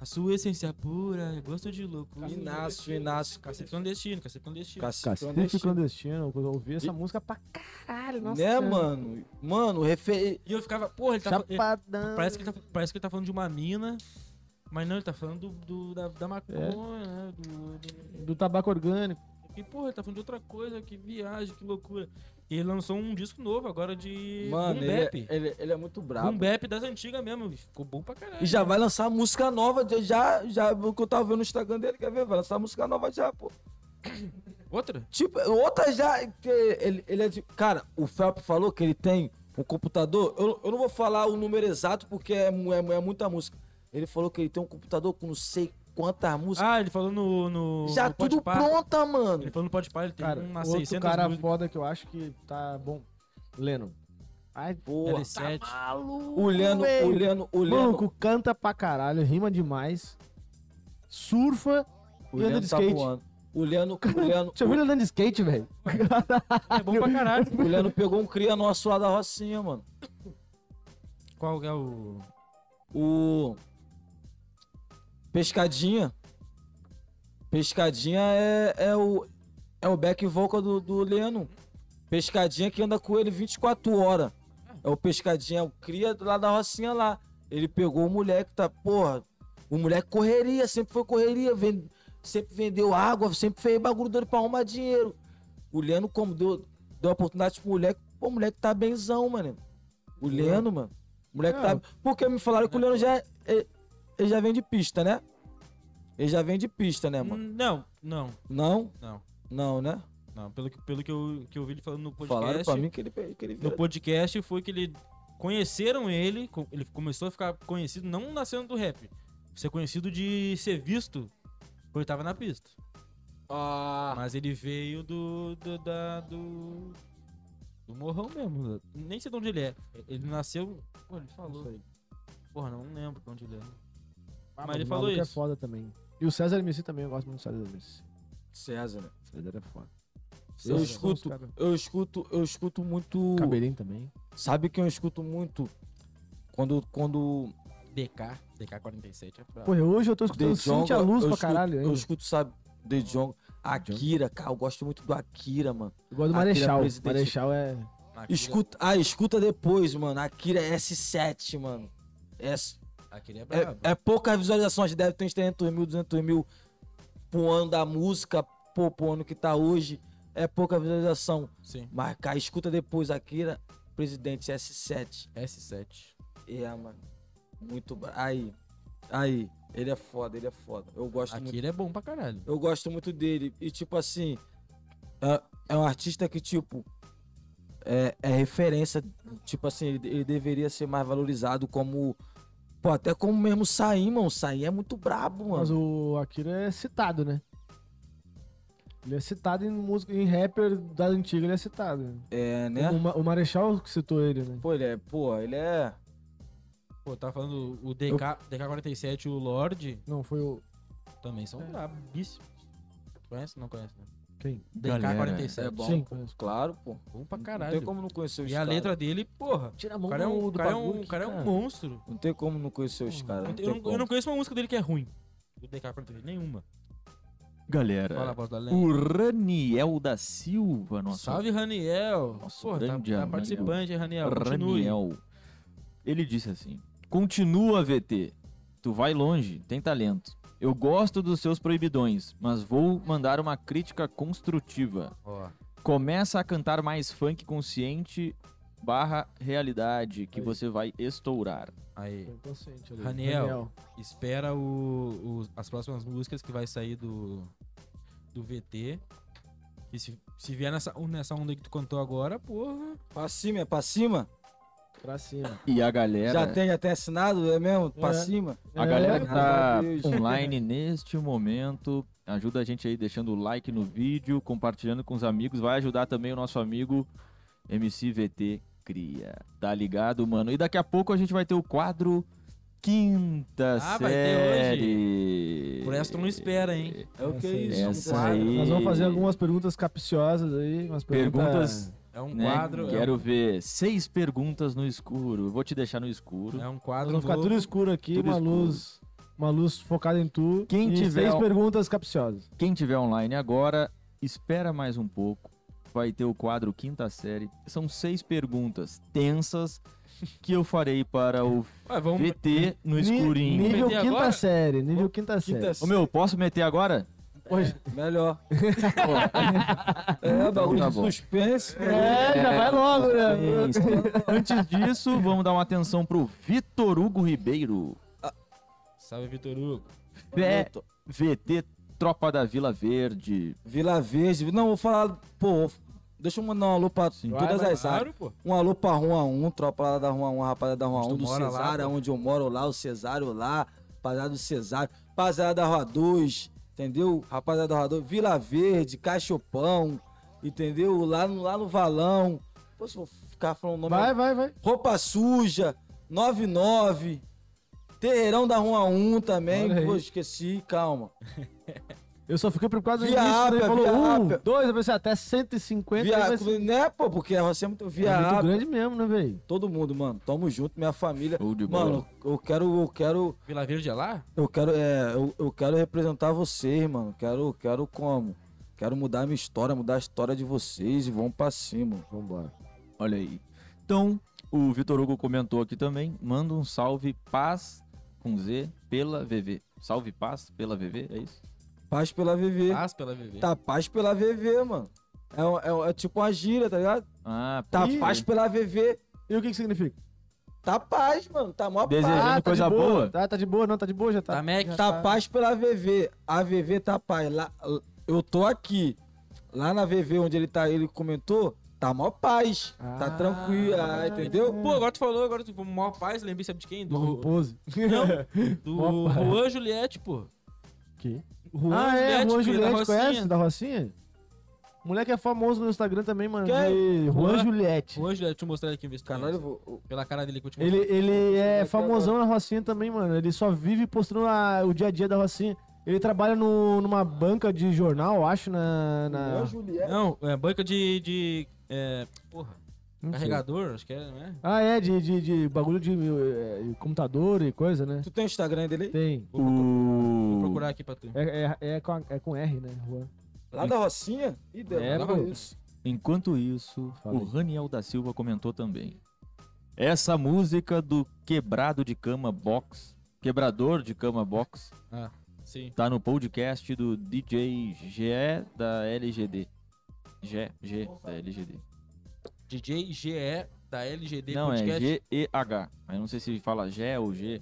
Speaker 2: A sua essência pura, gosto de loucura.
Speaker 5: Inácio, Inácio.
Speaker 2: Cacete clandestino, cacete clandestino.
Speaker 5: Cacete
Speaker 1: Cacife
Speaker 5: é clandestino.
Speaker 1: clandestino, eu ouvi essa
Speaker 5: E-
Speaker 1: música pra caralho, nossa.
Speaker 5: Né,
Speaker 1: senhora.
Speaker 5: mano? Mano, refer...
Speaker 2: E eu ficava, porra, ele tá falando.
Speaker 1: Chapadão.
Speaker 2: Parece que, ele tá, parece que ele tá falando de uma mina, mas não, ele tá falando do, do- da, da maconha, né? do- do,
Speaker 1: Do tabaco orgânico.
Speaker 2: E, porra, ele tá falando de outra coisa, que viagem, que loucura. E ele lançou um disco novo agora de
Speaker 5: Mano,
Speaker 2: Boom
Speaker 5: ele,
Speaker 2: Bap.
Speaker 5: é- ele, ele é muito
Speaker 2: Boom
Speaker 5: brabo.
Speaker 2: Bap das antigas mesmo. e Ficou bom pra caralho.
Speaker 5: E já vai lançar música nova. já- Já, já, o que eu tava vendo no Instagram dele, quer ver? Vai lançar música nova já, pô.
Speaker 2: Outra?
Speaker 5: Tipo, outra já. que Ele, ele é de. Cara, o Felp falou que ele tem um computador. Eu, eu não vou falar o número exato porque é, mu- é, mu- é muita música. Ele falou que ele tem um computador com não sei quantas músicas.
Speaker 2: Ah, ele falou no. no
Speaker 5: já
Speaker 2: no
Speaker 5: tudo
Speaker 2: Podpah.
Speaker 5: pronta, mano.
Speaker 2: Ele falou no Podpah, ele tem
Speaker 1: Cara,
Speaker 2: umas
Speaker 1: outro
Speaker 2: 600
Speaker 1: cara
Speaker 2: músicas.
Speaker 1: foda que eu acho que tá bom. Lennon. Ai,
Speaker 5: Porra.
Speaker 2: L7.
Speaker 1: Tá
Speaker 5: O Leno, o Leno, o Leno.
Speaker 1: Maluco, canta pra caralho, rima demais, surfa
Speaker 5: o
Speaker 1: e anda
Speaker 5: Leno
Speaker 1: de
Speaker 5: tá
Speaker 1: skate.
Speaker 5: voando. O Leno, o Leno,
Speaker 1: Você viu ele andando de skate, velho?
Speaker 2: É bom pra caralho.
Speaker 5: o Leno pegou um cria nosso lá da Rocinha, mano.
Speaker 2: Qual é o.
Speaker 5: O. Pescadinha. Pescadinha é, é o. É o back vocal do, do Leno. Pescadinha que anda com ele 24 horas. É o Pescadinha, o cria lá da Rocinha lá. Ele pegou o moleque, tá, porra. O moleque correria, sempre foi correria, vende- sempre vendeu água, sempre fez bagulho doido pra arrumar dinheiro. O Leno, como deu, deu oportunidade pro moleque, pô, o moleque tá benzão, mano. O Leno, mano. O moleque tá. Porque me falaram que o Leno já. é- Ele, ele já vem de pista, né? Ele já vem de pista, né, mano?
Speaker 2: Não, não,
Speaker 5: Não?
Speaker 2: não.
Speaker 5: Não, né?
Speaker 2: Não, pelo que, pelo que, eu, que eu vi ele falando no
Speaker 5: Falaram
Speaker 2: podcast.
Speaker 5: pra mim que ele, que ele
Speaker 2: No podcast foi que ele conheceram ele, co- ele começou a ficar conhecido não na cena do rap, ser conhecido de ser visto quando ele tava na pista.
Speaker 5: Ah,
Speaker 2: Mas ele veio do. do. da- do, do morrão mesmo. Nem sei de onde ele é. Ele nasceu. Pô, ele falou. Porra, não lembro de onde ele é.
Speaker 1: Ah,
Speaker 2: Mas ele
Speaker 1: o
Speaker 2: falou
Speaker 1: maluco é
Speaker 2: isso.
Speaker 1: foda também. E o César MC também, eu gosto muito do César MC.
Speaker 5: César, né?
Speaker 1: César é foda.
Speaker 5: Eu
Speaker 1: César,
Speaker 5: escuto,
Speaker 1: vamos, cara.
Speaker 5: eu escuto, eu escuto muito.
Speaker 1: Cabelinho também.
Speaker 5: Sabe que eu escuto muito? Quando, quando
Speaker 2: DK, DK47 é brabo.
Speaker 1: Pô, hoje eu tô escutando
Speaker 5: The Jong,
Speaker 1: Cintia Luz
Speaker 5: eu
Speaker 1: pra
Speaker 5: escuto-
Speaker 1: caralho.
Speaker 5: Eu
Speaker 1: ainda.
Speaker 5: escuto, sabe, The Jong, Akira, cara, eu gosto muito do Akira, mano.
Speaker 1: Eu gosto do
Speaker 5: Aquele
Speaker 1: Marechal.
Speaker 5: presidente-
Speaker 1: Marechal é.
Speaker 2: Aquele-
Speaker 5: Escuta, ah, escuta depois, mano. Akira é S7, mano. É,
Speaker 2: Aquele é brabo.
Speaker 5: é, é poucas visualizações, deve ter uns 300 mil, 200 mil pro ano da música, pô, pro ano que tá hoje. É pouca visualização.
Speaker 2: Sim.
Speaker 5: Mas, cara, escuta depois, Akira, presidente S7.
Speaker 2: S7.
Speaker 5: É, mano. Muito. bra- Aí. Aí. Ele é foda, ele é foda. Eu gosto muito.
Speaker 2: Aquele é bom pra caralho.
Speaker 5: Eu gosto muito dele. E, tipo assim, é, é um artista que, tipo, é, é referência. Tipo assim, ele, ele deveria ser mais valorizado como. Pô, até como mesmo Saim, mano. Saim é muito brabo,
Speaker 1: Mas
Speaker 5: mano.
Speaker 1: o Akira é citado, né? Ele é citado em música, em rapper da antiga, ele é citado.
Speaker 5: É, né?
Speaker 1: O, Ma- o Marechal que citou ele, né?
Speaker 5: Pô, ele é. Pô, ele é.
Speaker 2: Pô, tá falando o DK, DK47 e o Lorde
Speaker 1: Não, foi o.
Speaker 2: também são brabíssimos. Conhece? Não conhece, né?
Speaker 1: Quem?
Speaker 5: É
Speaker 2: DK47.
Speaker 5: bom.
Speaker 1: Sim, conheço.
Speaker 5: Claro, pô.
Speaker 2: Bom pra
Speaker 5: Não
Speaker 2: caralho.
Speaker 5: tem como não conhecer os
Speaker 2: E a
Speaker 5: caras.
Speaker 2: letra dele, porra.
Speaker 1: Tira a
Speaker 2: O
Speaker 1: mão
Speaker 2: cara é um,
Speaker 1: do,
Speaker 2: o cara é
Speaker 1: bagulho
Speaker 2: um,
Speaker 1: aqui,
Speaker 2: o cara é um monstro.
Speaker 5: Não tem como não conhecer
Speaker 1: Uhum.
Speaker 5: os caras.
Speaker 2: Eu,
Speaker 5: Não
Speaker 2: te- eu
Speaker 5: tem
Speaker 2: não, eu
Speaker 5: como.
Speaker 2: não conheço uma música dele que é ruim. Do DK47, nenhuma. Fala a
Speaker 3: Galera,
Speaker 2: voz da lenda.
Speaker 3: o Raniel da Silva, nosso
Speaker 2: Uh, Salve, Raniel.
Speaker 3: Nosso
Speaker 2: Porra, tá-
Speaker 3: grande
Speaker 2: tá,
Speaker 3: Raniel.
Speaker 2: participante, hein, Raniel. Continue.
Speaker 3: Raniel. Ele disse assim: Continua, VT. Tu vai longe, tem talento. Eu gosto dos seus proibidões, mas vou mandar uma crítica construtiva.
Speaker 2: Ó,
Speaker 3: Começa a cantar mais funk consciente barra realidade, que
Speaker 1: Aí.
Speaker 3: você vai estourar.
Speaker 2: aí.
Speaker 1: Tô inconsciente ali.
Speaker 2: Raniel. Espera o- o- as próximas músicas que vai sair do, do VT. E se, se vier nessa, um, nessa onda que tu cantou agora, porra.
Speaker 5: Pra cima, é pra cima?
Speaker 1: Pra cima.
Speaker 3: E a galera.
Speaker 5: Já tem, já tem assinado, é mesmo? Pra
Speaker 1: É.
Speaker 5: cima?
Speaker 3: A
Speaker 1: É,
Speaker 3: galera que tá
Speaker 5: meu Deus.
Speaker 3: online neste momento, ajuda a gente aí deixando o like no vídeo, compartilhando com os amigos, vai ajudar também o nosso amigo MCVT Cria. Tá ligado, mano? E daqui a pouco a gente vai ter o quadro Quinta
Speaker 2: Ah, vai ter hoje.
Speaker 3: Série.
Speaker 2: Por essa tu não espera, hein?
Speaker 5: É o que é
Speaker 1: Essa-
Speaker 5: isso?
Speaker 3: essa
Speaker 5: Não dá.
Speaker 3: aí.
Speaker 1: Nós vamos fazer algumas perguntas capciosas aí. Umas
Speaker 3: Perguntas,
Speaker 2: É um
Speaker 3: né?
Speaker 2: quadro. é um-
Speaker 3: Quero ver seis perguntas no escuro. Eu Vou te deixar no escuro.
Speaker 2: É um
Speaker 1: Nós
Speaker 2: quadro.
Speaker 1: vamos ficar
Speaker 2: novo.
Speaker 1: tudo escuro aqui,
Speaker 3: Tudo
Speaker 1: uma
Speaker 3: escuro.
Speaker 1: luz. Uma luz focada em tu.
Speaker 3: Quem
Speaker 1: e
Speaker 3: tiver
Speaker 1: Seis
Speaker 3: al-
Speaker 1: perguntas capciosas.
Speaker 3: Quem tiver online agora, espera mais um pouco. Vai ter o quadro Quinta Série. São seis perguntas tensas que eu farei para o
Speaker 2: Ué, vamos.
Speaker 3: VT no
Speaker 1: é Ni-
Speaker 3: escurinho.
Speaker 1: Nível
Speaker 2: Meter
Speaker 1: quinta
Speaker 2: agora?
Speaker 1: série. Nível quinta série.
Speaker 5: Quinta-
Speaker 3: Ô meu, posso meter agora?
Speaker 1: Hoje-
Speaker 5: Melhor. é, bagulho
Speaker 3: tá
Speaker 5: de
Speaker 3: bom.
Speaker 5: suspense.
Speaker 1: É, já vai logo, né?
Speaker 3: Antes disso, vamos dar uma atenção pro Vitor Hugo Ribeiro.
Speaker 2: Salve, Vitor Hugo.
Speaker 3: Fé- VT Tropa da Vila Verde.
Speaker 5: Vila Verde. Não, vou falar. Pô, deixa eu mandar um alô pra todas
Speaker 1: Vai,
Speaker 5: as áreas.
Speaker 2: pô.
Speaker 5: Um alô pra Rua 1, tropa lá da Rua 1, rapaziada da Rua
Speaker 2: Onde tu
Speaker 5: 1, do
Speaker 2: mora lá,
Speaker 5: Cesário,
Speaker 2: pô.
Speaker 5: onde eu moro lá, o Cesário lá, rapaziada do Cesário, rapaziada da Rua 2, entendeu? Rapaziada da Rua 2, Vila Verde, Cachopão, entendeu? Lá no, lá no Valão. Pô, se eu ficar falando o nome.
Speaker 1: Vai, vai, vai.
Speaker 5: Roupa Suja, 99, Terreirão da Rua 1 também.
Speaker 1: Olha aí.
Speaker 5: Pô, esqueci, calma.
Speaker 1: Eu só fiquei preocupado no
Speaker 5: Via
Speaker 1: início, quando ele
Speaker 5: Ápia,
Speaker 1: falou
Speaker 5: Via
Speaker 1: um,
Speaker 5: Ápia.
Speaker 1: dois, eu pensei até 150, aí vai
Speaker 5: Via,
Speaker 1: ser-
Speaker 5: né, pô, porque a Rocinha é muito. Via
Speaker 1: é muito
Speaker 5: Ápia,
Speaker 1: grande mesmo, né, velho?
Speaker 5: todo mundo, mano. Tamo junto, minha família.
Speaker 3: Show de bola.
Speaker 5: Mano, eu quero, eu quero,
Speaker 2: Vila Verde é lá?
Speaker 5: eu quero, é, eu, eu quero representar vocês, mano. Quero, quero como? Quero mudar a minha história, mudar a história de vocês e vamos pra cima. Vambora.
Speaker 3: Olha aí. Então, o Vitor Hugo comentou aqui também. Manda um salve paz com Z pela VV. Salve paz pela VV, é isso?
Speaker 5: Paz pela VV.
Speaker 2: Passa pela VV.
Speaker 5: Tá paz pela VV, mano. É, um- é um- é tipo uma gíria, tá ligado?
Speaker 3: Ah,
Speaker 5: Tá
Speaker 3: pode
Speaker 5: paz
Speaker 3: crer.
Speaker 5: pela VV.
Speaker 1: E o que que significa?
Speaker 5: Tá paz, mano. Tá mó
Speaker 3: Desejando
Speaker 5: paz.
Speaker 3: coisa
Speaker 1: de boa.
Speaker 3: boa.
Speaker 1: Ah, Tá, tá de boa, não, tá de boa, já tá.
Speaker 2: Tá Mac?
Speaker 1: já
Speaker 5: Tá paz pela VV. A VV tá paz. Lá, eu tô aqui. Lá na VV, onde ele tá, ele comentou, tá mó paz.
Speaker 1: Ah,
Speaker 5: tá tranquilo, ah, entendeu?
Speaker 2: Pô, agora tu falou, agora tu, maior paz, lembrei, sabe de quem?
Speaker 1: Uma
Speaker 2: Do,
Speaker 1: pose.
Speaker 2: do
Speaker 1: mó paz.
Speaker 2: Juan Juliette, pô.
Speaker 1: Que?
Speaker 2: Juan
Speaker 1: ah, é, Juan
Speaker 2: filho da
Speaker 1: Juliette,
Speaker 2: Rocinha.
Speaker 1: conhece? Da Rocinha? Moleque é famoso no Instagram também, mano.
Speaker 5: Quem?
Speaker 1: De Juan
Speaker 2: Juan-
Speaker 1: Juliette.
Speaker 2: Juan Juliette, deixa eu mostrar ele aqui, ver se tu
Speaker 5: Caralho, eu
Speaker 2: conhece.
Speaker 5: vou- eu-
Speaker 2: Pela cara dele que eu te
Speaker 1: Ele, ele é
Speaker 5: Moleque
Speaker 1: famosão na Rocinha também, mano. Ele só vive postando a- o dia a dia da Rocinha. Ele trabalha no- numa banca de jornal, eu acho, na. na-
Speaker 5: Ô, Juliette.
Speaker 2: Não, é banca de. de é, porra,
Speaker 1: Não sei.
Speaker 2: carregador, acho que é, né?
Speaker 1: Ah, é, de, de, de bagulho de eh, computador e coisa, né?
Speaker 5: Tu tem o Instagram dele aí?
Speaker 1: Tem.
Speaker 2: Vou procu-
Speaker 3: O-
Speaker 2: vou procurar aqui pra tu.
Speaker 1: É, é, é, com, a- é com R, né, Juan?
Speaker 5: Lá da Rocinha? Ih, Deus,
Speaker 1: É,
Speaker 5: lá
Speaker 1: pô.
Speaker 5: vai isso.
Speaker 3: Enquanto isso,
Speaker 1: Fala
Speaker 3: o
Speaker 1: aí.
Speaker 3: Raniel da Silva comentou também. Essa música do Quebrado de Cama Box, Quebrador de Cama Box,
Speaker 2: Sim.
Speaker 3: tá no podcast do DJ G da LGD. G, G da LGD.
Speaker 2: DJ GE da LGD
Speaker 3: Não, é
Speaker 2: Podcast.
Speaker 3: G-E-H. Mas não sei se fala G ou G,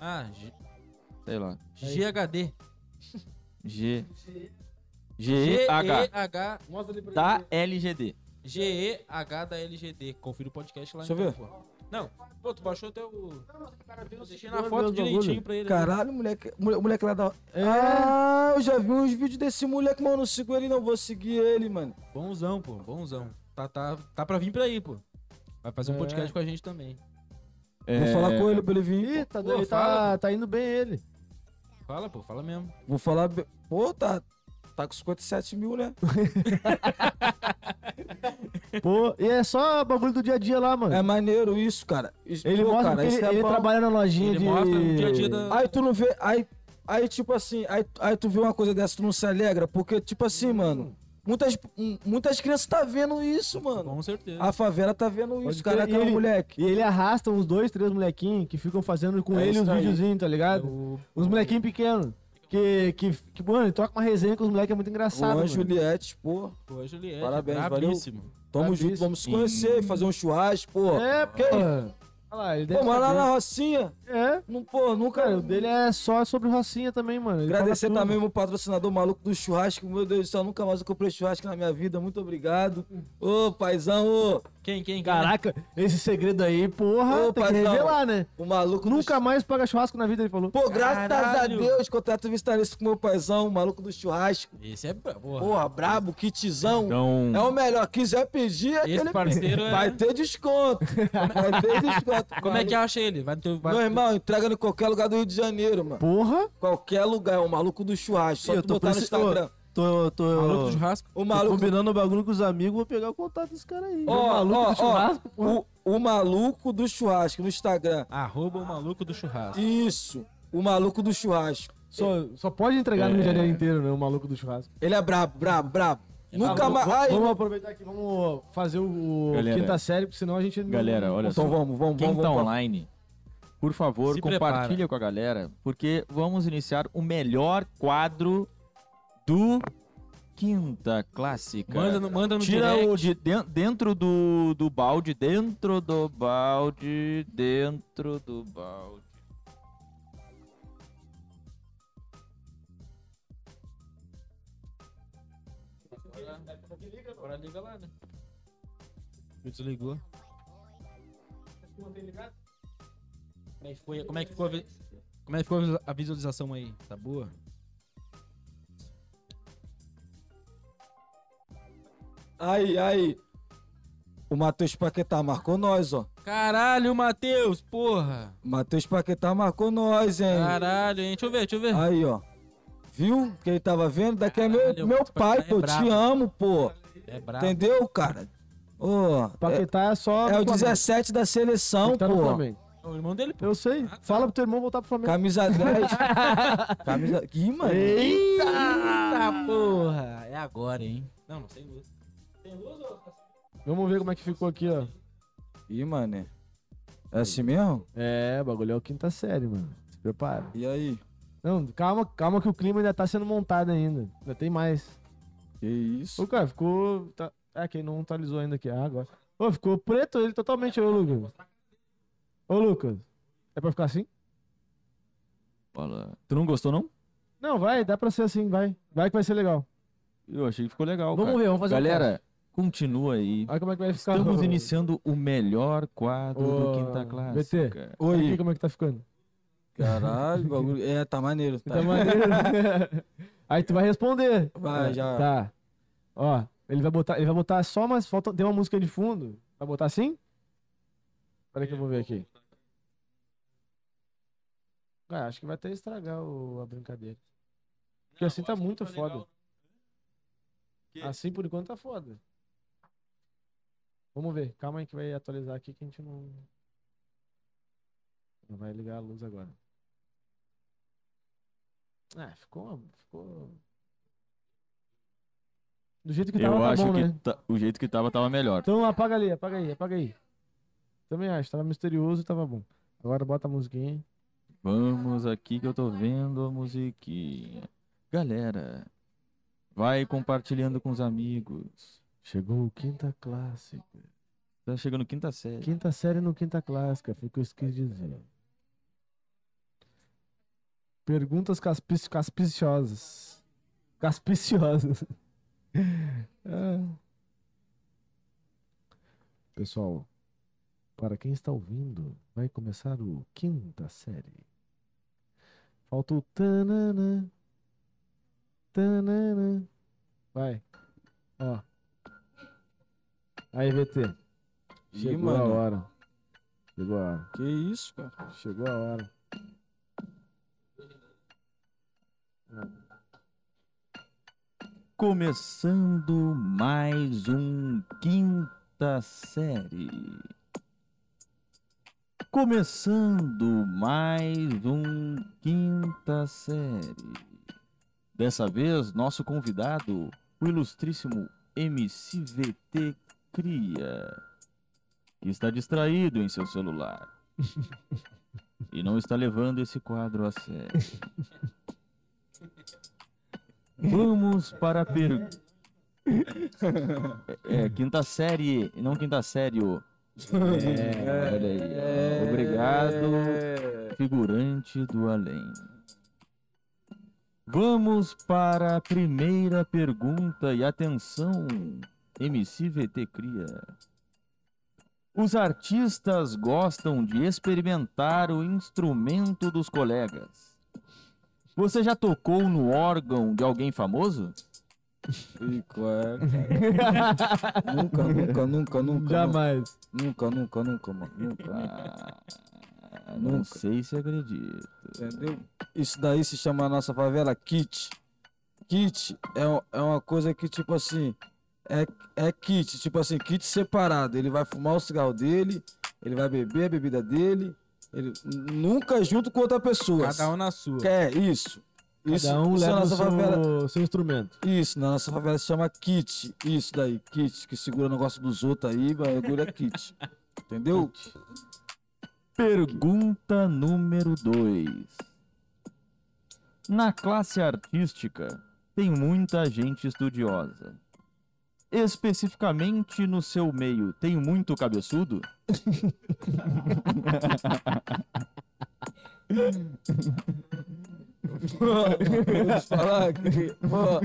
Speaker 2: Ah, G-
Speaker 3: sei lá.
Speaker 2: GHD.
Speaker 3: G. tá? G-E-H.
Speaker 2: G-E-H.
Speaker 3: Da LGD.
Speaker 2: GEH da LGD. Confira o podcast lá
Speaker 5: Deixa eu
Speaker 2: então,
Speaker 5: ver.
Speaker 2: pô. Não, pô, tu baixou até o. Eu deixei na
Speaker 1: seguidor meus
Speaker 2: foto
Speaker 1: bagulho.
Speaker 2: direitinho pra ele. né?
Speaker 5: Caralho, moleque, mole- moleque lá da.
Speaker 1: É.
Speaker 5: Ah, eu já vi uns vídeos desse moleque, mas eu não sigo ele, não vou seguir ele, mano.
Speaker 2: Bonzão, pô, bonzão. Tá, tá, tá pra vir pra aí, pô. Vai fazer um
Speaker 1: É.
Speaker 2: podcast com a gente também.
Speaker 5: Vou
Speaker 3: É,
Speaker 5: falar com ele pra ele
Speaker 1: Ih,
Speaker 5: vir.
Speaker 1: tá,
Speaker 2: Pô,
Speaker 1: ele
Speaker 2: fala,
Speaker 1: tá, tá indo bem ele.
Speaker 2: Fala, pô, fala mesmo.
Speaker 5: Vou falar. be- Pô, tá. Tá com 57 mil, né?
Speaker 1: Pô, e é só bagulho do dia a dia lá, mano.
Speaker 5: É maneiro isso, cara. Isso-
Speaker 1: Ele
Speaker 5: pô,
Speaker 1: mostra
Speaker 5: cara,
Speaker 1: que
Speaker 5: isso
Speaker 1: ele,
Speaker 5: é
Speaker 1: ele
Speaker 5: bom.
Speaker 1: trabalha na lojinha
Speaker 2: Ele
Speaker 1: de...
Speaker 2: mostra o dia a dia da.
Speaker 5: Aí tu não vê. Aí, aí tipo assim, aí, aí tu vê uma coisa dessa, tu não se alegra, porque, tipo assim, mano, muitas, hum, muitas crianças tá vendo isso, mano.
Speaker 2: Com certeza.
Speaker 5: A favela tá vendo
Speaker 1: Pode
Speaker 5: isso,
Speaker 1: crer,
Speaker 5: cara,
Speaker 1: e
Speaker 5: aquele
Speaker 1: ele-
Speaker 5: moleque.
Speaker 1: E ele arrasta uns dois, três molequinhos que ficam fazendo com
Speaker 5: É
Speaker 1: ele
Speaker 5: isso
Speaker 1: uns
Speaker 5: aí. É
Speaker 1: videozinhos, tá ligado?
Speaker 2: O-
Speaker 1: Uns molequinhos pequenos. Que, que, que, mano, ele troca uma resenha com os moleques, é muito
Speaker 5: O
Speaker 1: engraçado.
Speaker 5: Anjo
Speaker 1: mano.
Speaker 5: Juliette, pô.
Speaker 2: Pô, a Juliette,
Speaker 5: Parabéns, valeu.
Speaker 2: é brabíssimo.
Speaker 5: Tamo
Speaker 1: Tá
Speaker 5: junto,
Speaker 1: isso.
Speaker 5: vamos se conhecer, fazer um churrasco, pô.
Speaker 1: É,
Speaker 5: porque.
Speaker 1: Olha lá, ele deve
Speaker 5: Pô, mas lá
Speaker 1: saber.
Speaker 5: na Rocinha,
Speaker 1: É,
Speaker 5: não, pô, nunca.
Speaker 1: cara, o dele é só sobre Rocinha também, mano. Ele
Speaker 5: Agradecer
Speaker 1: fala tudo.
Speaker 5: também o meu patrocinador maluco do churrasco. Meu Deus do céu, nunca mais eu comprei churrasco na minha vida. Muito obrigado. Ô, paizão, ô.
Speaker 2: Quem, quem, quem?
Speaker 1: Caraca, esse segredo aí, porra, tem
Speaker 5: Ô,
Speaker 1: que
Speaker 5: paizão.
Speaker 1: revelar, né?
Speaker 5: O maluco do
Speaker 1: Nunca mais paga churrasco na vida, ele falou.
Speaker 5: Pô, graças
Speaker 2: Caralho.
Speaker 5: a Deus, contrato visitarista com meu paizão, o maluco do churrasco.
Speaker 2: Esse é brabo. porra.
Speaker 5: Porra, brabo, kitzão.
Speaker 3: Então,
Speaker 5: É o melhor. Quiser pedir,
Speaker 2: Esse
Speaker 5: aquele
Speaker 2: parceiro é-
Speaker 5: vai ter um desconto. Vai ter desconto.
Speaker 2: Como é que acha ele? Vai no teu. Vai...
Speaker 5: Meu irmão, entrega em qualquer lugar do Rio de Janeiro, mano.
Speaker 1: Porra,
Speaker 5: Qualquer lugar, é o maluco do churrasco. Só
Speaker 4: Eu
Speaker 5: tu
Speaker 4: tô
Speaker 5: botar no
Speaker 4: precis-
Speaker 5: Instagram.
Speaker 4: Tô, tô,
Speaker 2: Maluco do churrasco.
Speaker 5: O
Speaker 4: tô
Speaker 5: maluco.
Speaker 4: combinando o bagulho com os amigos, vou pegar o contato desse cara aí.
Speaker 5: Ó, ó, ó, o, o maluco do churrasco no Instagram.
Speaker 2: Arroba o maluco do churrasco.
Speaker 5: Isso. O maluco do churrasco.
Speaker 1: só, só pode entregar
Speaker 5: É.
Speaker 1: no Rio de Janeiro inteiro, né? O maluco do churrasco.
Speaker 5: Ele é brabo, brabo, brabo.
Speaker 2: É
Speaker 5: Nunca
Speaker 1: Vamos-
Speaker 5: mais. Ai,
Speaker 1: vamos aproveitar aqui, vamos fazer o
Speaker 3: Galera.
Speaker 1: quinta série, porque senão a gente não.
Speaker 3: galera, olha só.
Speaker 5: então vamos, vamos,
Speaker 3: Quem
Speaker 5: vamos.
Speaker 3: tá
Speaker 5: vamos pra-
Speaker 3: online, por favor,
Speaker 2: Se
Speaker 3: compartilha
Speaker 2: prepara.
Speaker 3: com a galera, porque vamos iniciar o melhor quadro do Quinta Clássica.
Speaker 2: Manda no, manda no
Speaker 3: Tira
Speaker 2: direct.
Speaker 3: o de den- dentro do, do balde, dentro do balde, dentro do balde.
Speaker 2: Agora liga lá, né? Me desligou. Como é que, foi, como é que ficou a vi- como é que ficou a visa- a visualização aí? Tá boa?
Speaker 5: Aí, aí. O Matheus Paquetá marcou nós, ó.
Speaker 2: Caralho, Matheus, porra!
Speaker 5: Matheus Paquetá marcou nós, hein? Ah,
Speaker 2: Caralho, hein? Deixa eu ver, deixa eu ver.
Speaker 5: Aí, ó. Viu? Quem tava vendo? Daqui é meu,
Speaker 2: Caralho,
Speaker 5: meu
Speaker 2: tu
Speaker 5: pai,
Speaker 2: é
Speaker 5: pô.
Speaker 2: brabo.
Speaker 5: Te amo, pô.
Speaker 2: É brabo.
Speaker 5: Entendeu, cara? Ô, é,
Speaker 1: Paquetá é só.
Speaker 5: é
Speaker 1: do
Speaker 5: o
Speaker 1: Flamengo.
Speaker 5: 17 da seleção,
Speaker 1: Ele tá no
Speaker 5: pô.
Speaker 1: Flamengo.
Speaker 2: O irmão dele, pô.
Speaker 1: Eu sei. Fala pro teu irmão voltar pro Flamengo.
Speaker 5: Camisa 10. Camisa. Ih, mano.
Speaker 2: Eita tá, porra! É agora, hein? Não, não sei luz. Tem luz ou
Speaker 1: Vamos ver como é que ficou aqui, ó.
Speaker 5: Ih, mano. É assim mesmo?
Speaker 1: É, o bagulho é o quinta série, mano. Se prepara.
Speaker 5: E aí?
Speaker 1: Não, calma, calma que o clima ainda tá sendo montado ainda. Ainda tem mais.
Speaker 5: Que isso?
Speaker 1: Ô, cara, ficou. Tá... Ah, quem não atualizou ainda aqui. Ah, agora. Ô, ficou preto ele totalmente, ô, Lucas. Ô, Lucas. É pra ficar assim?
Speaker 3: Fala. Tu não gostou, não?
Speaker 1: Não, vai, dá pra ser assim, vai. Vai que vai ser legal.
Speaker 3: Eu achei que ficou legal,
Speaker 1: Vamos
Speaker 3: cara.
Speaker 1: ver, vamos fazer um
Speaker 3: Galera, continua aí.
Speaker 1: Olha como é que vai ficar.
Speaker 3: Estamos
Speaker 1: Ô,
Speaker 3: iniciando o melhor quadro
Speaker 1: Ô,
Speaker 3: do Quinta Classe.
Speaker 1: BT.
Speaker 3: cara.
Speaker 1: Olha
Speaker 5: Oi.
Speaker 1: aqui como é que tá ficando.
Speaker 5: Caralho, bagulho. É, tá maneiro. Tá.
Speaker 1: Tá maneiro. né? Aí tu vai responder.
Speaker 5: Vai, já.
Speaker 1: Tá. Ó, ele vai botar, ele vai botar só, mas falta, tem uma música de fundo. Vai botar assim? Peraí que eu vou ver aqui. Ah, acho que vai até estragar o- a brincadeira. Porque assim tá muito foda. Assim por enquanto tá foda. Vamos ver. Calma aí que vai atualizar aqui que a gente não. Não vai ligar a luz agora. Ah, ficou. uma- ficou... Do jeito que tava,
Speaker 3: Eu
Speaker 1: tá
Speaker 3: acho
Speaker 1: bom,
Speaker 3: que
Speaker 1: né?
Speaker 3: tá- o jeito que tava, tava melhor.
Speaker 1: Então apaga ali, apaga aí, apaga aí. Também acho, tava misterioso e tava bom. Agora bota a musiquinha.
Speaker 3: Vamos aqui que eu tô vendo a musiquinha. Galera, vai compartilhando com os amigos.
Speaker 1: Chegou o quinta clássica.
Speaker 3: Tá chegando quinta série.
Speaker 1: Quinta série no quinta clássica, foi o que eu quis dizer. Perguntas caspici caspiciosas. Caspiciosas. Ah. Pessoal, para quem está ouvindo, vai começar o quinta série. Falta o tanana. Tanana. Vai. Ó. Aí, VT.
Speaker 5: Ih,
Speaker 1: Chegou a
Speaker 5: mano.
Speaker 1: hora. Chegou a hora.
Speaker 5: Que isso, cara.
Speaker 1: Chegou a hora.
Speaker 3: Começando mais um quinta série. Começando mais um quinta série. Dessa vez, nosso convidado, o ilustríssimo MCVT Cria, que está distraído em seu celular e não está levando esse quadro a sério. Vamos para a pergunta. É, quinta série, não quinta série. ô. É, olha aí. ó. Obrigado,
Speaker 5: É.
Speaker 3: figurante do além. Vamos para a primeira pergunta e atenção, MCVT Cria. Os artistas gostam de experimentar o instrumento dos colegas. Você já tocou no órgão de alguém famoso?
Speaker 5: Ih, qual é, cara? nunca, nunca, nunca, nunca.
Speaker 1: Jamais.
Speaker 5: Nunca, nunca, nunca, mano. Nunca.
Speaker 3: Ah, não
Speaker 5: Nunca.
Speaker 3: sei se acredito.
Speaker 5: Entendeu? Isso daí se chama a nossa favela kit. Kit é, um- é uma coisa que, tipo assim, é, é kit, tipo assim, kit separado. Ele vai fumar o cigarro dele, ele vai beber a bebida dele, ele nunca junto com outra pessoa.
Speaker 2: Cada um na sua.
Speaker 5: É, isso. Isso,
Speaker 1: Cada um
Speaker 5: isso na
Speaker 1: leva o
Speaker 5: nossa favela.
Speaker 1: seu, seu instrumento.
Speaker 5: Isso, na nossa favela se chama kit. Isso daí, kit, que segura o negócio dos outros aí, mas agulha é kit. Entendeu?
Speaker 3: Pergunta número 2. Na classe artística, tem muita gente estudiosa. Especificamente no seu meio, tem muito cabeçudo?
Speaker 5: Vou te falar que, ó,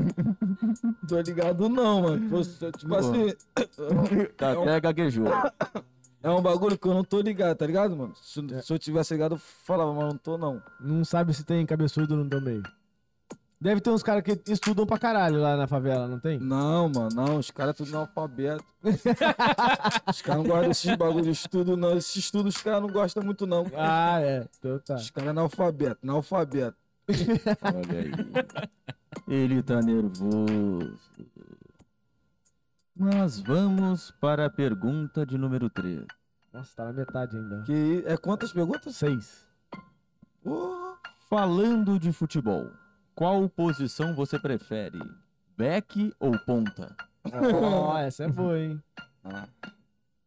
Speaker 5: tô ligado não, mano. Pô, se- Tipo
Speaker 3: Boa.
Speaker 5: assim,
Speaker 3: Tá até gaguejou.
Speaker 5: é um bagulho que eu não tô ligado, tá ligado, mano? Se, se eu tivesse ligado, eu falava, mas eu não tô não.
Speaker 1: Não sabe se tem cabeçudo no também. Deve ter uns caras que estudam pra caralho lá na favela, não tem?
Speaker 5: Não, mano, não, os caras tudo analfabeto. os caras não gostam desses bagulho de estudo, não. Esses estudos os caras não gostam muito, não.
Speaker 1: Ah, é. Então tá.
Speaker 5: Os caras analfabeto, analfabeto.
Speaker 3: Olha aí. Ele tá nervoso. Mas vamos para a pergunta de número 3.
Speaker 1: Nossa, tá na metade ainda.
Speaker 5: Que é quantas perguntas?
Speaker 1: Seis.
Speaker 5: Porra!
Speaker 3: Falando de futebol, qual posição você prefere? Back ou ponta?
Speaker 1: Ó, essa é boa, hein?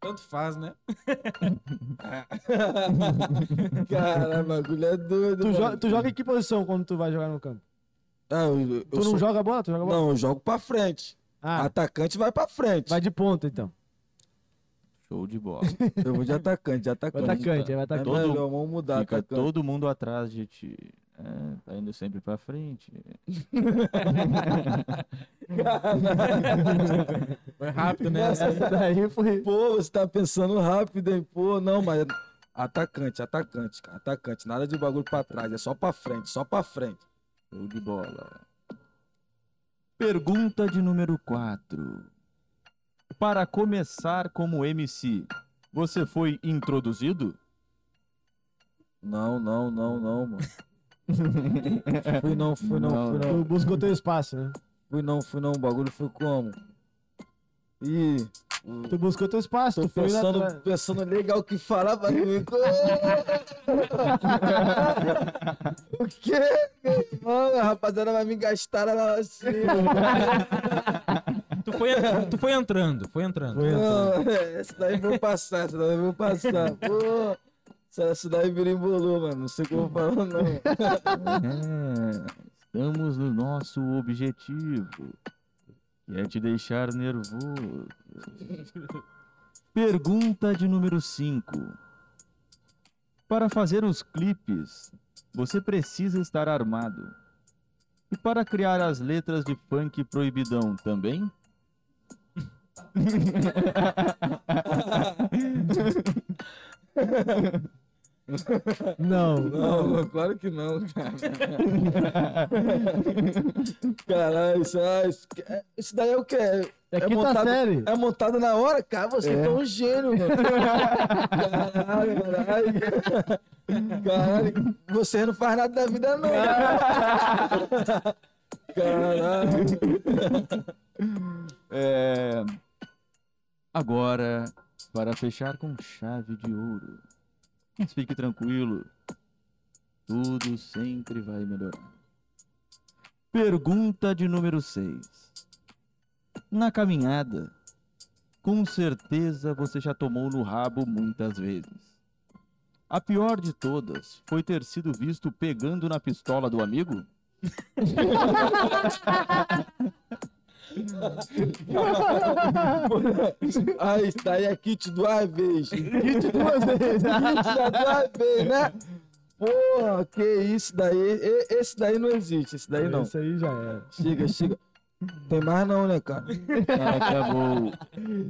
Speaker 2: Tanto faz, né?
Speaker 5: Cara, bagulho é doido.
Speaker 1: Tu, jo-
Speaker 5: mano.
Speaker 1: tu joga em que posição quando tu vai jogar no campo?
Speaker 5: Ah, eu, eu
Speaker 1: Tu não
Speaker 5: sou-
Speaker 1: joga bola? Tu joga bola?
Speaker 5: Não, eu jogo pra frente.
Speaker 1: Ah,
Speaker 5: Atacante vai pra frente.
Speaker 1: vai de ponta então.
Speaker 3: Show de bola.
Speaker 5: Eu vou de atacante, de
Speaker 1: Vai
Speaker 5: atacante.
Speaker 1: atacante, aí vai
Speaker 5: É
Speaker 1: atacante.
Speaker 3: Todo-
Speaker 5: melhor, vamos mudar.
Speaker 3: Fica
Speaker 5: atacante.
Speaker 3: todo mundo atrás de ti. É, tá indo sempre pra frente.
Speaker 2: Foi rápido, né?
Speaker 5: Nossa,
Speaker 1: Essa daí foi.
Speaker 5: Pô, você tá pensando rápido, hein? Pô, não, mas. é Atacante, atacante, cara. Atacante. Nada de bagulho pra trás. É só pra frente, só pra frente.
Speaker 3: Show de bola. Pergunta de número 4. Para começar como MC, você foi introduzido?
Speaker 5: Não, não, não, não, mano. fui não, fui não,
Speaker 3: Não,
Speaker 5: fui não.
Speaker 1: Tu buscou teu espaço, né?
Speaker 5: Fui não, fui não. O bagulho foi como? Ih.
Speaker 3: Hum.
Speaker 1: Tu buscou teu espaço,
Speaker 5: Tô
Speaker 1: tu foi lá
Speaker 5: pensando,
Speaker 1: atrás.
Speaker 5: pensando legal o que falar, mas não me O quê? Mano, a rapaziada vai me gastar na assim.
Speaker 2: Tu foi, tu foi entrando, foi entrando.
Speaker 1: Foi entrando.
Speaker 5: Não, é, essa daí eu vou passar, essa daí eu vou passar. Pô, essa, essa daí me embolou, mano. Não sei como falar, não.
Speaker 3: É, estamos no nosso objetivo, que é te deixar nervoso. Pergunta de número 5. Para fazer os clipes, você precisa estar armado. E para criar as letras de funk proibidão também?
Speaker 1: Não.
Speaker 5: Não, não, claro que não, cara. Caralho, isso, ah, isso, é- isso daí é o quê?
Speaker 1: É
Speaker 5: É
Speaker 1: quinta
Speaker 5: montado-
Speaker 1: série.
Speaker 5: É montado na hora? Cara, você é um gênio, mano. Caralho, caralho. Caralho, você não faz nada da vida, não. cara. Caralho.
Speaker 3: É... Agora, para fechar com chave de ouro. Mas fique tranquilo. Tudo sempre vai melhorar. Pergunta de número 6. Na caminhada, com certeza você já tomou no rabo muitas vezes. A pior de todas foi ter sido visto pegando na pistola do amigo?
Speaker 5: Aí está aí é kit do avex. Kit do avex. kit do avex, né? Porra, que isso daí. e- Esse daí não existe, esse é. daí é, não.
Speaker 1: É Isso aí já era.
Speaker 5: Chega, chega. Tem mais não, né, cara?
Speaker 3: Acabou.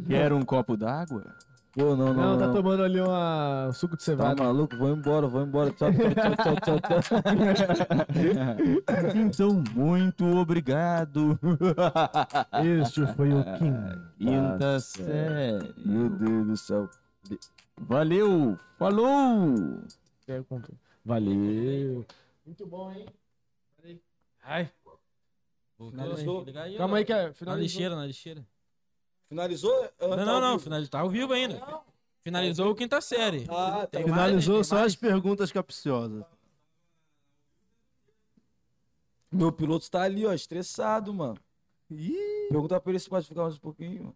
Speaker 3: Quer um copo d'água?
Speaker 5: Pô, não, não.
Speaker 1: Não,
Speaker 5: não,
Speaker 1: tá tomando ali uma um suco de
Speaker 5: Tá
Speaker 1: cevada.
Speaker 5: maluco? Vou embora, vou embora. Tchau, tchau, tchau, tchau, tchau, tchau.
Speaker 3: Então, muito obrigado.
Speaker 5: Tá.
Speaker 1: Este foi o Kim.
Speaker 2: Tá
Speaker 3: Quinta série.
Speaker 5: Meu Deus do céu.
Speaker 3: Valeu. Falou.
Speaker 1: Eu comprei. Valeu. Muito bom, hein?
Speaker 2: Ai. Voltou.
Speaker 5: Finalizou.
Speaker 2: Liga aí,
Speaker 1: Calma
Speaker 2: ó.
Speaker 1: aí que é
Speaker 2: Na
Speaker 1: finalizou.
Speaker 2: Tá lixeira, na lixeira.
Speaker 5: Finalizou? Ah,
Speaker 2: Não, não, não. Final... Tá ao vivo ainda. Finalizou o quinta série.
Speaker 5: Ah, tá.
Speaker 2: Tem mais,
Speaker 4: Finalizou
Speaker 2: tem
Speaker 4: só as perguntas capciosas.
Speaker 5: Meu piloto tá ali, ó, estressado, mano. Perguntar pra ele se pode ficar mais um pouquinho.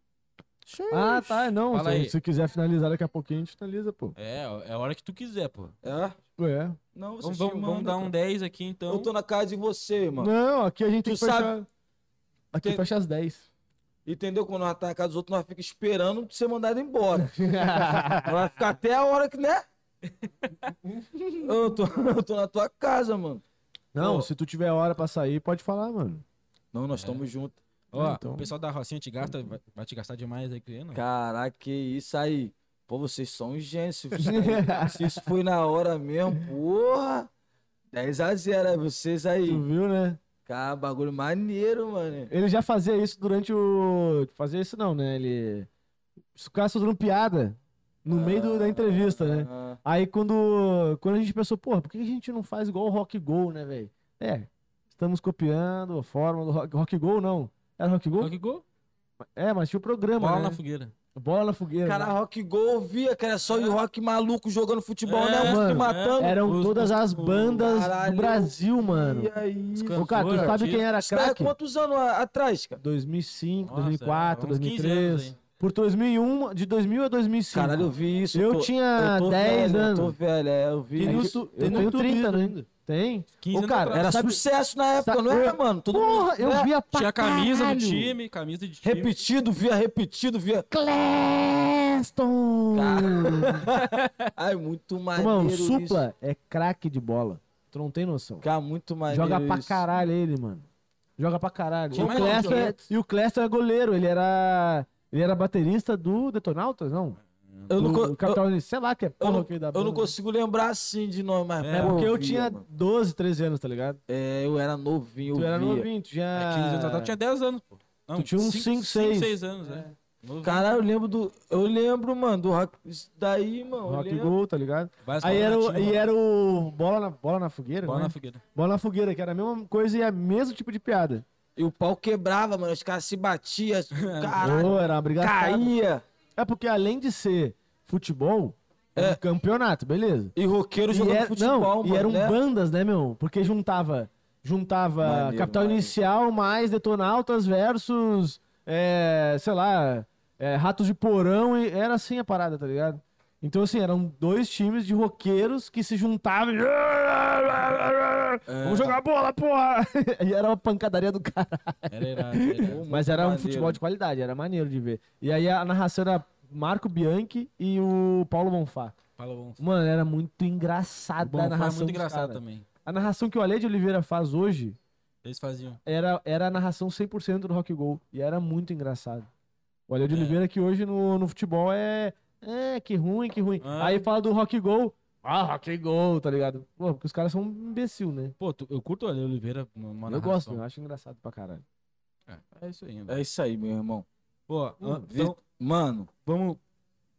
Speaker 1: Ah, tá. Não,
Speaker 2: Fala
Speaker 1: se,
Speaker 2: aí.
Speaker 1: se quiser finalizar daqui a pouquinho, a gente finaliza, pô.
Speaker 2: É, ó, é a hora que tu quiser, pô.
Speaker 5: É?
Speaker 1: É.
Speaker 5: Não, você
Speaker 2: Vamos, vamos, vamos dar um 10 aqui, então.
Speaker 5: Eu tô na casa de você, mano.
Speaker 1: Não, aqui a gente
Speaker 5: Tu
Speaker 1: tem que fechar. Aqui
Speaker 5: Tem-
Speaker 1: fecha às 10.
Speaker 5: Entendeu? Quando nós tá na casa dos outros, nós fica esperando ser mandado embora. Vai ficar até a hora que, né? Eu tô, eu tô na tua casa, mano.
Speaker 1: Não,
Speaker 5: Pô.
Speaker 1: se tu tiver hora pra sair, pode falar, mano.
Speaker 5: Não,
Speaker 2: É.
Speaker 5: nós estamos juntos.
Speaker 2: Ó,
Speaker 1: Então.
Speaker 2: o pessoal da Rocinha te gasta, vai, vai te gastar demais aí, criando.
Speaker 5: Caraca, que isso aí. Pô, vocês são um gênio. Se se isso foi na hora mesmo, porra. 10 a 0 é vocês aí.
Speaker 1: Tu viu, né?
Speaker 5: Cara, bagulho maneiro, mano.
Speaker 1: Ele já fazia isso durante o. Fazia isso não, né? Ele. Os caras fazendo piada no meio do- da entrevista, né?
Speaker 5: Ah,
Speaker 1: Aí quando, quando a gente pensou, porra, por que a gente não faz igual o Rock Go, né, velho? É, estamos copiando a forma do Rock, rock Go, não. Era Rock Go?
Speaker 2: Rock Go?
Speaker 1: É, mas tinha o programa,
Speaker 2: Bola
Speaker 1: né?
Speaker 2: na fogueira.
Speaker 1: Bola na fogueira.
Speaker 5: Cara, rock gol, via, cara, só o rock maluco jogando futebol,
Speaker 2: É,
Speaker 5: né? Mano,
Speaker 1: mano,
Speaker 5: matando.
Speaker 1: Eram
Speaker 2: os-
Speaker 1: todas as bandas
Speaker 5: Caralho.
Speaker 1: do Brasil, mano.
Speaker 5: E aí?
Speaker 2: Os
Speaker 1: Ô, cara, tu
Speaker 2: Cantor,
Speaker 1: sabe quem era
Speaker 5: Isso daí é
Speaker 1: craque?
Speaker 5: quantos anos a- atrás, cara?
Speaker 1: 2005,
Speaker 2: Nossa,
Speaker 1: 2004,
Speaker 2: é, uns 15
Speaker 1: 2003.
Speaker 2: anos aí.
Speaker 1: por 2001, de 2000 a 2005.
Speaker 5: Caralho, eu vi isso.
Speaker 1: eu
Speaker 5: tô-
Speaker 1: tinha
Speaker 5: eu tô
Speaker 1: 10
Speaker 5: velho, Eu tô
Speaker 1: anos.
Speaker 5: velho, é, eu vi.
Speaker 1: Tem no
Speaker 5: isso.
Speaker 1: su- eu tenho 30, né? Tem?
Speaker 2: 15
Speaker 1: Ô,
Speaker 2: anos
Speaker 1: cara,
Speaker 2: atrás.
Speaker 5: Era
Speaker 1: sabe-
Speaker 5: sucesso na época,
Speaker 1: sabe-
Speaker 5: não era, mano? Todo mundo
Speaker 1: Porra, eu
Speaker 5: né?
Speaker 1: via pra
Speaker 2: Tinha a camisa
Speaker 1: caralho.
Speaker 2: do time, camisa de time.
Speaker 5: repetido, via repetido, via.
Speaker 1: Cleston!
Speaker 5: Ai, muito maneiro.
Speaker 1: Mano,
Speaker 5: isso.
Speaker 1: Supla é craque de bola. Tu não tem noção.
Speaker 5: Cara, muito maneiro.
Speaker 1: Joga pra
Speaker 5: isso.
Speaker 1: caralho ele, mano. Joga pra caralho.
Speaker 2: Tinha
Speaker 1: O
Speaker 2: mais
Speaker 1: Cleston
Speaker 2: alguém?
Speaker 1: é- e o Cleston é goleiro. Ele era. Ele era baterista do Detonautas, não?
Speaker 5: Eu não,
Speaker 1: do,
Speaker 5: co-
Speaker 1: do Capital Inicial, Sei lá que é
Speaker 5: eu, eu,
Speaker 1: porra
Speaker 5: não,
Speaker 1: que da
Speaker 5: eu não
Speaker 1: banda.
Speaker 5: consigo lembrar assim de nome, mas.
Speaker 2: É,
Speaker 1: É porque eu
Speaker 5: via,
Speaker 1: tinha
Speaker 5: mano.
Speaker 1: 12, 13 anos, tá ligado?
Speaker 5: É, eu era novinho, eu
Speaker 1: tu era
Speaker 5: via.
Speaker 1: novinho, tu tinha.
Speaker 2: É, 15 anos atrás, eu tinha 10 anos, pô. Não,
Speaker 1: Tu tinha uns
Speaker 2: cinco-
Speaker 1: cinco,
Speaker 2: cinco,
Speaker 1: seis.
Speaker 2: seis anos, né?
Speaker 5: É.
Speaker 2: Novo.
Speaker 5: Caralho, eu lembro do. Eu lembro, mano, do rock. Isso daí, mano. eu
Speaker 1: Rock
Speaker 5: lembro.
Speaker 1: Go, tá ligado?
Speaker 2: Vasco
Speaker 1: Aí era, o,
Speaker 2: Latina,
Speaker 1: e
Speaker 2: mano.
Speaker 1: era o bola na, bola na fogueira,
Speaker 2: Bola
Speaker 1: né?
Speaker 2: né? na fogueira.
Speaker 1: Bola na fogueira, que era a mesma coisa e a mesmo tipo de piada.
Speaker 5: E o pau quebrava, mano. Os caras se batiam. Caralho,
Speaker 1: Ou era uma brigação.
Speaker 5: caía.
Speaker 1: É porque além de ser futebol,
Speaker 5: É.
Speaker 1: é um campeonato, beleza?
Speaker 5: E roqueiro
Speaker 1: E,
Speaker 5: jogando
Speaker 1: era-
Speaker 5: futebol,
Speaker 1: não,
Speaker 5: mano.
Speaker 1: e eram
Speaker 5: né?
Speaker 1: bandas, né, meu? Porque juntava juntava
Speaker 5: Maneiro,
Speaker 1: Capital
Speaker 5: maneiro.
Speaker 1: Inicial mais Detonautas versus, é, sei lá, é, Ratos de Porão. E era assim a parada, tá ligado? Então, assim, eram dois times de roqueiros que se juntavam. e-
Speaker 5: É.
Speaker 1: Vamos jogar bola, porra! E era uma pancadaria do cara.
Speaker 2: Era irado, era irado.
Speaker 5: Muito
Speaker 1: Mas era um
Speaker 5: maneiro.
Speaker 1: futebol de qualidade, era maneiro de ver. E aí a narração era Marco Bianchi e o Paulo Bonfá.
Speaker 2: Fala, bom.
Speaker 1: Mano, era muito engraçada
Speaker 2: Bom,
Speaker 5: é
Speaker 1: a
Speaker 2: foi
Speaker 1: narração.
Speaker 2: muito
Speaker 1: dos
Speaker 2: engraçado
Speaker 1: cara.
Speaker 2: também.
Speaker 1: A narração que o Ale de Oliveira faz hoje
Speaker 2: Eles faziam.
Speaker 1: era, era a narração 100% do Rock Go. E era muito engraçado. O Ale de
Speaker 2: É.
Speaker 1: Oliveira que hoje no, no futebol é. É, que ruim, que ruim.
Speaker 2: Ah.
Speaker 1: Aí fala do Rock Go. Ah, Rock Go, tá ligado? Pô, porque os caras são um imbecil, né?
Speaker 2: Pô, tu- eu curto o Ale Oliveira. uma- uma
Speaker 1: eu
Speaker 2: narração.
Speaker 1: gosto, eu acho engraçado pra caralho.
Speaker 2: É, é isso aí, mano.
Speaker 5: É isso aí, meu irmão.
Speaker 2: Pô,
Speaker 5: Hum,
Speaker 2: an-
Speaker 5: Vitor-
Speaker 2: então,
Speaker 5: Mano,
Speaker 2: vamos.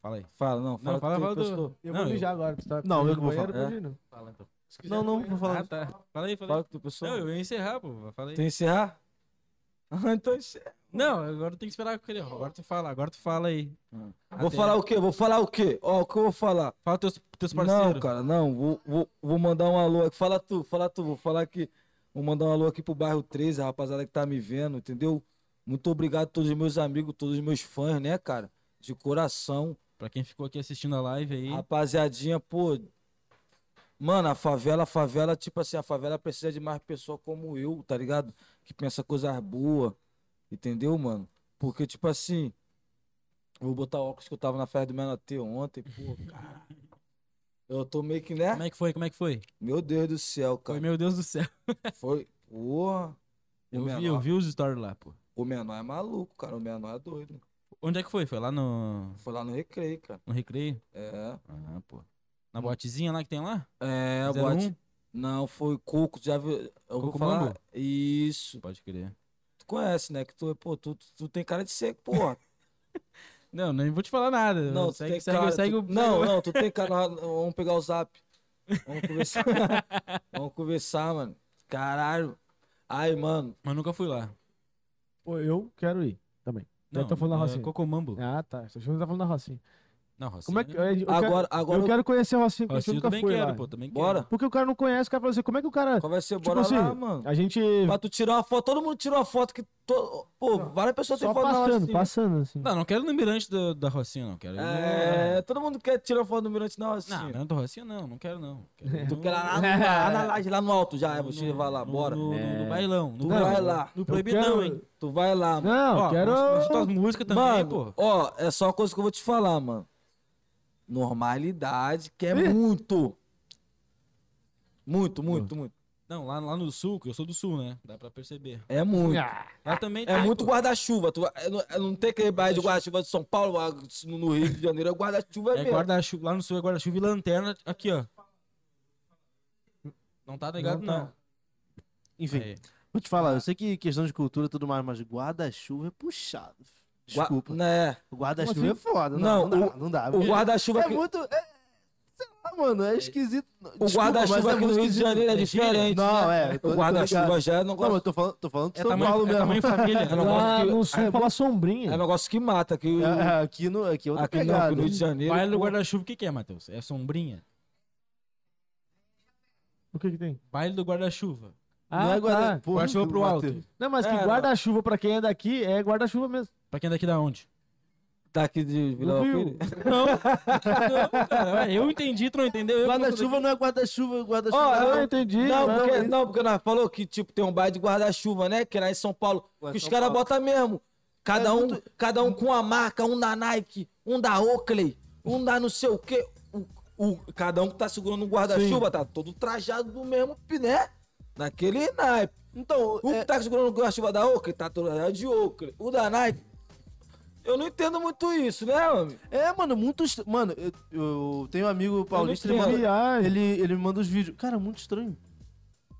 Speaker 2: Fala aí.
Speaker 5: fala, não. Fala,
Speaker 2: Não, fala,
Speaker 5: tu,
Speaker 2: fala
Speaker 5: depois
Speaker 2: do.
Speaker 5: tu-
Speaker 1: Eu
Speaker 2: não,
Speaker 1: vou mijar agora. Tá
Speaker 4: Não, eu que vou falar.
Speaker 1: Pode ir, não?
Speaker 2: Fala, então.
Speaker 1: Se quiser,
Speaker 4: Não,
Speaker 1: eu
Speaker 4: não,
Speaker 1: ir.
Speaker 4: vou falar.
Speaker 2: Ah, tá. Fala aí, fala
Speaker 5: Fala
Speaker 2: aí.
Speaker 5: que tu pensou.
Speaker 2: Não, eu ia encerrar, pô. Fala aí.
Speaker 5: Tem que encerrar? Ah, então encerra.
Speaker 2: Não, agora tem que esperar aquele. Agora tu fala, agora tu fala aí.
Speaker 5: Vou
Speaker 2: Até-
Speaker 5: falar o quê? Vou falar o quê? Ó, o que eu vou falar?
Speaker 2: Fala teus, teus parceiros.
Speaker 5: Não, cara, não. Vou, vou, vou mandar um alô aqui. Fala tu, fala tu. Vou falar aqui. Vou mandar um alô aqui pro bairro 13, a rapaziada que tá me vendo, entendeu? Muito obrigado a todos os meus amigos, todos os meus fãs, né, cara? De coração.
Speaker 2: Pra quem ficou aqui assistindo a live aí.
Speaker 5: Ah, tá. Rapaziadinha, pô. Mano, a favela, a favela, tipo assim, a favela precisa de mais pessoa como eu, tá ligado? Que pensa coisas boas, entendeu, mano? Porque, tipo assim, eu vou botar o óculos que eu tava na festa do Menotê ontem, pô, cara. Eu tô meio que, né?
Speaker 2: Como é que foi? Como é que foi?
Speaker 5: Meu Deus do céu,
Speaker 2: Foi,
Speaker 5: cara.
Speaker 2: meu Deus do céu.
Speaker 5: Foi. Porra. O
Speaker 2: Eu
Speaker 5: menor,
Speaker 2: vi, eu vi os stories lá, pô.
Speaker 5: o menor é maluco, cara. O menor é doido.
Speaker 2: Onde é que foi? Foi lá no,
Speaker 5: Foi lá no recreio, cara.
Speaker 2: no Recreio?
Speaker 5: É.
Speaker 2: Ah, pô. Na botezinha lá que tem lá?
Speaker 5: É,
Speaker 2: 01?
Speaker 5: bote. Não, foi Coco. Já viu? Eu vou
Speaker 2: Coco
Speaker 5: falar.
Speaker 2: Mambo?
Speaker 5: Isso.
Speaker 2: Pode crer.
Speaker 5: Tu conhece, né? Que tu, é- pô, tu, tu tem cara de seco, porra.
Speaker 2: Não, nem vou te falar nada.
Speaker 5: Não, tu
Speaker 2: segue,
Speaker 5: tem
Speaker 2: segue,
Speaker 5: cara.
Speaker 2: segue
Speaker 5: tu-
Speaker 2: o.
Speaker 5: Não, não, tu tem cara. Vamos pegar o zap. Vamos conversar. Vamos conversar, mano. Caralho. Ai, mano.
Speaker 2: Mas nunca fui lá.
Speaker 1: Pô, eu quero ir. Eu tô falando da
Speaker 2: é
Speaker 1: Rocinha.
Speaker 2: Cocomambo.
Speaker 1: Ah, tá. Você tá falando da Rocinha.
Speaker 2: Não, Rocinha.
Speaker 1: Como é que. Eu, eu quero,
Speaker 5: Agora,
Speaker 1: eu
Speaker 5: agora.
Speaker 1: quero conhecer o Rocinha, porque a
Speaker 2: Rocinha
Speaker 1: gente
Speaker 2: eu
Speaker 1: nunca
Speaker 2: também
Speaker 1: foi
Speaker 2: quero,
Speaker 1: lá.
Speaker 2: pô. Também quero.
Speaker 5: Bora.
Speaker 1: Porque o cara não conhece, o cara fala assim, como é que o cara.
Speaker 5: Qual vai ser?
Speaker 1: Tipo
Speaker 5: Bora
Speaker 1: assim,
Speaker 5: lá, mano.
Speaker 1: A gente.
Speaker 5: Pra tu tirar uma foto, todo mundo tirou uma foto que. to- Pô, várias pessoas têm
Speaker 1: Só
Speaker 5: foto na
Speaker 1: passando,
Speaker 5: Rocinha.
Speaker 1: passando, assim.
Speaker 2: Não, não quero no mirante da, da Rocinha, não. Quero. ir no-
Speaker 5: É, todo mundo quer tirar foto do Mirante na
Speaker 2: Não,
Speaker 5: Rocinha.
Speaker 2: mirante da Rocinha, não. Não quero, não. Quero
Speaker 5: Tu
Speaker 2: no-
Speaker 5: quer lá, na- lá na laje, lá no alto já. é,
Speaker 2: no-
Speaker 5: Você vai lá,
Speaker 2: no-
Speaker 5: bora.
Speaker 2: No, no- no bailão. No
Speaker 5: Tu
Speaker 2: bailão.
Speaker 5: vai lá.
Speaker 2: No
Speaker 5: Eu
Speaker 2: proibidão,
Speaker 1: quero-
Speaker 2: hein?
Speaker 5: Tu vai lá, mano.
Speaker 1: Não,
Speaker 2: Ó,
Speaker 1: quero.
Speaker 2: mostra- mostra tuas músicas também,
Speaker 5: Mano,
Speaker 2: pô.
Speaker 5: ó, é só uma coisa que eu vou te falar, mano. Normalidade que é muito. Muito, muito, muito.
Speaker 2: Não, lá, lá no sul, que eu sou do sul, né? Dá pra perceber.
Speaker 5: É muito.
Speaker 1: Ah,
Speaker 2: Lá também
Speaker 5: É
Speaker 2: tem,
Speaker 5: muito
Speaker 2: pô.
Speaker 5: guarda-chuva. Tu vai- é, não- é, Não tem aquele bairro de guarda-chuva de São Paulo, ah, no Rio de Janeiro, é guarda-chuva
Speaker 2: É
Speaker 5: mesmo.
Speaker 2: guarda-chuva. Lá no sul é guarda-chuva e lanterna. Aqui, ó. Não tá ligado,
Speaker 1: Não tá.
Speaker 2: não.
Speaker 4: Enfim,
Speaker 2: Aí.
Speaker 4: vou te falar, eu sei que questão de cultura e tudo mais, mas guarda-chuva é puxado.
Speaker 5: Gua-
Speaker 4: Desculpa.
Speaker 5: Né?
Speaker 4: O guarda-chuva é foda.
Speaker 5: Não,
Speaker 4: Não, não, dá, não dá.
Speaker 5: O guarda-chuva
Speaker 4: é
Speaker 5: que-
Speaker 4: muito. é- sei lá, mano, é esquisito.
Speaker 5: O guarda-chuva aqui no Rio de Janeiro é diferente.
Speaker 4: Não,
Speaker 5: né?
Speaker 4: é. eu tô-
Speaker 5: O
Speaker 4: tô
Speaker 5: guarda-chuva
Speaker 4: ligado.
Speaker 5: já é um negócio,
Speaker 4: Não, eu tô falando, tô falando de
Speaker 2: É
Speaker 4: São
Speaker 2: tamanho-
Speaker 4: Paulo
Speaker 2: é
Speaker 4: mesmo.
Speaker 2: tamanho família.
Speaker 5: É tamanho-
Speaker 1: Lá no sul, pela
Speaker 5: é um
Speaker 1: sombrinha.
Speaker 5: negócio que mata. Que o-
Speaker 4: É, é, aqui, no, aqui é outra
Speaker 5: aqui não,
Speaker 4: pegada.
Speaker 5: aqui no Rio de Janeiro.
Speaker 2: Vale do
Speaker 5: pô,
Speaker 2: guarda-chuva, o que, que é, Matheus? É sombrinha?
Speaker 1: O que que tem?
Speaker 2: Baile do guarda-chuva.
Speaker 5: Ah,
Speaker 4: não é guarda...
Speaker 1: tá.
Speaker 4: Porra,
Speaker 2: Guarda-chuva pro
Speaker 4: Mateus.
Speaker 2: alto.
Speaker 1: Não, mas que
Speaker 5: É,
Speaker 1: guarda-chuva pra quem é daqui é guarda-chuva mesmo.
Speaker 2: Pra quem é daqui da onde?
Speaker 5: Daqui de Vila
Speaker 1: Do
Speaker 5: Alpine.
Speaker 1: Rio.
Speaker 2: Não. não cara, eu entendi, tu não entendeu? Eu
Speaker 4: Guarda-chuva não é guarda-chuva, guarda-chuva. é
Speaker 5: Ó, é
Speaker 4: não. é
Speaker 1: Ah, eu entendi.
Speaker 5: Não,
Speaker 1: né?
Speaker 5: porque, não, porque nós falou que tipo, tem um bairro de guarda-chuva, né? Que lá em São Paulo.
Speaker 4: Ué,
Speaker 5: que os
Speaker 4: é São
Speaker 5: caras
Speaker 4: Paulo.
Speaker 5: botam mesmo. Cada,
Speaker 4: É
Speaker 5: um,
Speaker 4: muito-
Speaker 5: cada um com a marca, um da Nike, um da Oakley, um da não sei o quê. O, o- cada um que tá segurando um guarda-chuva, tá todo trajado do mesmo piné. Naquele naipe.
Speaker 4: Então,
Speaker 5: O
Speaker 4: é-
Speaker 5: que tá segurando o guarda-chuva da Oakley, tá todo trajado de Oakley. O da Nike. Eu não entendo muito isso, né, homem?
Speaker 4: É, mano, muito. est- Mano, eu, eu tenho um amigo paulista, ele,
Speaker 5: entendo.
Speaker 4: manda,
Speaker 1: Viagem.
Speaker 4: ele, ele me manda os vídeos. Cara, muito estranho.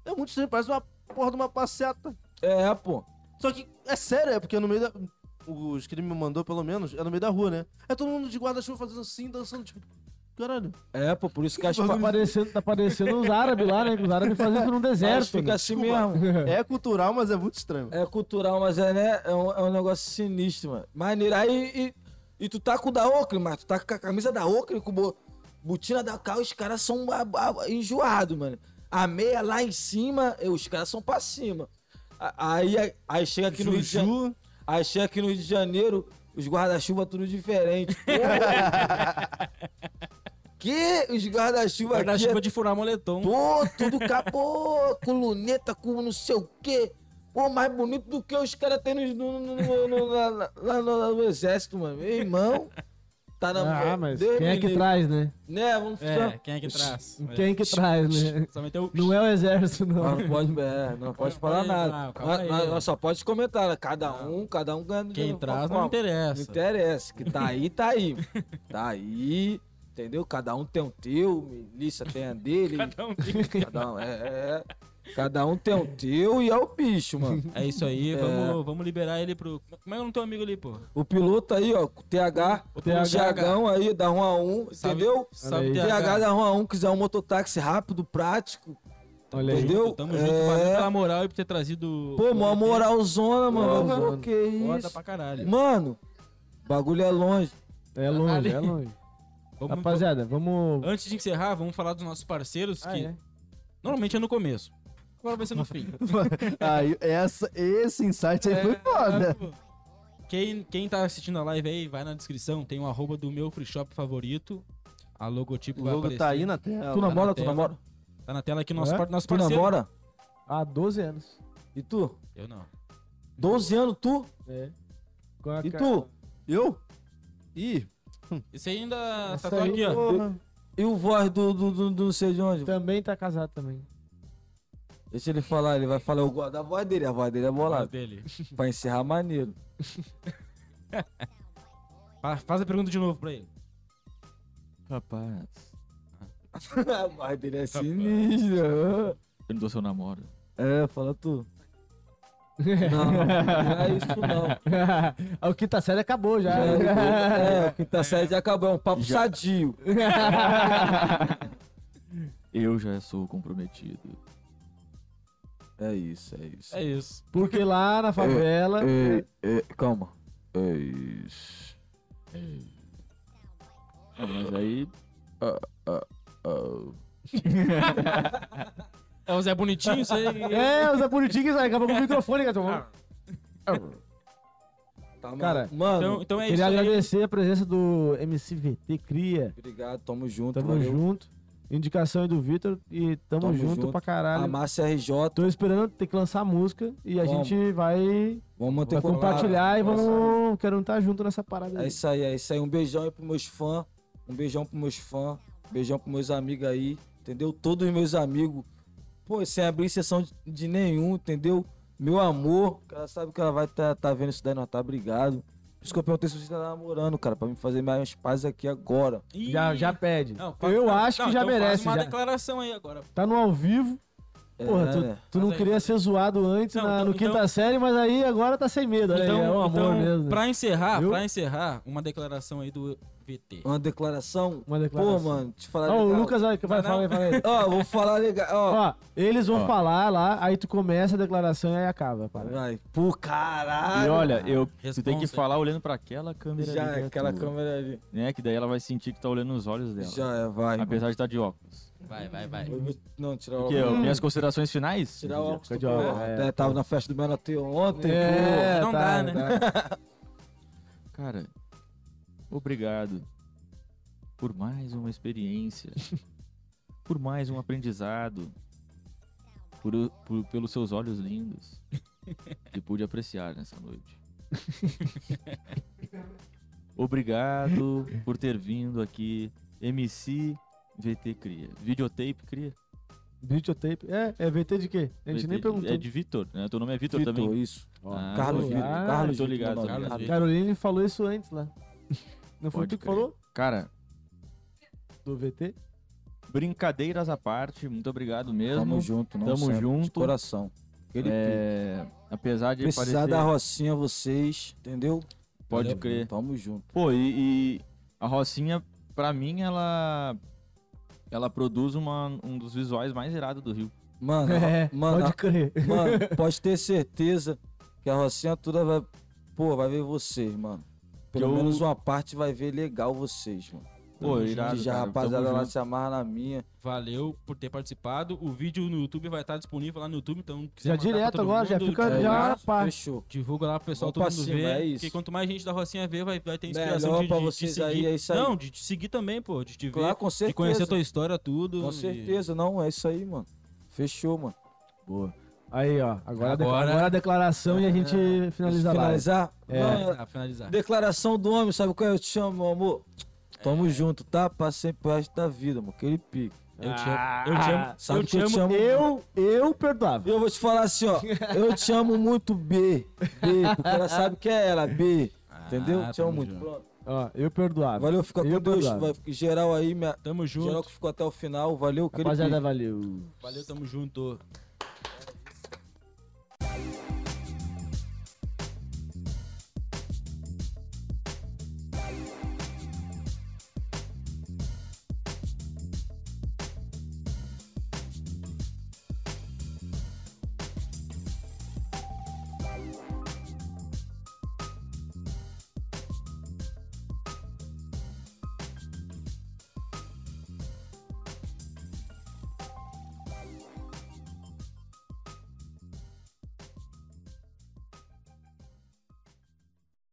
Speaker 4: É muito estranho, parece uma porra de uma passeata.
Speaker 5: É, pô.
Speaker 4: Só que, é sério, é porque é no meio da. Os que ele me mandou, pelo menos, é no meio da rua, né? É todo mundo de guarda-chuva fazendo assim, dançando, tipo. Caralho.
Speaker 5: É, pô, por isso que as
Speaker 1: Tá
Speaker 5: pa-
Speaker 1: parecendo, tá parecendo uns árabes lá, né? Que os árabes fazem isso num
Speaker 5: Mas
Speaker 1: deserto.
Speaker 5: fica
Speaker 1: né?
Speaker 5: assim mesmo.
Speaker 4: É cultural, mas é muito estranho.
Speaker 5: É cultural, mas é, né, é, um, é um negócio sinistro, mano. Maneiro. Aí, e, e tu tá com o da Oakley, mas tu tá com a camisa da Oakley, com bo- botina da cal, os caras são a- a- enjoados, mano. A meia lá em cima, eh, os caras são pra cima. A- Aí, aí, chega aqui no Rio de Janeiro,
Speaker 4: Juju.
Speaker 5: aí chega aqui no Rio de Janeiro, os guarda-chuva tudo diferente. Pô, que os guarda-chuva aqui é
Speaker 2: Guarda-chuva de um. furar moletom.
Speaker 5: Pô, tudo capô, com luneta, com não sei o quê. Pô, mais bonito do que os caras têm no, no, no, no- no- lá- lá- lá no, no exército, mano. Meu irmão. Tá na
Speaker 1: Ah, mas
Speaker 5: Deus
Speaker 1: quem
Speaker 5: me
Speaker 1: é que
Speaker 5: livre.
Speaker 1: traz, né?
Speaker 5: Né, vamos
Speaker 2: É, quem é que traz?
Speaker 1: Quem que traz, né?
Speaker 2: Só meteu o-
Speaker 1: Não é o exército,
Speaker 5: Mas
Speaker 1: não.
Speaker 5: não pode, é, não pode
Speaker 2: Calma
Speaker 5: falar
Speaker 2: aí,
Speaker 5: nada.
Speaker 2: Brau, calma
Speaker 5: Nós- nós-
Speaker 2: aí.
Speaker 5: nós só pode comentar. né? Cada um, cada um ganha.
Speaker 2: Quem traz
Speaker 5: Não
Speaker 2: não interessa.
Speaker 5: interessa. Que tá aí, tá aí. Tá aí. Entendeu? Cada um tem o teu, milícia tem a dele.
Speaker 2: Cada um
Speaker 5: Cada um, é, é. Cada um tem o teu e é o bicho, mano.
Speaker 2: É isso aí, vamos, vamos liberar ele pro. Como é que eu não tenho amigo ali, pô?
Speaker 5: O piloto aí, ó, com o TH,
Speaker 2: O
Speaker 5: o
Speaker 2: TH.
Speaker 5: Thiagão aí, dá um a um,
Speaker 2: Salve-
Speaker 5: entendeu?
Speaker 2: Salve,
Speaker 1: Olha aí.
Speaker 5: TH.
Speaker 2: TH.
Speaker 5: dá um a um, quiser um mototáxi rápido, prático,
Speaker 1: Olha aí.
Speaker 5: entendeu?
Speaker 2: Tamo junto, valeu tá pela moral e por ter trazido.
Speaker 5: É. Pô, mó
Speaker 2: Pô,
Speaker 5: moralzona,
Speaker 4: Porra,
Speaker 5: mano.
Speaker 4: mano.
Speaker 5: Pô, que isso?
Speaker 2: Foda pra caralho.
Speaker 5: Mano, o bagulho é longe.
Speaker 1: É longe, é longe.
Speaker 2: Vamos-
Speaker 1: Rapaziada, vamos.
Speaker 2: Antes de encerrar, vamos falar dos nossos parceiros,
Speaker 1: Ah,
Speaker 2: que
Speaker 1: é.
Speaker 2: normalmente é no começo. Agora vai ser no fim.
Speaker 4: Aí, essa, esse insight aí
Speaker 5: É,
Speaker 4: foi
Speaker 2: Ah,
Speaker 4: foda.
Speaker 2: pô. Quem, quem tá assistindo a live aí, vai na descrição, tem o arroba do meu free shop favorito. A logotipo
Speaker 4: O
Speaker 2: vai
Speaker 4: logo
Speaker 2: aparecer.
Speaker 4: tá aí na tela.
Speaker 5: Tu namora, tu
Speaker 2: tela.
Speaker 5: namora?
Speaker 2: Tá na tela aqui o nosso,
Speaker 1: É?
Speaker 2: par- nosso
Speaker 5: Tu
Speaker 2: parceiro.
Speaker 5: namora?
Speaker 1: Há 12 anos.
Speaker 5: E tu?
Speaker 2: Eu não.
Speaker 5: 12 anos, tu?
Speaker 1: É. Com a
Speaker 5: E
Speaker 1: ca-
Speaker 5: tu?
Speaker 4: Eu? Ih,
Speaker 2: Isso aí ainda
Speaker 1: Essa
Speaker 2: tá só
Speaker 1: aí,
Speaker 2: aqui, ó.
Speaker 4: porra.
Speaker 5: E o voz do, do, do, do não sei de onde?
Speaker 1: Também tá casado também.
Speaker 5: Deixa ele falar, ele vai falar, eu gosto da voz dele, a voz dele é
Speaker 2: Fala
Speaker 5: bolada.
Speaker 2: dele.
Speaker 5: Pra encerrar maneiro.
Speaker 2: Fa- Faz a pergunta de novo pra ele.
Speaker 3: Rapaz,
Speaker 5: a voz dele é sinistra.
Speaker 3: eu não dou seu namoro.
Speaker 5: É, fala tu. Não, não é isso não.
Speaker 1: o que tá sério acabou já.
Speaker 5: É, o quinta série já acabou, é um papo sadio.
Speaker 3: Eu já sou comprometido.
Speaker 5: É isso, é isso.
Speaker 2: É isso.
Speaker 1: Porque lá na favela.
Speaker 5: calma. É isso.
Speaker 3: Ah, mas aí.
Speaker 2: É o Zé Bonitinho, isso aí.
Speaker 1: É, os apuritinhos acabou com o microfone, cara.
Speaker 5: Ah, Tá,
Speaker 1: Cara,
Speaker 5: mano,
Speaker 2: Então, então é isso
Speaker 1: Queria
Speaker 2: aí.
Speaker 1: agradecer a presença do MCVT Cria.
Speaker 5: obrigado, tamo junto,
Speaker 1: Tamo
Speaker 5: valeu.
Speaker 1: junto. Indicação aí do Vitor e tamo,
Speaker 5: Tamo
Speaker 1: junto,
Speaker 5: junto.
Speaker 1: pra
Speaker 5: A
Speaker 1: caralho.
Speaker 5: Márcia RJ,
Speaker 1: Tô esperando ter que lançar a música e a
Speaker 5: Vamos.
Speaker 1: gente vai,
Speaker 5: vamos
Speaker 1: vai
Speaker 5: manter contato.
Speaker 1: compartilhar e
Speaker 5: É isso aí.
Speaker 1: vamos. Quero estar junto nessa parada
Speaker 5: É
Speaker 1: aí.
Speaker 5: isso aí, é isso aí. Um beijão aí pros meus fãs. Um beijão pros meus fãs. Um beijão pros meus amigos aí. Entendeu? Todos os meus amigos. Pô, sem abrir sessão de, de nenhum, entendeu? Meu amor. Ela sabe que ela vai tá, tá vendo isso daí, não tá? Obrigado. Por isso que eu perguntei se você tá namorando, cara. Pra mim fazer minhas pazes aqui agora.
Speaker 2: Ih.
Speaker 1: Já, já pede.
Speaker 2: Não, faz-
Speaker 1: Eu
Speaker 2: não,
Speaker 1: acho
Speaker 2: não,
Speaker 1: que já
Speaker 2: então faz
Speaker 1: merece.
Speaker 2: uma
Speaker 1: já.
Speaker 2: declaração aí agora.
Speaker 1: Tá no ao vivo.
Speaker 5: É,
Speaker 1: Porra, tu,
Speaker 5: é.
Speaker 1: tu não
Speaker 2: Mas aí-
Speaker 1: queria ser zoado antes
Speaker 2: Não,
Speaker 1: na-
Speaker 2: então-
Speaker 1: no quinta
Speaker 2: então-
Speaker 1: série, mas aí agora tá sem medo. Olha aí,
Speaker 2: Então,
Speaker 1: é um amor
Speaker 2: então,
Speaker 1: mesmo.
Speaker 2: pra encerrar,
Speaker 1: Viu?
Speaker 2: pra encerrar, uma declaração aí do VT.
Speaker 5: Uma declaração.
Speaker 1: Uma
Speaker 5: Pô,
Speaker 1: declaração.
Speaker 5: mano, te falar
Speaker 1: Ó, o
Speaker 5: legal.
Speaker 1: Lucas, vai, vai,
Speaker 2: Não,
Speaker 1: fala aí, fala aí.
Speaker 5: Ó, vou falar legal. Ó,
Speaker 1: Ó, eles vão
Speaker 3: Ó.
Speaker 1: falar lá, aí tu começa a declaração e aí acaba. Para.
Speaker 5: vai. Pô, caralho.
Speaker 3: E olha, eu, tu tem que
Speaker 2: Responsa.
Speaker 3: falar olhando pra aquela câmera ali. que
Speaker 5: ah,
Speaker 1: né,
Speaker 5: Já,
Speaker 3: é
Speaker 5: aquela
Speaker 3: tua,
Speaker 5: câmera ali.
Speaker 3: Né? Que daí ela vai sentir que tá olhando nos olhos dela.
Speaker 5: Já, é, vai. mano.
Speaker 3: apesar de estar de óculos.
Speaker 2: Vai, vai, vai.
Speaker 5: Eu vou- Não, tirar o
Speaker 3: Porque
Speaker 5: óculos.
Speaker 3: ó, minhas considerações finais.
Speaker 5: Tá Tirar o óculos.
Speaker 1: Fica
Speaker 5: do
Speaker 1: de óculos,
Speaker 5: pé.
Speaker 1: é.
Speaker 5: Até Tava na festa do Menoteu ontem.
Speaker 1: É,
Speaker 2: Não dá, né?
Speaker 3: Cara, obrigado por mais uma experiência, por mais um aprendizado, por, o- por- pelos seus olhos lindos que pude apreciar nessa noite. Obrigado por ter vindo aqui, MC VT Cria, videotape Cria.
Speaker 1: Videotape. É, é VT de quê? A gente
Speaker 3: VT
Speaker 1: nem
Speaker 3: de-
Speaker 1: perguntou.
Speaker 3: É de Vitor, né? Teu nome é Vitor
Speaker 5: Vitor,
Speaker 3: também.
Speaker 5: isso.
Speaker 3: Ah,
Speaker 5: Carlos
Speaker 1: tô
Speaker 5: Vitor.
Speaker 1: ligado,
Speaker 5: Carlos
Speaker 3: tô
Speaker 5: Vitor,
Speaker 3: ligado, tô ligado.
Speaker 5: mano. Carlos
Speaker 1: A
Speaker 5: Vitor.
Speaker 1: Caroline falou isso antes lá. Não foi tu
Speaker 3: Pode
Speaker 1: que
Speaker 3: crer.
Speaker 1: falou?
Speaker 3: Cara,
Speaker 1: Do VT?
Speaker 3: brincadeiras à parte, muito obrigado mesmo.
Speaker 5: Tamo junto, não
Speaker 3: Tamo
Speaker 5: sempre, De
Speaker 3: junto.
Speaker 5: coração. Aquele pique.
Speaker 3: É, apesar de
Speaker 5: Precisar
Speaker 3: parecer,
Speaker 5: da Rocinha, vocês, entendeu?
Speaker 3: pode
Speaker 5: Entendeu?
Speaker 3: crer.
Speaker 5: Tamo junto.
Speaker 3: Pô, e, e a Rocinha, pra mim, ela ela produz uma, um dos visuais mais irados do Rio.
Speaker 5: Mano,
Speaker 1: É,
Speaker 5: mano,
Speaker 1: pode crer.
Speaker 5: Mano, pode ter certeza que a Rocinha toda vai. Pô, vai ver vocês, mano. Pelo
Speaker 3: Eu-
Speaker 5: menos uma parte vai ver legal vocês, mano.
Speaker 3: Pô,
Speaker 5: Hoje
Speaker 3: irado,
Speaker 5: já,
Speaker 3: cara.
Speaker 5: a rapaziada,
Speaker 3: Tamo
Speaker 5: lá
Speaker 3: junto.
Speaker 5: se amarra na minha.
Speaker 2: Valeu por ter participado. O vídeo no YouTube vai estar disponível lá no YouTube, então quiser
Speaker 1: Já
Speaker 2: mandar pra
Speaker 1: direto
Speaker 2: todo
Speaker 1: agora, já
Speaker 2: mundo,
Speaker 3: Tá
Speaker 1: fica
Speaker 2: divulga,
Speaker 1: já, pá.
Speaker 5: É Fechou.
Speaker 2: Divulga lá pro pessoal,
Speaker 5: Vamos
Speaker 2: todo
Speaker 5: pra
Speaker 2: mundo
Speaker 5: cima,
Speaker 2: ver.
Speaker 5: é isso.
Speaker 2: Porque quanto mais gente da Rocinha ver, vai, vai ter inspiração
Speaker 5: Melhor
Speaker 2: de,
Speaker 5: pra
Speaker 2: de- de
Speaker 5: vocês
Speaker 2: seguir.
Speaker 5: aí, é isso aí.
Speaker 2: Não, de te seguir também, pô. De te ver,
Speaker 5: Claro, com
Speaker 2: de
Speaker 5: certeza.
Speaker 2: conhecer a tua história, tudo.
Speaker 5: Com
Speaker 2: e-
Speaker 5: certeza, não, é isso aí, mano. Fechou, mano.
Speaker 1: Boa. Aí, ó. Agora, a decla-
Speaker 2: Agora-
Speaker 1: agora a declaração e a gente finaliza lá.
Speaker 5: Finalizar?
Speaker 2: É.
Speaker 5: Não, é
Speaker 2: Finalizar, finalizar.
Speaker 5: Declaração do homem, sabe qual é? Eu te chamo, meu amor.
Speaker 2: É.
Speaker 5: Tamo junto, tá? Passei pro resto da vida, mano. Aquele pique.
Speaker 2: Eu te amo. Eu te amo.
Speaker 5: Ah, Sabe
Speaker 2: eu
Speaker 5: que eu te amo.
Speaker 1: Eu, eu perdoava.
Speaker 5: E Eu vou te falar assim, ó. Eu te amo muito, B. B, porque ela sabe que é ela, B. Entendeu?
Speaker 2: Ah,
Speaker 5: te amo
Speaker 2: tamo
Speaker 5: muito.
Speaker 2: junto.
Speaker 5: Pronto.
Speaker 1: Ó, eu perdoava.
Speaker 5: Valeu, fica
Speaker 1: eu
Speaker 5: com Deus.
Speaker 1: perdoava.
Speaker 5: Vai, geral aí, minha.
Speaker 2: Tamo junto.
Speaker 5: Geral que ficou até o final. Valeu, aquele
Speaker 1: Rapaziada,
Speaker 5: pique.
Speaker 1: valeu.
Speaker 2: Valeu, tamo junto.